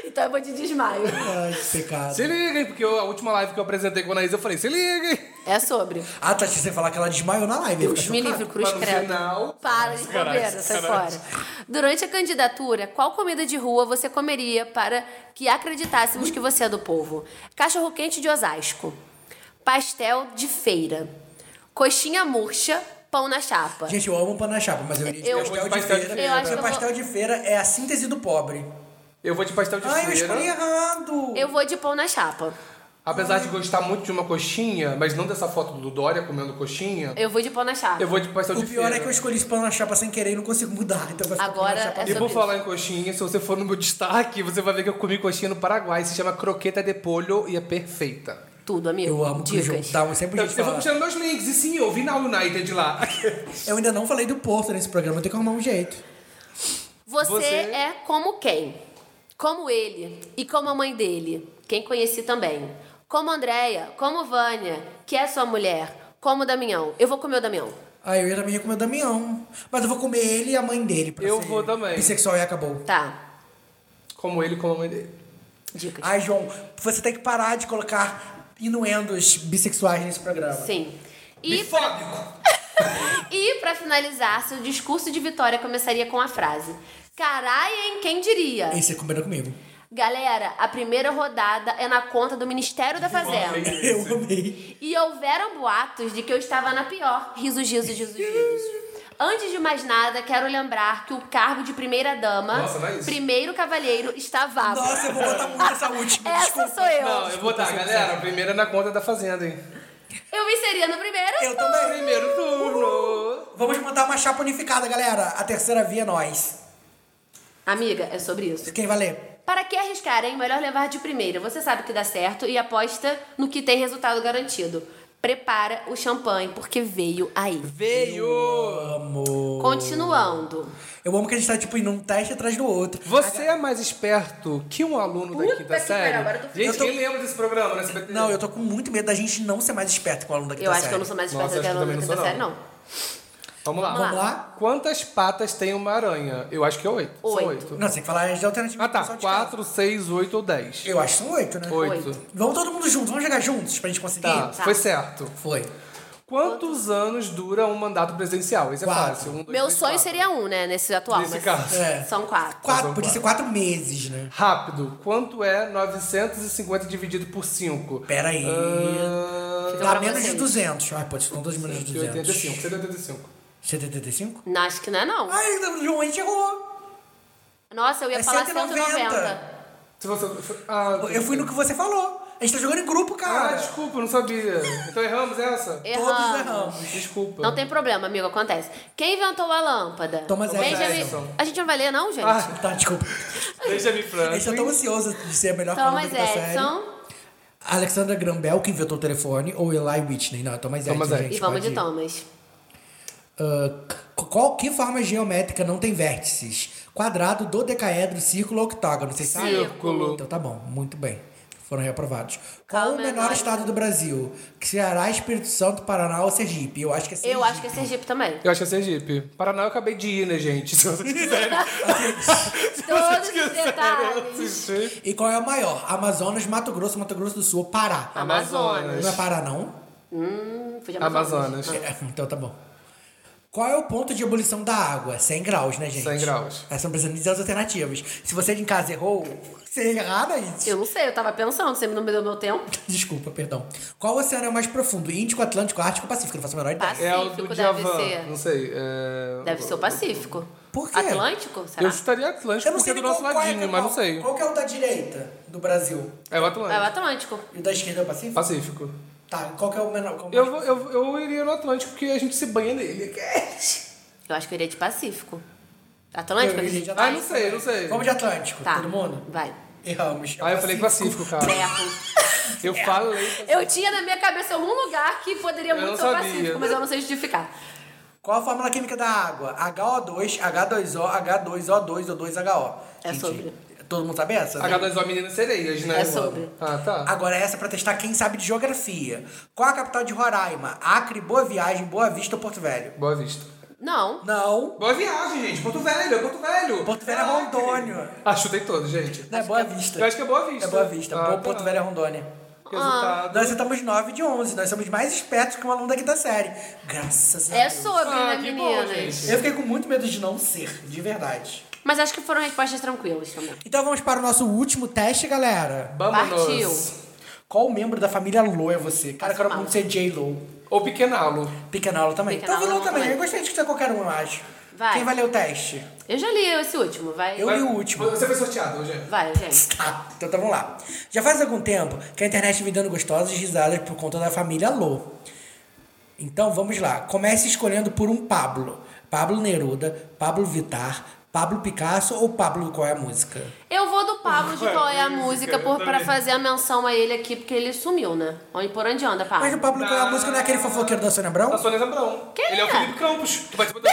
Speaker 3: Então eu vou de desmaio.
Speaker 1: Ai, que pecado.
Speaker 2: se liga, hein? Porque eu- a última live que eu apresentei com a Anaísa, eu falei, se liga, hein?
Speaker 3: É sobre.
Speaker 1: Ah, tá, você falar que ela desmaiou na live.
Speaker 3: Deus me livre, cruz
Speaker 2: Mas no
Speaker 3: credo.
Speaker 2: final-
Speaker 3: Para de bobeira, sai fora. Durante a candidatura, qual comida de rua você comeria para que acreditássemos que você é do povo? Cachorro quente de Osasco. Pastel de feira. Coxinha murcha, pão na chapa.
Speaker 1: Gente, eu amo pão na chapa, mas eu iria de
Speaker 3: Eu-
Speaker 1: pastel,
Speaker 2: Eu vou de pastel
Speaker 1: de
Speaker 2: de
Speaker 1: feira.
Speaker 3: feira. Eu acho que eu
Speaker 1: Porque
Speaker 3: vou-
Speaker 1: pastel de feira é a síntese do pobre.
Speaker 2: Eu vou de pastel de
Speaker 1: Ai, eu
Speaker 2: feira.
Speaker 1: escolhi errado.
Speaker 3: Eu vou de pão na chapa.
Speaker 2: Apesar de gostar muito de uma coxinha, mas não dessa foto do Dória comendo coxinha,
Speaker 3: Eu vou de pão na chapa.
Speaker 2: eu vou de pastel
Speaker 1: O
Speaker 2: de
Speaker 1: pior
Speaker 2: feira.
Speaker 1: é que eu escolhi esse pão na chapa sem querer e não consigo mudar. Então vai ficar
Speaker 3: Agora
Speaker 1: pão na chapa.
Speaker 3: é
Speaker 2: E por
Speaker 3: sobre
Speaker 2: falar em coxinha, se você for no meu destaque, você vai ver que eu comi coxinha no Paraguai. Se chama croqueta de polho e é perfeita.
Speaker 3: Tudo, amigo.
Speaker 1: Eu amo que o jogo
Speaker 3: Dicas.
Speaker 1: dá um sempre
Speaker 2: Eu,
Speaker 1: a gente
Speaker 2: eu vou
Speaker 1: fala.
Speaker 2: puxando meus links. E sim, eu vi na United lá.
Speaker 1: Eu ainda não falei do Porto nesse programa, eu tenho que arrumar um jeito.
Speaker 3: Você,
Speaker 2: Você-
Speaker 3: é como quem? Como ele e como a mãe dele, quem conheci também. Como Andréia, como Vânia, que é sua mulher, como Damião. Eu vou comer o Damião.
Speaker 1: Aí eu ia também ia comer o Damião. Mas eu vou comer ele e a mãe dele. pra
Speaker 2: Eu
Speaker 1: ser
Speaker 2: vou também.
Speaker 1: Bissexual e acabou.
Speaker 3: Tá,
Speaker 2: Como ele, como a mãe dele.
Speaker 3: dicas.
Speaker 1: Ai, João, você tem que parar de colocar inuendos bissexuais nesse programa.
Speaker 3: Sim. E,
Speaker 2: Bifóbico.
Speaker 3: e pra finalizar, seu discurso de vitória começaria com a frase: Carai, hein, quem diria?
Speaker 1: Esse combina comigo.
Speaker 3: Galera, a primeira rodada é na conta do Ministério da Fazenda.
Speaker 1: Eu amei.
Speaker 3: E houveram boatos de que eu estava na pior. Risos, risos, risos, risos. Antes de mais nada, quero lembrar que o cargo de primeira-dama,
Speaker 2: Nossa, não é isso.
Speaker 3: primeiro cavalheiro, está vago.
Speaker 1: Nossa, eu vou botar muito essa última.
Speaker 3: Ah, Essa
Speaker 1: desculpa.
Speaker 3: sou eu.
Speaker 2: Não, eu vou dar, galera. A primeira é na conta da Fazenda, hein?
Speaker 3: Eu me seria no primeiro.
Speaker 1: Eu também.
Speaker 2: Primeiro turno.
Speaker 1: Vamos montar uma chapa unificada, galera. A terceira via é nós.
Speaker 3: Amiga, é sobre isso.
Speaker 1: Quem vai ler?
Speaker 3: Para que arriscar, hein? Melhor levar de primeira. Você sabe que dá certo e aposta no que tem resultado garantido. Prepara o champanhe, porque veio aí.
Speaker 2: Veio.
Speaker 1: Amor.
Speaker 3: Continuando.
Speaker 1: Eu amo que a gente tá, tipo, indo um teste atrás do outro.
Speaker 2: Você é mais esperto que um aluno
Speaker 3: Puta
Speaker 2: da quinta
Speaker 3: que pariu,
Speaker 2: série?
Speaker 3: agora eu tô-
Speaker 2: Gente,
Speaker 1: Eu tô-
Speaker 2: quem lembra desse programa, né? SBT?
Speaker 1: Não, eu tô com muito medo da gente não ser mais esperto com o aluno da quinta
Speaker 3: Eu acho
Speaker 1: série.
Speaker 3: que eu não sou mais
Speaker 2: Tá Nossa,
Speaker 3: esperta que
Speaker 2: acho que eu
Speaker 3: ela na
Speaker 2: também não
Speaker 3: quinta
Speaker 2: sou,
Speaker 3: série,
Speaker 2: não.
Speaker 3: não.
Speaker 2: Vamos lá.
Speaker 1: Vamos lá?
Speaker 2: Quantas patas tem uma aranha? Eu acho que é oito. São
Speaker 3: Oito.
Speaker 2: oito.
Speaker 1: Não, você tem que falar de alternativa.
Speaker 2: Ah,
Speaker 1: pro
Speaker 2: tá.
Speaker 1: pessoal de casa.
Speaker 2: Quatro, seis, oito ou dez.
Speaker 1: Eu acho que são oito, né?
Speaker 2: Oito.
Speaker 3: Oito.
Speaker 1: Vamos todo mundo junto, vamos jogar juntos pra gente conseguir?
Speaker 2: Tá,
Speaker 3: Tá.
Speaker 2: foi certo.
Speaker 1: Foi.
Speaker 2: Quantos anos dura um mandato presidencial? Isso é
Speaker 1: Quatro.
Speaker 2: fácil. Um, dois,
Speaker 3: Meu
Speaker 2: três,
Speaker 3: sonho
Speaker 2: quatro.
Speaker 3: seria um, né? Nesse atual.
Speaker 2: Nesse
Speaker 3: mas
Speaker 2: caso.
Speaker 1: É.
Speaker 3: São quatro.
Speaker 1: Quatro,
Speaker 2: São
Speaker 1: podia ser quatro meses, né?
Speaker 2: Rápido. Quanto é 950 dividido por Ah, 5?
Speaker 1: Pera aí.
Speaker 3: Fica
Speaker 1: Dá
Speaker 3: Então pra
Speaker 1: menos de
Speaker 3: vocês.
Speaker 1: 200. Ai, pode ser todos menos de
Speaker 3: um
Speaker 2: 85.
Speaker 1: 200.
Speaker 2: 185.
Speaker 1: 75?
Speaker 3: Não, acho que não é, não.
Speaker 1: Ai, João, um, a gente errou.
Speaker 3: Nossa, eu ia
Speaker 1: É
Speaker 3: falar
Speaker 1: 190.
Speaker 3: 190.
Speaker 2: Se você... Ah,
Speaker 1: Eu fui no que você falou. A gente tá jogando em grupo,
Speaker 2: Ah,
Speaker 1: cara.
Speaker 2: desculpa, eu não sabia. Então erramos essa?
Speaker 1: Todos
Speaker 3: Erramos.
Speaker 1: erramos.
Speaker 2: Desculpa.
Speaker 3: Não tem problema, amigo, acontece. Quem inventou a lâmpada?
Speaker 1: Thomas
Speaker 3: Benjamin.
Speaker 2: Edison.
Speaker 3: A gente não vai ler, não, gente?
Speaker 2: Ah,
Speaker 1: Tá, desculpa.
Speaker 2: Benjamin
Speaker 1: A gente tá tão
Speaker 2: Franklin.
Speaker 1: ansioso de ser a melhor coluna da
Speaker 3: Thomas
Speaker 1: quinta série.
Speaker 3: Edison.
Speaker 1: Alexandra Graham Bell, que inventou o telefone, ou Eli Whitney. Não, é Thomas Edison,
Speaker 2: Thomas
Speaker 1: gente.
Speaker 2: Edison.
Speaker 3: E vamos
Speaker 1: pode
Speaker 3: de
Speaker 1: ir.
Speaker 3: Thomas.
Speaker 1: Ah, c- qual que forma geométrica não tem vértices? Quadrado, dodecaedro, círculo, octógono. Vocês sabem?
Speaker 2: Círculo.
Speaker 1: Então tá bom, muito bem. foram reaprovados. Qual,
Speaker 3: Qual
Speaker 1: o
Speaker 3: o
Speaker 1: menor,
Speaker 3: menor?
Speaker 1: estado do Brasil? Ceará, Espírito Santo, Paraná ou Sergipe? Eu acho que é Sergipe.
Speaker 3: Eu acho que é Sergipe também.
Speaker 2: Eu acho que é Sergipe. Paraná eu acabei de ir, né, gente? Se vocês quiserem. Se
Speaker 3: Todos
Speaker 1: é
Speaker 3: os
Speaker 2: quiserem
Speaker 3: detalhes.
Speaker 2: assistir.
Speaker 1: E qual é o maior? Amazonas, Mato Grosso, Mato Grosso do Sul ou Pará?
Speaker 2: Amazonas.
Speaker 1: Não é Pará, não?
Speaker 3: Hum, fui de
Speaker 2: Amazonas.
Speaker 1: É, então tá bom. Qual é o ponto de ebulição da água? 100 graus, né, gente?
Speaker 2: 100 graus.
Speaker 1: Nós estamos precisando de as alternativas. Se você de casa errou, você é errada isso.
Speaker 3: Eu não sei, eu tava pensando, você não me deu meu tempo.
Speaker 1: Desculpa, perdão. Qual oceano é o mais profundo? Índico, Atlântico, Ártico ou Pacífico? Não faço a menor ideia.
Speaker 3: Pacífico
Speaker 2: É o do
Speaker 3: deve
Speaker 2: Djavan.
Speaker 3: ser.
Speaker 2: Não sei. é-
Speaker 3: Deve ser o Pacífico.
Speaker 1: Por quê?
Speaker 3: Atlântico? Será?
Speaker 2: Eu chutaria Atlântico porque é do
Speaker 1: nem
Speaker 2: nosso
Speaker 1: qual- qual é
Speaker 2: ladinho,
Speaker 1: que é
Speaker 2: mas não
Speaker 1: qual-
Speaker 2: sei.
Speaker 1: Qual que é o da direita do Brasil?
Speaker 2: É o
Speaker 3: É o
Speaker 2: Atlântico.
Speaker 3: Atlântico.
Speaker 1: E o da esquerda é o Pacífico?
Speaker 2: Pacífico.
Speaker 1: Tá, qual que é o menor? qual-
Speaker 2: Eu, vou- eu, eu iria no Atlântico porque a gente se banha nele.
Speaker 3: Eu acho que eu iria de Pacífico. Atlântico?
Speaker 1: Eu iria de
Speaker 2: Ah, não sei, não sei.
Speaker 1: Vamos de Atlântico,
Speaker 3: Tá.
Speaker 1: todo mundo?
Speaker 3: Vai.
Speaker 1: Erramos. É o
Speaker 2: Ah, eu falei Pacífico, cara.
Speaker 3: Ferro.
Speaker 2: Eu falei.
Speaker 3: Eu tinha na minha cabeça algum lugar que poderia
Speaker 2: Eu
Speaker 3: muito
Speaker 2: não
Speaker 3: ser o
Speaker 2: sabia.
Speaker 3: Pacífico, mas eu não sei justificar.
Speaker 1: Qual a fórmula química da água? HO2, H2O, H2O2 ou 2HO.
Speaker 3: É
Speaker 1: Gente,
Speaker 3: sobre.
Speaker 1: Todo mundo sabe essa? né?
Speaker 2: H2O Meninas Sereias, né?
Speaker 3: É sobre.
Speaker 2: Ah, tá.
Speaker 1: Agora essa é pra testar quem sabe de geografia. Qual a capital de Roraima? Acre, Boa Viagem, Boa Vista ou Porto Velho?
Speaker 2: Boa Vista.
Speaker 3: Não.
Speaker 1: Não.
Speaker 2: Boa viagem, gente. Porto Velho, é Porto Velho.
Speaker 1: Porto Velho é Rondônia.
Speaker 2: Ah, chutei todos, gente.
Speaker 1: Não é Boa Vista.
Speaker 2: Eu acho que é Boa Vista.
Speaker 1: É Boa Vista.
Speaker 2: Ah,
Speaker 1: Boa-
Speaker 2: tá.
Speaker 1: Porto Velho é Rondônia.
Speaker 3: Ah,
Speaker 2: Resultado.
Speaker 1: Nós estamos 9 de 11. Nós somos mais espertos que um aluno da quinta série. Graças a
Speaker 3: É
Speaker 1: Deus.
Speaker 3: sobre,
Speaker 2: Ah,
Speaker 3: né,
Speaker 2: que bom,
Speaker 3: meninas?
Speaker 2: gente.
Speaker 1: Eu fiquei com muito medo de não ser, de verdade.
Speaker 3: Mas acho que foram respostas tranquilas também.
Speaker 1: Então vamos para o nosso último teste, galera.
Speaker 3: Partiu.
Speaker 2: Vamos.
Speaker 1: Qual membro da família Lo é você? Cara, eu quero muito ser J-Lo.
Speaker 2: Ou Pequenalo.
Speaker 1: Picanolo também. então
Speaker 3: Picanolo
Speaker 1: vilão também. Eu
Speaker 3: também.
Speaker 1: gostaria de escutar qualquer um, eu acho.
Speaker 3: Vai.
Speaker 1: Quem vai ler o teste?
Speaker 3: Eu já li esse último, vai.
Speaker 1: Eu li o último.
Speaker 2: Você foi sorteado hoje. é.
Speaker 3: Vai, gente.
Speaker 1: Ah, então tá, vamos lá. Já faz algum tempo que a internet vem dando gostosas risadas por conta da família Lô. Então vamos lá. Comece escolhendo por um Pablo. Pablo Neruda, Pablo Vittar, Pablo Picasso ou Pablo qual é a música?
Speaker 3: Eu vou do Pablo de qual é a música por, pra
Speaker 2: também.
Speaker 3: fazer a menção a ele aqui, porque ele sumiu, né? Onde, por onde anda,
Speaker 1: Mas o
Speaker 3: Pablo?
Speaker 1: Pablo qual é a música não é aquele fofoqueiro da Sônia
Speaker 2: A
Speaker 1: Abrão?
Speaker 2: Sônia Zambrão.
Speaker 3: Quem
Speaker 2: ele é o
Speaker 3: é?
Speaker 2: Felipe Campos, que participou da.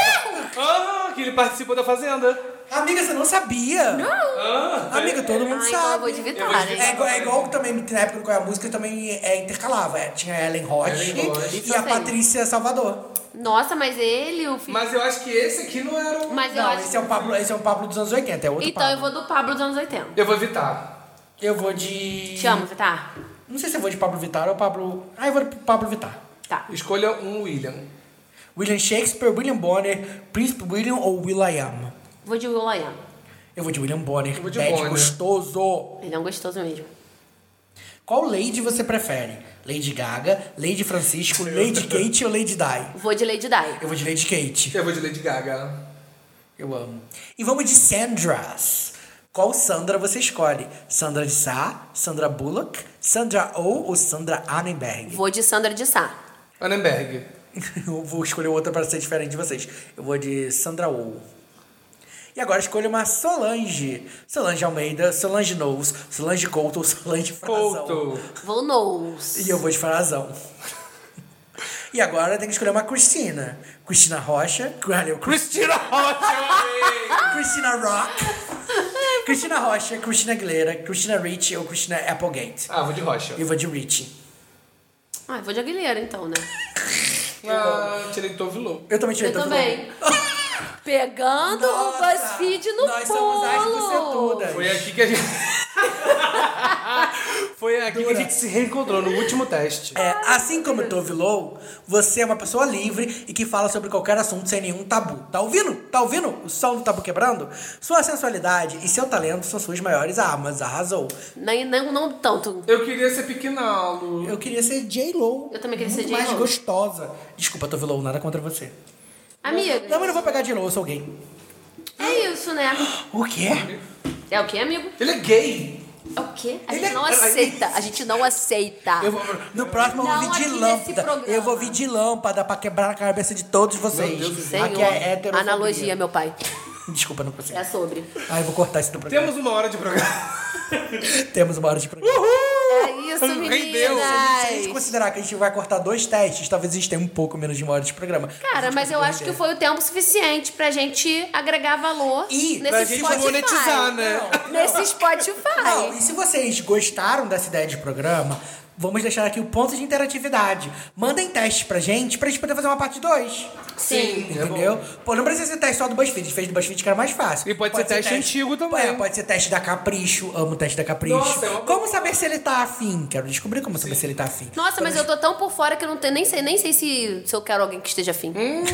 Speaker 2: Ah, que ele participou da Fazenda.
Speaker 1: Amiga, você não sabia?
Speaker 2: Ah,
Speaker 1: Amiga, todo mundo
Speaker 3: Ah,
Speaker 1: sabe.
Speaker 3: então eu vou de Vittar,
Speaker 2: de
Speaker 1: É
Speaker 3: né?
Speaker 1: igual, é igual também, na época do Qual é a Música, também é, intercalava. É, tinha a Ellen Roche
Speaker 2: Ellen Roche.
Speaker 1: e a Patrícia Salvador.
Speaker 3: Nossa, mas ele, o filho.
Speaker 2: Mas eu acho que esse aqui não era o.
Speaker 3: Mas eu
Speaker 1: Não,
Speaker 3: acho.
Speaker 1: esse é, o Pablo, esse é o Pablo dos anos 80, é outro
Speaker 3: Então eu
Speaker 1: Pablo.
Speaker 3: vou do Pablo dos anos 80.
Speaker 2: Eu vou evitar.
Speaker 1: Eu vou de...
Speaker 3: Te amo, tá? Vittar.
Speaker 1: Não sei se eu vou de Pablo Vittar ou Pablo... Ah, eu vou de Pablo Vittar.
Speaker 3: Tá.
Speaker 2: Escolha um William.
Speaker 1: William Shakespeare, William Bonner, Príncipe William ou Will.i.am?
Speaker 3: Vou de Will I Am.
Speaker 1: Eu vou de William Bonner.
Speaker 2: Eu vou de
Speaker 1: Bad
Speaker 2: Bonner.
Speaker 1: gostoso.
Speaker 3: Ele é um gostoso mesmo.
Speaker 1: Qual Lady você prefere? Lady Gaga, Lady Francisco, Lady Kate ou Lady Di?
Speaker 3: Vou de Lady Di.
Speaker 1: Eu vou de Lady Kate.
Speaker 2: Eu vou de Lady Gaga.
Speaker 1: Eu amo. E vamos de Sandras. Qual Sandra você escolhe? Sandra de Sá, Sandra Bullock, Sandra Oh ou Sandra Annenberg?
Speaker 3: Vou de Sandra de Sá.
Speaker 2: Annenberg.
Speaker 1: Eu vou escolher outra para ser diferente de vocês. Eu vou de Sandra Oh. E agora escolha uma Solange. Solange Almeida, Solange Knowles, Solange Couto ou Solange Frazão.
Speaker 2: Couto.
Speaker 3: Vou Knowles.
Speaker 1: E eu vou de Frazão. E agora tem que escolher uma Cristina. Cristina Rocha. Olha,
Speaker 2: Cristina Rocha, eu amei.
Speaker 1: Christina Rock. Christina Rocha, Christina Aguilera, Christina Ricci ou Christina Applegate.
Speaker 2: Ah, vou de Rocha.
Speaker 1: Eu vou de Ricci.
Speaker 3: Ah, vou de Aguilera então, né?
Speaker 2: Ah, tirei Tovilô.
Speaker 1: Eu também tirei
Speaker 3: Eu
Speaker 1: todo
Speaker 3: também. Pegando o BuzzFeed no
Speaker 1: Nós
Speaker 3: pulo.
Speaker 1: somos as bucetudas.
Speaker 2: Foi aqui que a gente. Foi aqui que
Speaker 1: Dura.
Speaker 2: a gente se reencontrou no último teste.
Speaker 1: É, assim como eu tô Vilou, você é uma pessoa livre e que fala sobre qualquer assunto sem nenhum tabu. Tá ouvindo? Tá ouvindo? O som do tabu quebrando? Sua sensualidade e seu talento são suas maiores armas. Arrasou.
Speaker 3: Nem, não, não tanto.
Speaker 2: Eu queria ser pequenalo.
Speaker 1: Eu queria ser J-Lo.
Speaker 3: Eu também queria ser
Speaker 1: Muito mais
Speaker 3: J.Lo.
Speaker 1: gostosa. Desculpa, tô Vilou, nada contra você.
Speaker 3: Amigo,
Speaker 1: Não, mas não vou pegar J-Lo, eu sou gay.
Speaker 3: é isso, né?
Speaker 1: O quê?
Speaker 3: É o quê, amigo?
Speaker 2: Ele é gay.
Speaker 3: É o quê? A
Speaker 2: Ele
Speaker 3: gente
Speaker 2: é-
Speaker 3: não aceita. A gente não aceita.
Speaker 1: Eu vou- no próximo eu vou
Speaker 3: Não
Speaker 1: vir de
Speaker 3: aqui nesse
Speaker 1: lâmpada.
Speaker 3: programa.
Speaker 1: Eu vou vir de lâmpada pra quebrar a cabeça de todos vocês.
Speaker 2: Meu Deus do
Speaker 3: Senhor.
Speaker 1: Aqui é heterofobia.
Speaker 3: Analogia, meu pai.
Speaker 1: Desculpa, não consigo.
Speaker 3: É sobre.
Speaker 1: Ah, eu vou cortar isso do programa.
Speaker 2: Temos uma hora de programa.
Speaker 1: Temos uma hora de programa.
Speaker 3: É isso,
Speaker 2: Rendeu.
Speaker 1: Se a gente
Speaker 3: meninas!
Speaker 1: considerar que a gente vai cortar dois testes, talvez a gente tenha um pouco menos de uma hora de programa. A
Speaker 3: Cara,
Speaker 1: gente
Speaker 3: mas eu
Speaker 1: vai
Speaker 3: acho que
Speaker 1: perder.
Speaker 3: foi o tempo suficiente pra gente agregar valor
Speaker 1: E
Speaker 3: nesse
Speaker 2: pra gente
Speaker 3: Spotify.
Speaker 2: monetizar, né?
Speaker 3: Nesse Spotify.
Speaker 1: Não, e se vocês gostaram dessa ideia de programa, vamos deixar aqui o ponto de interatividade. Mandem teste pra gente, pra gente poder fazer uma parte 2.
Speaker 3: Sim.
Speaker 2: É
Speaker 1: Entendeu? Pô, não precisa ser teste só do BuzzFeed. A gente fez do BuzzFeed que era mais fácil.
Speaker 2: E pode ser teste antigo também.
Speaker 1: É, pode ser teste da Capricho. Amo o teste da Capricho.
Speaker 2: Nossa, é eu amo.
Speaker 1: como saber se ele tá afim? Quero descobrir como saber se ele tá afim.
Speaker 3: Nossa, mas eu tô tão por fora que eu não tenho, nem sei, nem sei se, se eu quero alguém que esteja afim.
Speaker 2: Hum?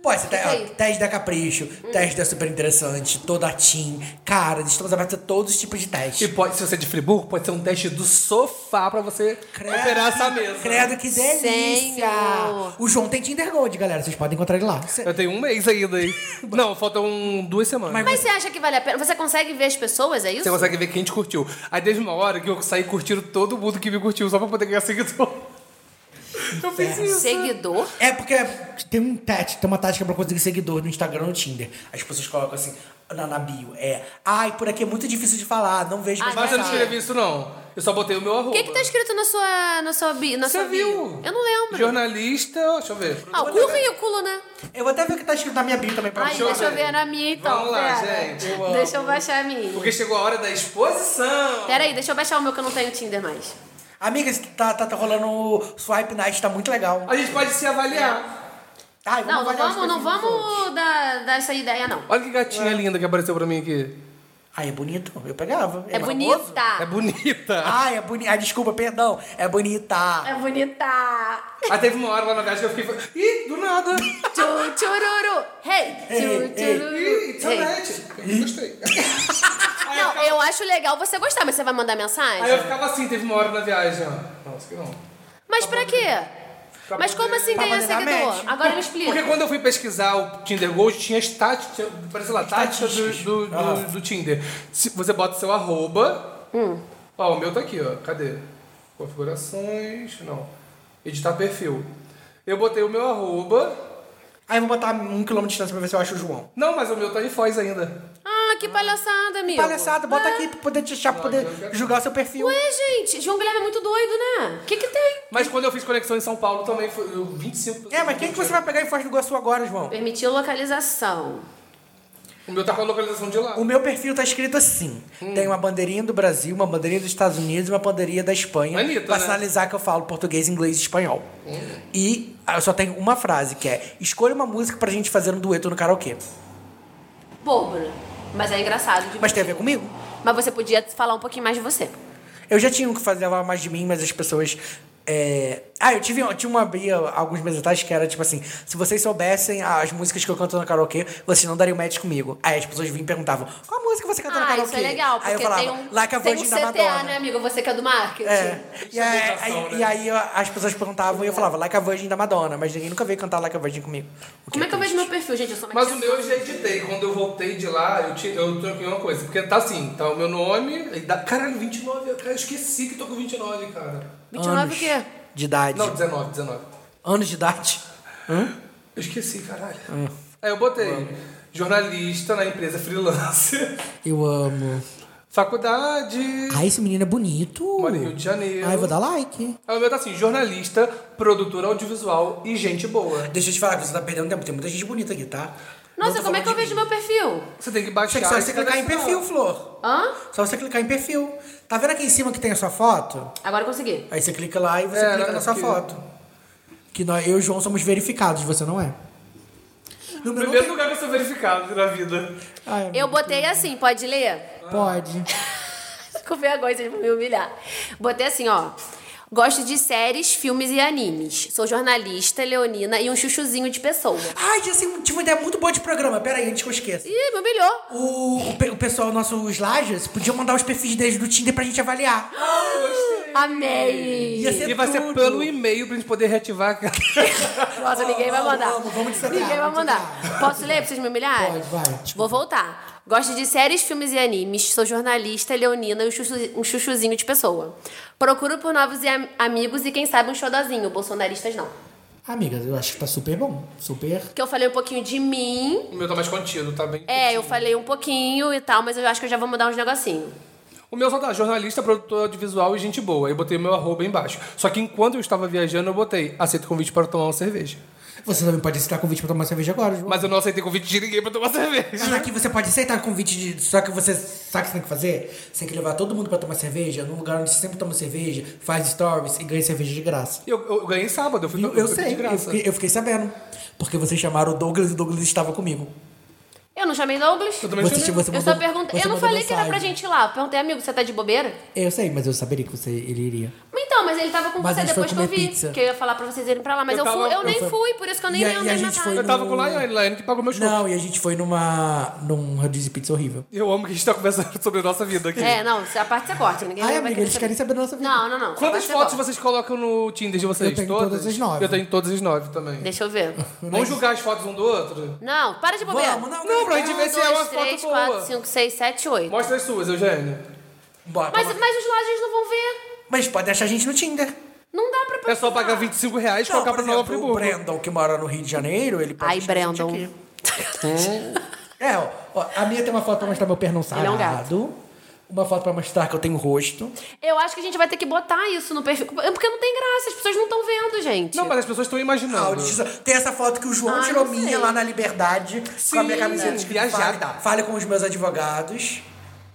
Speaker 1: Pode ser te-
Speaker 3: Fica aí.
Speaker 1: ó, teste da Capricho, teste da Super Interessante, toda a Team. Cara, estamos abertos a todos os tipos de
Speaker 2: E
Speaker 1: teste.
Speaker 2: pode, se você é de Friburgo, pode ser um teste do sofá pra você operar essa mesa.
Speaker 1: Credo que delícia!
Speaker 3: Senhor.
Speaker 1: O João tem Tinder Gold, galera. Vocês podem encontrar ele lá. Você-
Speaker 2: Eu tenho um mês ainda aí. Não, faltam duas semanas.
Speaker 1: Mas-
Speaker 3: Mas você acha que vale a pena? Você consegue ver as pessoas, é isso?
Speaker 2: Você consegue ver quem te curtiu. Aí teve uma hora que eu saí curtindo todo mundo que me curtiu, só pra poder ganhar seguidor. Eu fiz isso.
Speaker 3: Seguidor?
Speaker 1: É porque tem um tete, tem uma tática pra conseguir seguidor no Instagram no Tinder. As pessoas colocam assim, na, na bio, é. Ai, por aqui é muito difícil de falar, não vejo
Speaker 3: Ai,
Speaker 1: mais.
Speaker 2: Mas eu não
Speaker 1: nada."
Speaker 2: escrevi isso, não. Eu só botei o meu arroba.
Speaker 3: O que, que tá escrito na sua, na sua bio? Na
Speaker 2: Você
Speaker 3: sua bio?
Speaker 2: viu?
Speaker 3: Eu não lembro.
Speaker 2: Jornalista, deixa eu ver.
Speaker 3: Ah, o currículo, né?
Speaker 1: Eu vou até ver o que tá escrito na minha bio também pra
Speaker 3: Ai,
Speaker 1: vocês.
Speaker 2: eu
Speaker 3: deixa eu
Speaker 2: ver.
Speaker 3: ver na minha então.
Speaker 2: Vamos lá,
Speaker 3: pera.
Speaker 2: gente, eu amo.
Speaker 3: Deixa eu baixar a minha.
Speaker 2: Porque chegou a hora da exposição.
Speaker 3: Pera aí, deixa eu baixar o meu que eu não tenho Tinder mais.
Speaker 1: Amiga, esse- tá, tá, tá rolando o Swipe Night, tá muito legal.
Speaker 2: A gente pode se avaliar.
Speaker 1: Ai,
Speaker 3: Não, não
Speaker 1: avaliar os
Speaker 3: vamos, não
Speaker 1: perfis dos outros.
Speaker 3: vamos dar, dar essa ideia, não.
Speaker 2: Olha que gatinha linda que apareceu pra mim aqui.
Speaker 1: Ai, é bonito. Eu pegava.
Speaker 3: É
Speaker 1: Ele famoso?
Speaker 3: bonita.
Speaker 2: É bonita.
Speaker 1: Ai, é bonita. Ai, desculpa, perdão. É bonita.
Speaker 3: É bonita.
Speaker 2: Aí teve uma hora lá na viagem que eu fiquei. Ih, do nada!
Speaker 3: Tchu, tchururu. Hey, tchu, tchururu.
Speaker 2: Ih, então é.
Speaker 3: Hey.
Speaker 2: internet! Gostei. Aí eu,
Speaker 3: Não,
Speaker 2: ficava,
Speaker 3: eu acho legal você gostar, mas você vai mandar
Speaker 2: aí eu
Speaker 3: mensagem?
Speaker 2: ficava assim, teve uma hora na viagem. ó. Nossa, que não.
Speaker 3: Mas pra quê?
Speaker 2: Pra
Speaker 3: Mas como
Speaker 2: poder-
Speaker 3: assim
Speaker 1: pra
Speaker 3: ganhar
Speaker 1: poder dar match.
Speaker 3: seguidor? Agora me
Speaker 2: Porque
Speaker 3: explica.
Speaker 2: quando eu fui pesquisar o Tinder Gold, tinha estática, tinha, parece lá, tática do,
Speaker 1: Estatísticas.
Speaker 2: do, do-
Speaker 1: Ah.
Speaker 2: do Tinder. Se você bota seu arroba.
Speaker 1: Hum.
Speaker 2: Ó, o meu tá aqui, ó. Cadê? Configurações. Não. Editar perfil. Eu botei o meu arroba.
Speaker 1: Aí eu vou botar um quilômetro de distância pra ver se eu acho o João.
Speaker 2: Não, mas o meu tá em Foz ainda.
Speaker 3: Ah, que palhaçada, amigo. Ah.
Speaker 1: Palhaçada, bota aqui pra poder te achar, pra poder
Speaker 2: eu quero-
Speaker 1: julgar o seu perfil.
Speaker 3: É. Ué, gente, João Guilherme é muito doido, né? O que que tem?
Speaker 2: Mas quando eu fiz conexão em São Paulo também foi eu, 25%.
Speaker 1: É, mas quem que você vai pegar em Foz do Iguaçu agora, João?
Speaker 3: Permitiu localização.
Speaker 2: O meu tá com a localização de lá.
Speaker 1: O meu perfil tá escrito assim.
Speaker 2: Hum.
Speaker 1: Tem uma bandeirinha do Brasil, uma bandeirinha dos Estados Unidos e uma bandeirinha da Espanha.
Speaker 2: Bonito,
Speaker 1: pra
Speaker 2: né? Hum.
Speaker 1: sinalizar que eu falo português, inglês e espanhol. E ah, eu só tenho uma frase que é: escolha uma música pra gente fazer um dueto no karaokê.
Speaker 3: Bobo, né? Mas é engraçado. divertido.
Speaker 1: Mas tem a ver comigo?
Speaker 3: Mas você podia falar um pouquinho mais de você.
Speaker 1: Eu já tinha um que falava mais de mim, mas as pessoas. é, Ah, eu tive eu tinha uma Bia alguns meses atrás que era tipo assim: se vocês soubessem as músicas que eu canto no karaokê, vocês não dariam match comigo. Aí as pessoas vinham e perguntavam: qual música você canta no
Speaker 3: Ah,
Speaker 1: karaokê?
Speaker 3: isso é legal, porque
Speaker 1: Aí eu falava:
Speaker 3: tem um,
Speaker 1: Like a
Speaker 3: tem um
Speaker 1: Virgin da
Speaker 3: CTA,
Speaker 1: Madonna.
Speaker 3: né, amigo? Você que é do marketing.
Speaker 1: É. E aí,
Speaker 2: Sustentação,
Speaker 1: aí-
Speaker 2: né?
Speaker 1: e aí eu- as pessoas perguntavam e eu falava Like a Virgin da Madonna, mas ninguém nunca veio cantar Like a Virgin comigo. O
Speaker 3: Como é que eu vejo
Speaker 1: triste.
Speaker 3: meu perfil, gente? Eu sou uma
Speaker 2: Mas o
Speaker 3: tia-
Speaker 2: meu eu já editei. Quando eu voltei de lá, eu, tirei, eu troquei uma coisa. Porque tá assim, tá o meu nome. e dá- Caralho, 29. Cara, eu esqueci que tô com 29, cara.
Speaker 3: 29
Speaker 1: Anos
Speaker 3: o quê?
Speaker 1: De idade.
Speaker 2: Não, 19, 19.
Speaker 1: Anos de idade?
Speaker 2: Eu esqueci, caralho. Aí eu botei jornalista na empresa freelancer,
Speaker 1: Eu amo.
Speaker 2: faculdade,
Speaker 1: Ai, esse menino é bonito.
Speaker 2: moro em Rio de Janeiro.
Speaker 1: Ai, vou dar like.
Speaker 2: Aí o meu tá assim, jornalista, produtor audiovisual e gente boa.
Speaker 1: Deixa eu te falar, você tá perdendo tempo. Tem muita gente bonita aqui, tá? Não
Speaker 3: Nossa,
Speaker 1: tô
Speaker 3: como é
Speaker 1: falando
Speaker 3: que eu
Speaker 1: de
Speaker 3: vejo
Speaker 1: mim.
Speaker 3: meu perfil?
Speaker 2: Você tem que
Speaker 1: Você
Speaker 2: baixar.
Speaker 1: que só
Speaker 2: e
Speaker 1: você clicar em
Speaker 2: cadastrar.
Speaker 1: perfil, Flor.
Speaker 3: Hã?
Speaker 1: Só você clicar em perfil. Tá vendo aqui em cima que tem a sua foto?
Speaker 3: Agora eu consegui.
Speaker 1: Aí você clica lá e você
Speaker 2: É,
Speaker 1: clica
Speaker 2: né,
Speaker 1: na sua
Speaker 2: que-
Speaker 1: foto. Que nós, eu e o João somos verificados, você não é. No meu não
Speaker 2: Primeiro
Speaker 1: tem-
Speaker 2: lugar que eu sou verificado na vida.
Speaker 1: Ai,
Speaker 3: Eu botei assim, pode ler?
Speaker 1: Pode.
Speaker 3: Com vergonha, vocês vão me humilhar. Botei assim, ó. Gosto de séries, filmes e animes. Sou jornalista, leonina e um chuchuzinho de pessoa.
Speaker 1: Ai, tinha, assim, tinha uma ideia muito boa de programa. Pera aí, antes que eu esqueça.
Speaker 3: Ih, me humilhou.
Speaker 1: O, o, pe- o pessoal, nossos lajes, podiam mandar os perfis deles do Tinder pra gente avaliar.
Speaker 3: Amei.
Speaker 1: Ia ser
Speaker 2: E vai ser
Speaker 1: É tudo.
Speaker 2: pelo e-mail pra gente poder reativar a cara.
Speaker 3: Nossa, ninguém vai mandar.
Speaker 1: Vamos, vamos desatar,
Speaker 3: Ninguém vai
Speaker 1: vamos
Speaker 3: mandar. Posso ler pra vocês me humilharem?
Speaker 1: Pode, vai. Tipo,
Speaker 3: Vou voltar. Gosto de séries, filmes e animes. Sou jornalista, leonina e um, chuchu- um chuchuzinho de pessoa. Procuro por novos e am- amigos e quem sabe um xodozinho. Bolsonaristas não.
Speaker 1: Amiga, eu acho que tá super bom. Super.
Speaker 3: Que eu falei um pouquinho de mim.
Speaker 2: O meu tá mais contido, tá bem.
Speaker 3: É, eu falei um pouquinho e tal, mas eu acho que eu já vou mudar uns negocinhos.
Speaker 2: O meu só tá jornalista, produtor audiovisual e gente boa. Aí eu botei meu arroba aí embaixo. Só que enquanto eu estava viajando, eu botei aceito convite para tomar uma cerveja.
Speaker 1: Você também pode aceitar convite pra tomar cerveja agora, João.
Speaker 2: Mas eu não aceitei convite de ninguém para tomar cerveja.
Speaker 1: Mas aqui você pode aceitar convite de. Só que você. Sabe o que você tem que fazer? Você tem que levar todo mundo pra tomar cerveja num lugar onde você sempre toma cerveja, faz stories e ganha cerveja de graça.
Speaker 2: E Eu, eu ganhei sábado, eu fui
Speaker 1: Eu,
Speaker 2: eu
Speaker 1: eu
Speaker 2: fui
Speaker 1: sei,
Speaker 2: de
Speaker 1: eu
Speaker 2: graça.
Speaker 1: fiquei, eu fiquei sabendo. Porque vocês chamaram o Douglas e o Douglas estava comigo.
Speaker 3: Eu não chamei Douglas.
Speaker 2: Eu também
Speaker 1: Você,
Speaker 2: chamei.
Speaker 1: você
Speaker 3: Eu
Speaker 1: mandou-
Speaker 3: só perguntei.
Speaker 1: você
Speaker 3: Eu não
Speaker 1: mandou
Speaker 3: falei que era pra
Speaker 1: mensagem.
Speaker 3: gente ir lá. Eu Perguntei, amigo, você tá de bobeira?
Speaker 1: Eu sei, mas eu saberia que você, ele iria.
Speaker 3: Mas Então, mas ele tava com
Speaker 1: Mas a
Speaker 3: você
Speaker 1: gente foi
Speaker 3: depois que eu
Speaker 1: comer
Speaker 3: vi.
Speaker 1: pizza.
Speaker 3: Que eu ia falar pra vocês irem pra lá. Mas
Speaker 2: Eu
Speaker 3: eu,
Speaker 2: tava-
Speaker 3: fui, eu,
Speaker 2: eu
Speaker 3: nem
Speaker 1: fui.
Speaker 3: fui, por isso que eu nem
Speaker 1: E a-
Speaker 3: lembro.
Speaker 1: e a gente
Speaker 3: nem mais
Speaker 1: foi
Speaker 3: nada.
Speaker 2: Eu tava com o
Speaker 1: no-
Speaker 2: Laiane, Laiane que pagou meu show.
Speaker 1: Não, e a gente foi numa. num rodízio de pizza horrível.
Speaker 2: Eu amo que a gente tá conversando sobre a nossa vida aqui.
Speaker 3: É, não, a parte você corta. Ninguém
Speaker 1: Ai,
Speaker 3: vai
Speaker 1: amiga,
Speaker 3: querer
Speaker 1: eles querem saber da nossa vida.
Speaker 3: Não, não, não.
Speaker 2: Quantas
Speaker 3: Essa parte
Speaker 2: fotos
Speaker 3: corta.
Speaker 2: vocês colocam no Tinder de vocês?
Speaker 1: Eu tenho todas as nove.
Speaker 2: Eu tenho todas as nove também.
Speaker 3: Deixa eu ver.
Speaker 2: Vamos julgar as fotos um do outro?
Speaker 3: Não, para de bobeira.
Speaker 1: Vamos, não,
Speaker 2: Não, pra gente ver
Speaker 3: Um,
Speaker 2: se é uma
Speaker 3: dois,
Speaker 2: foto
Speaker 3: três,
Speaker 2: boa.
Speaker 3: quatro, cinco, seis, sete, oito.
Speaker 2: Mostra as suas, Eugênio.
Speaker 1: Bora,
Speaker 3: Mas,
Speaker 1: bora.
Speaker 3: mas os lajes não vão ver.
Speaker 1: Mas pode achar a gente no Tinder.
Speaker 3: Não dá pra
Speaker 2: É só
Speaker 3: participar.
Speaker 2: pagar 25 reais e
Speaker 1: Não,
Speaker 2: colocar
Speaker 1: por
Speaker 2: pra Nova
Speaker 1: exemplo, o
Speaker 2: Friburgo.
Speaker 1: Brandon, que mora no Rio de Janeiro, ele pode
Speaker 3: Ai,
Speaker 1: achar a gente
Speaker 3: Brandon.
Speaker 1: aqui. É, ó, ó, a minha tem uma foto pra mostrar meu perno sarado.
Speaker 3: Ele é um gato.
Speaker 1: Uma foto pra mostrar que eu tenho rosto.
Speaker 3: Eu acho que a gente vai ter que botar isso no perfil. é Porque não tem graça, as pessoas não estão vendo, gente.
Speaker 2: Não, mas as pessoas estão
Speaker 1: Ah,
Speaker 2: imaginando.
Speaker 1: eu disse- tem essa foto que o João
Speaker 3: Ah,
Speaker 1: tirou
Speaker 3: não
Speaker 1: minha
Speaker 3: sei.
Speaker 1: lá na Liberdade, com a minha
Speaker 2: Sim,
Speaker 1: camiseta escrito
Speaker 2: viajada.
Speaker 1: fale, fale com os meus advogados.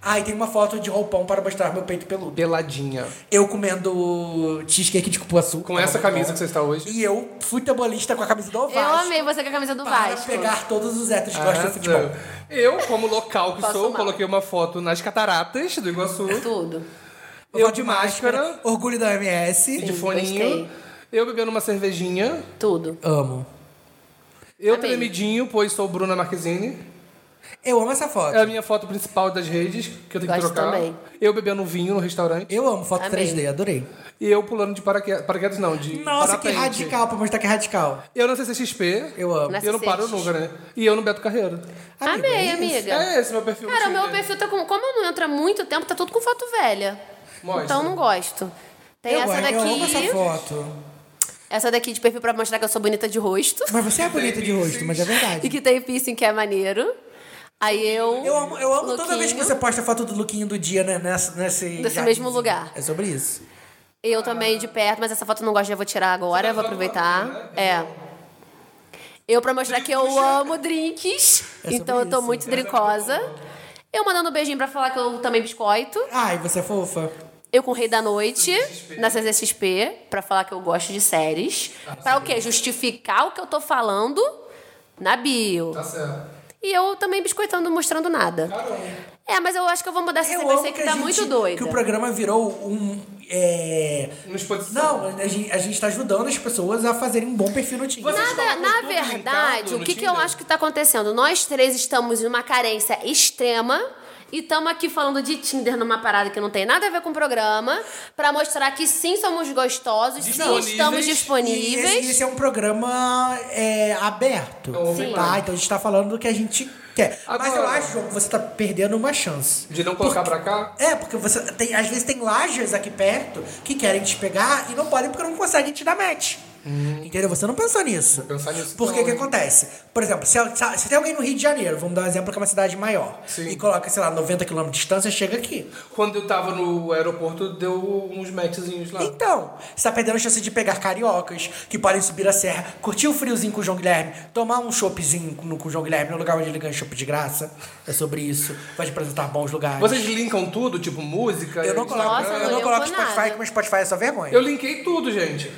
Speaker 1: Ah, e tem uma foto de roupão para mostrar meu peito peludo.
Speaker 2: Peladinha.
Speaker 1: Eu comendo cheesecake de cupuaçu. Tá
Speaker 2: Com essa camisa que você está hoje.
Speaker 1: E eu, futebolista com a camisa do Vasco.
Speaker 3: Eu amei você com a camisa do
Speaker 1: Para
Speaker 3: Vasco.
Speaker 1: pegar todos os héteros que gostam de futebol.
Speaker 2: Arrasou. Eu, como local que
Speaker 3: Passou
Speaker 2: sou,
Speaker 3: mal.
Speaker 2: coloquei uma foto nas cataratas do Iguaçu.
Speaker 3: Tudo.
Speaker 2: Eu de máscara,
Speaker 1: Orgulho da MS.
Speaker 2: de
Speaker 3: Sim,
Speaker 2: foninho.
Speaker 3: gostei.
Speaker 2: Eu bebendo uma cervejinha.
Speaker 3: Tudo.
Speaker 1: Amo.
Speaker 2: Eu
Speaker 3: Amei.
Speaker 2: tremidinho, pois sou Bruna Marquezine.
Speaker 1: Eu amo essa foto.
Speaker 2: É a minha foto principal das redes, que eu tenho que
Speaker 3: Gosto
Speaker 2: trocar.
Speaker 3: também.
Speaker 2: Eu bebendo um vinho no restaurante.
Speaker 1: Eu amo foto
Speaker 3: Amei.
Speaker 1: 3D, adorei.
Speaker 2: E eu pulando de paraquedas. Paraquedas não, de
Speaker 1: Nossa, que
Speaker 2: parapente.
Speaker 1: radical, pra mostrar que é radical.
Speaker 2: Eu não sei se é XP.
Speaker 1: Eu amo.
Speaker 3: Nessa
Speaker 2: eu não paro
Speaker 3: CX.
Speaker 2: nunca, né? E eu no Beto Carreiro.
Speaker 1: Amigo, é
Speaker 3: amei,
Speaker 1: isso.
Speaker 3: amiga.
Speaker 2: É esse meu perfil.
Speaker 3: Cara, o
Speaker 2: no
Speaker 3: meu
Speaker 2: Tinder.
Speaker 3: perfil tá com. Como eu não entro há muito tempo, tá tudo com foto velha.
Speaker 2: Mostra.
Speaker 3: Então não gosto. Tem
Speaker 1: Eu,
Speaker 3: essa
Speaker 1: gosto, eu amo essa
Speaker 3: daqui.
Speaker 1: foto.
Speaker 3: Essa daqui de perfil pra mostrar que eu sou bonita de rosto.
Speaker 1: Mas você é bonita de rosto, mas é
Speaker 3: E
Speaker 1: verdade.
Speaker 3: que tem piercing que é maneiro. Aí eu.
Speaker 1: Eu amo, eu amo toda
Speaker 3: lookinho.
Speaker 1: vez que você posta foto do lookinho do dia né, nessa, nesse.
Speaker 3: Desse
Speaker 1: jardinzinho.
Speaker 3: mesmo lugar.
Speaker 1: É sobre isso.
Speaker 3: Eu também de perto, mas essa foto eu não gosto, já vou tirar agora, eu vou aproveitar. É.
Speaker 1: né?
Speaker 3: Eu pra mostrar que eu amo drinks,
Speaker 1: É sobre
Speaker 3: então eu tô
Speaker 1: isso.
Speaker 3: muito drincosa. Eu mandando um beijinho pra falar que eu também biscoito.
Speaker 1: Ai, você é fofa.
Speaker 3: Eu com o Rei da Noite, na CCXP, pra falar que eu gosto de séries. Pra o quê? Justificar o que eu tô falando na bio.
Speaker 2: Tá certo.
Speaker 3: E eu também biscoitando, mostrando nada. É, mas eu acho que eu vou mudar essa
Speaker 1: Eu
Speaker 3: sequência
Speaker 1: amo
Speaker 3: que, tá
Speaker 1: a gente-
Speaker 3: muito doida.
Speaker 1: Que o programa virou um. É...
Speaker 2: Uma exposição.
Speaker 1: Não, a gente, a gente tá ajudando as pessoas a fazerem um bom perfil no Tinder.
Speaker 2: Vocês
Speaker 3: Nada,
Speaker 2: colocam
Speaker 3: na
Speaker 2: tudo linkado
Speaker 3: verdade,
Speaker 2: no
Speaker 3: o que, que eu
Speaker 2: Tinder?
Speaker 3: acho que tá acontecendo? Nós três estamos em uma carência extrema e estamos aqui falando de Tinder numa parada que não tem nada a ver com o programa, pra mostrar que sim somos gostosos, sim
Speaker 2: Disponíveis.
Speaker 3: estamos
Speaker 1: E esse,
Speaker 3: disponíveis.
Speaker 1: esse é um programa é, aberto.
Speaker 2: Sim.
Speaker 1: Tá, então a gente tá falando do que a gente quer. Mas eu
Speaker 2: Agora-
Speaker 1: acho, João, que você tá perdendo uma chance.
Speaker 2: De não colocar pra cá?
Speaker 1: É, porque você tem, às vezes tem lajes aqui perto que querem te pegar e não podem porque não conseguem te dar match. Entendeu? Você não pensou nisso.
Speaker 2: Uhum. pensar nisso
Speaker 1: Porque
Speaker 2: não,
Speaker 1: o que
Speaker 2: hein?
Speaker 1: acontece? Por exemplo, se, se tem alguém no Rio de Janeiro, vamos dar um exemplo que é uma cidade maior,
Speaker 2: Sim.
Speaker 1: e coloca, sei lá, 90 km de distância, chega aqui.
Speaker 2: Quando eu tava no aeroporto, deu uns matchzinhos lá.
Speaker 1: Então, você tá perdendo a chance de pegar cariocas que podem subir a serra, curtir o friozinho com o João Guilherme, tomar um choppzinho com, com o João Guilherme no lugar onde ele ganha chopp de graça. É sobre isso. Pode apresentar bons lugares.
Speaker 2: Vocês linkam tudo, tipo música?
Speaker 1: Eu não coloco,
Speaker 2: Instagram?
Speaker 3: Nossa,
Speaker 1: eu
Speaker 3: não
Speaker 1: não coloco
Speaker 3: limpou
Speaker 1: Spotify,
Speaker 3: nada.
Speaker 1: que meu Spotify é só vergonha.
Speaker 2: Eu linkei tudo, gente.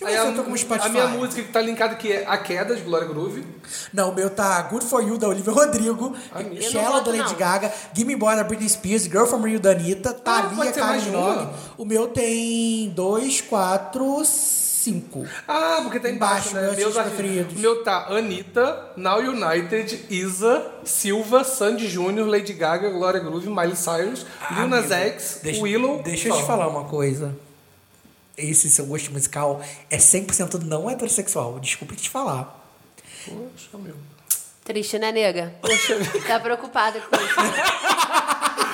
Speaker 1: Deixa eu ver se
Speaker 2: Aí
Speaker 1: eu tô com o Spotify.
Speaker 2: A minha música que tá linkada aqui é A Queda, de Glória Groove.
Speaker 1: Não, o meu tá Good For You, da Olivia Rodrigo,
Speaker 2: Ah,
Speaker 3: Eu
Speaker 1: Shella,
Speaker 3: não
Speaker 1: da
Speaker 3: boto,
Speaker 1: Lady
Speaker 3: não.
Speaker 1: Gaga, Gimme Boy, da Britney Spears, Girl From Rio, da Anitta, Thalia,
Speaker 2: Ah, pode ser
Speaker 1: Kylie
Speaker 2: mais de
Speaker 1: Minogue.
Speaker 2: uma?
Speaker 1: O meu tem dois, quatro, cinco.
Speaker 2: Ah, porque tá embaixo,
Speaker 1: Embaixo,
Speaker 2: né?
Speaker 1: meus artistas
Speaker 2: arti-
Speaker 1: preferidos.
Speaker 2: O meu tá Anitta, Now United, Isa, Silva, Sandy Júnior, Lady Gaga, Glória Groove, Miley Cyrus, Lil Nas
Speaker 1: Ah, amigo,
Speaker 2: X,
Speaker 1: deixa-
Speaker 2: Willow.
Speaker 1: Deixa eu te
Speaker 2: só.
Speaker 1: falar uma coisa. Esse seu gosto musical é 100% não heterossexual. Desculpa te falar.
Speaker 2: Poxa, meu.
Speaker 3: Triste, né, nega? Tá preocupada com isso.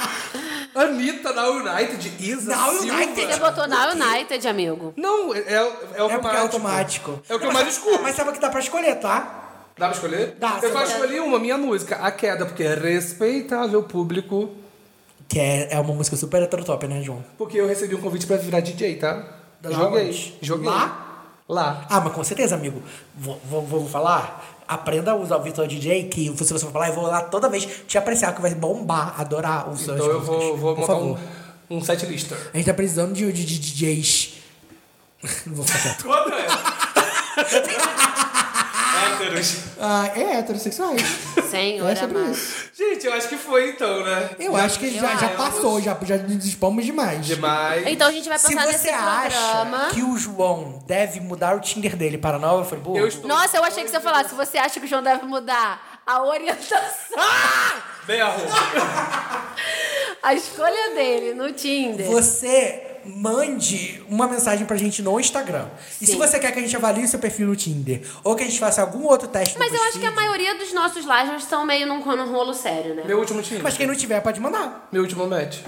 Speaker 2: Anitta, Now United, Isa,
Speaker 1: Now
Speaker 2: Silva.
Speaker 1: United.
Speaker 3: Você botou na United, amigo.
Speaker 2: Não, é, é, é
Speaker 1: É porque é automático.
Speaker 2: É o que eu mais escuto.
Speaker 1: Mas sabe que dá pra escolher, tá?
Speaker 2: Dá pra escolher?
Speaker 1: Dá,
Speaker 2: Eu
Speaker 1: você
Speaker 2: só
Speaker 1: pode.
Speaker 2: escolhi uma, minha música, A Queda, porque é respeitável público.
Speaker 1: Que é, é uma música super heterotop, né, João?
Speaker 2: Porque eu recebi um convite pra virar DJ, tá?
Speaker 1: Da
Speaker 2: joguei.
Speaker 1: onde?
Speaker 2: Joguei.
Speaker 1: Lá?
Speaker 2: Lá.
Speaker 1: Ah, mas com certeza, amigo. Vou, vou, vou falar. Aprenda a usar o Virtual DJ, que se você for falar, eu vou lá toda vez te apreciar, que vai bombar, adorar o seu
Speaker 2: Então eu vou, vou montar um, um set lister.
Speaker 1: A gente tá precisando de, de, de DJs. Não vou ficar quieto.
Speaker 2: Quando é? Héteros.
Speaker 1: Ah, é heterossexuais.
Speaker 3: Senhor
Speaker 1: é sobre
Speaker 3: amado.
Speaker 1: isso.
Speaker 2: Gente, eu acho que foi então, né?
Speaker 1: Eu acho que já, já passou, já, já desespamos demais.
Speaker 2: Demais.
Speaker 3: Então a gente vai
Speaker 1: Se
Speaker 3: passar nesse
Speaker 1: você
Speaker 3: programa.
Speaker 1: acha que o João deve mudar o Tinder dele para Nova Friburgo,
Speaker 2: Eu estou.
Speaker 3: Nossa, eu achei que você ia falar. Se você acha que o João deve mudar a orientação,
Speaker 2: Berro.
Speaker 3: a escolha dele no Tinder.
Speaker 1: você mande uma mensagem pra gente no Instagram. E se
Speaker 3: Sim.
Speaker 1: você quer que a gente avalie o seu perfil no Tinder, ou que a gente faça algum outro teste
Speaker 3: Mas
Speaker 1: no
Speaker 3: eu acho que a
Speaker 1: BuzzFeed,
Speaker 3: maioria dos nossos lives estão meio num, num rolo sério, né?
Speaker 2: Meu último time.
Speaker 1: Mas quem não tiver, pode mandar.
Speaker 2: Meu último match.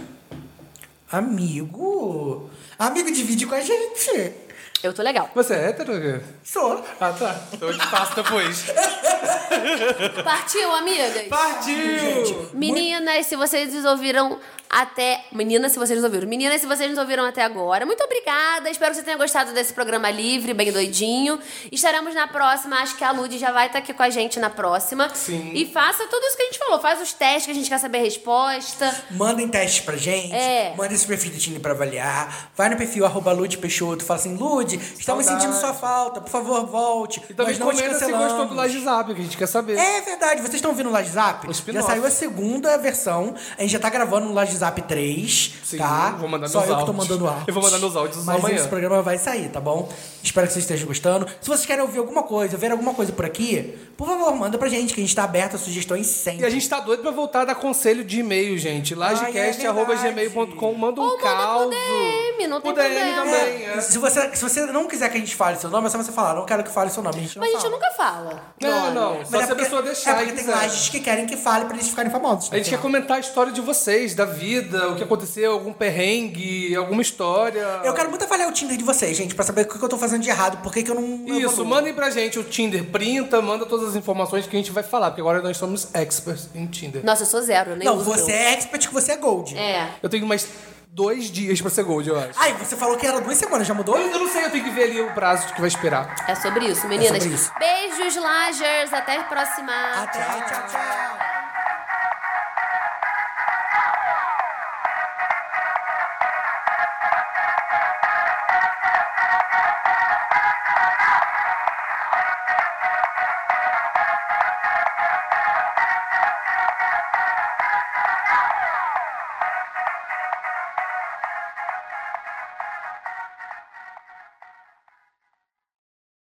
Speaker 1: Amigo... Amigo, divide com a gente.
Speaker 3: Eu tô legal.
Speaker 2: Você é hétero?
Speaker 1: Sou.
Speaker 2: Ah, tá. Então eu te passo depois.
Speaker 3: Partiu, amigas!
Speaker 2: Partiu!
Speaker 3: Meninas, se vocês nos ouviram até. Meninas, se vocês nos ouviram. Meninas, se vocês nos ouviram até agora. Muito obrigada. Espero que você tenha gostado desse programa livre, bem doidinho. Estaremos na próxima. Acho que a Lud já vai estar aqui com a gente na próxima.
Speaker 2: Sim.
Speaker 3: E faça tudo isso que a gente falou. Faz os testes que a gente quer saber a resposta.
Speaker 1: Mandem testes um pra gente.
Speaker 3: É.
Speaker 1: Manda esse perfil do Tinder pra avaliar. Vai no perfil arroba Lude Peixoto. Fala assim, Lude, estamos
Speaker 2: Saudade.
Speaker 1: sentindo sua falta. Por favor, volte.
Speaker 2: E também
Speaker 1: Nós não te
Speaker 2: comenta se
Speaker 1: cancelamos."
Speaker 2: gostou do Laje Zap, que a gente quer saber.
Speaker 1: É verdade, vocês estão ouvindo o Laje Zap?
Speaker 2: O
Speaker 1: já
Speaker 2: spin-off.
Speaker 1: saiu a segunda versão. A gente já tá gravando o Laje Zap 3,
Speaker 2: Sim,
Speaker 1: tá?
Speaker 2: eu vou mandar
Speaker 1: Só
Speaker 2: meus
Speaker 1: eu que tô
Speaker 2: áudios.
Speaker 1: mandando áudios.
Speaker 2: Eu vou mandar meus áudios
Speaker 1: Mas
Speaker 2: amanhã.
Speaker 1: esse programa vai sair, tá bom? Espero que vocês estejam gostando. Se vocês querem ouvir alguma coisa, ver alguma coisa por aqui, por favor, manda pra gente, que a gente tá aberto a sugestões sempre.
Speaker 2: E a gente tá doido pra voltar a dar conselho de e-mail, gente.
Speaker 1: é
Speaker 2: Lajecast.gmail.com. manda um
Speaker 3: Ou manda pro
Speaker 2: caos.
Speaker 3: DM, não tem
Speaker 2: O DM
Speaker 3: problema.
Speaker 2: também,
Speaker 1: É,
Speaker 2: é.
Speaker 1: Se, você, se você não quiser que a gente fale seu nome, é só você falar, não quero que fale seu nome. A gente não
Speaker 3: Mas a gente
Speaker 1: fala.
Speaker 3: nunca fala.
Speaker 2: Não,
Speaker 3: Olha.
Speaker 2: não. Só
Speaker 1: Mas
Speaker 2: se
Speaker 1: é
Speaker 2: a
Speaker 1: porque-
Speaker 2: pessoa
Speaker 1: É
Speaker 2: deixar
Speaker 1: porque
Speaker 2: e
Speaker 1: tem
Speaker 2: quiser.
Speaker 1: lajes que querem que fale pra eles ficarem famosos.
Speaker 2: A gente quer comentar a história de vocês, da vida, o que aconteceu, algum perrengue, alguma história.
Speaker 1: Eu quero muito avaliar o Tinder de vocês, gente, pra saber o que que eu tô fazendo de errado, por que que eu não.
Speaker 2: Isso,
Speaker 1: evoluo.
Speaker 2: mandem pra gente o Tinder, printa, manda todas as informações que a gente vai falar, porque agora nós somos experts em Tinder.
Speaker 3: Nossa, eu sou zero, eu nem
Speaker 1: Não,
Speaker 3: uso
Speaker 1: você
Speaker 3: meu.
Speaker 1: é expert que você é gold.
Speaker 3: É.
Speaker 2: Eu tenho mais dois dias pra ser gold, eu acho.
Speaker 1: Ai, você falou que era duas semanas, já mudou?
Speaker 2: Eu, eu não sei, eu tenho que ver ali o prazo que vai esperar.
Speaker 3: É sobre isso, meninas.
Speaker 1: sobre isso.
Speaker 3: Beijos, Lajers. Até a próxima.
Speaker 1: Até, tchau, tchau.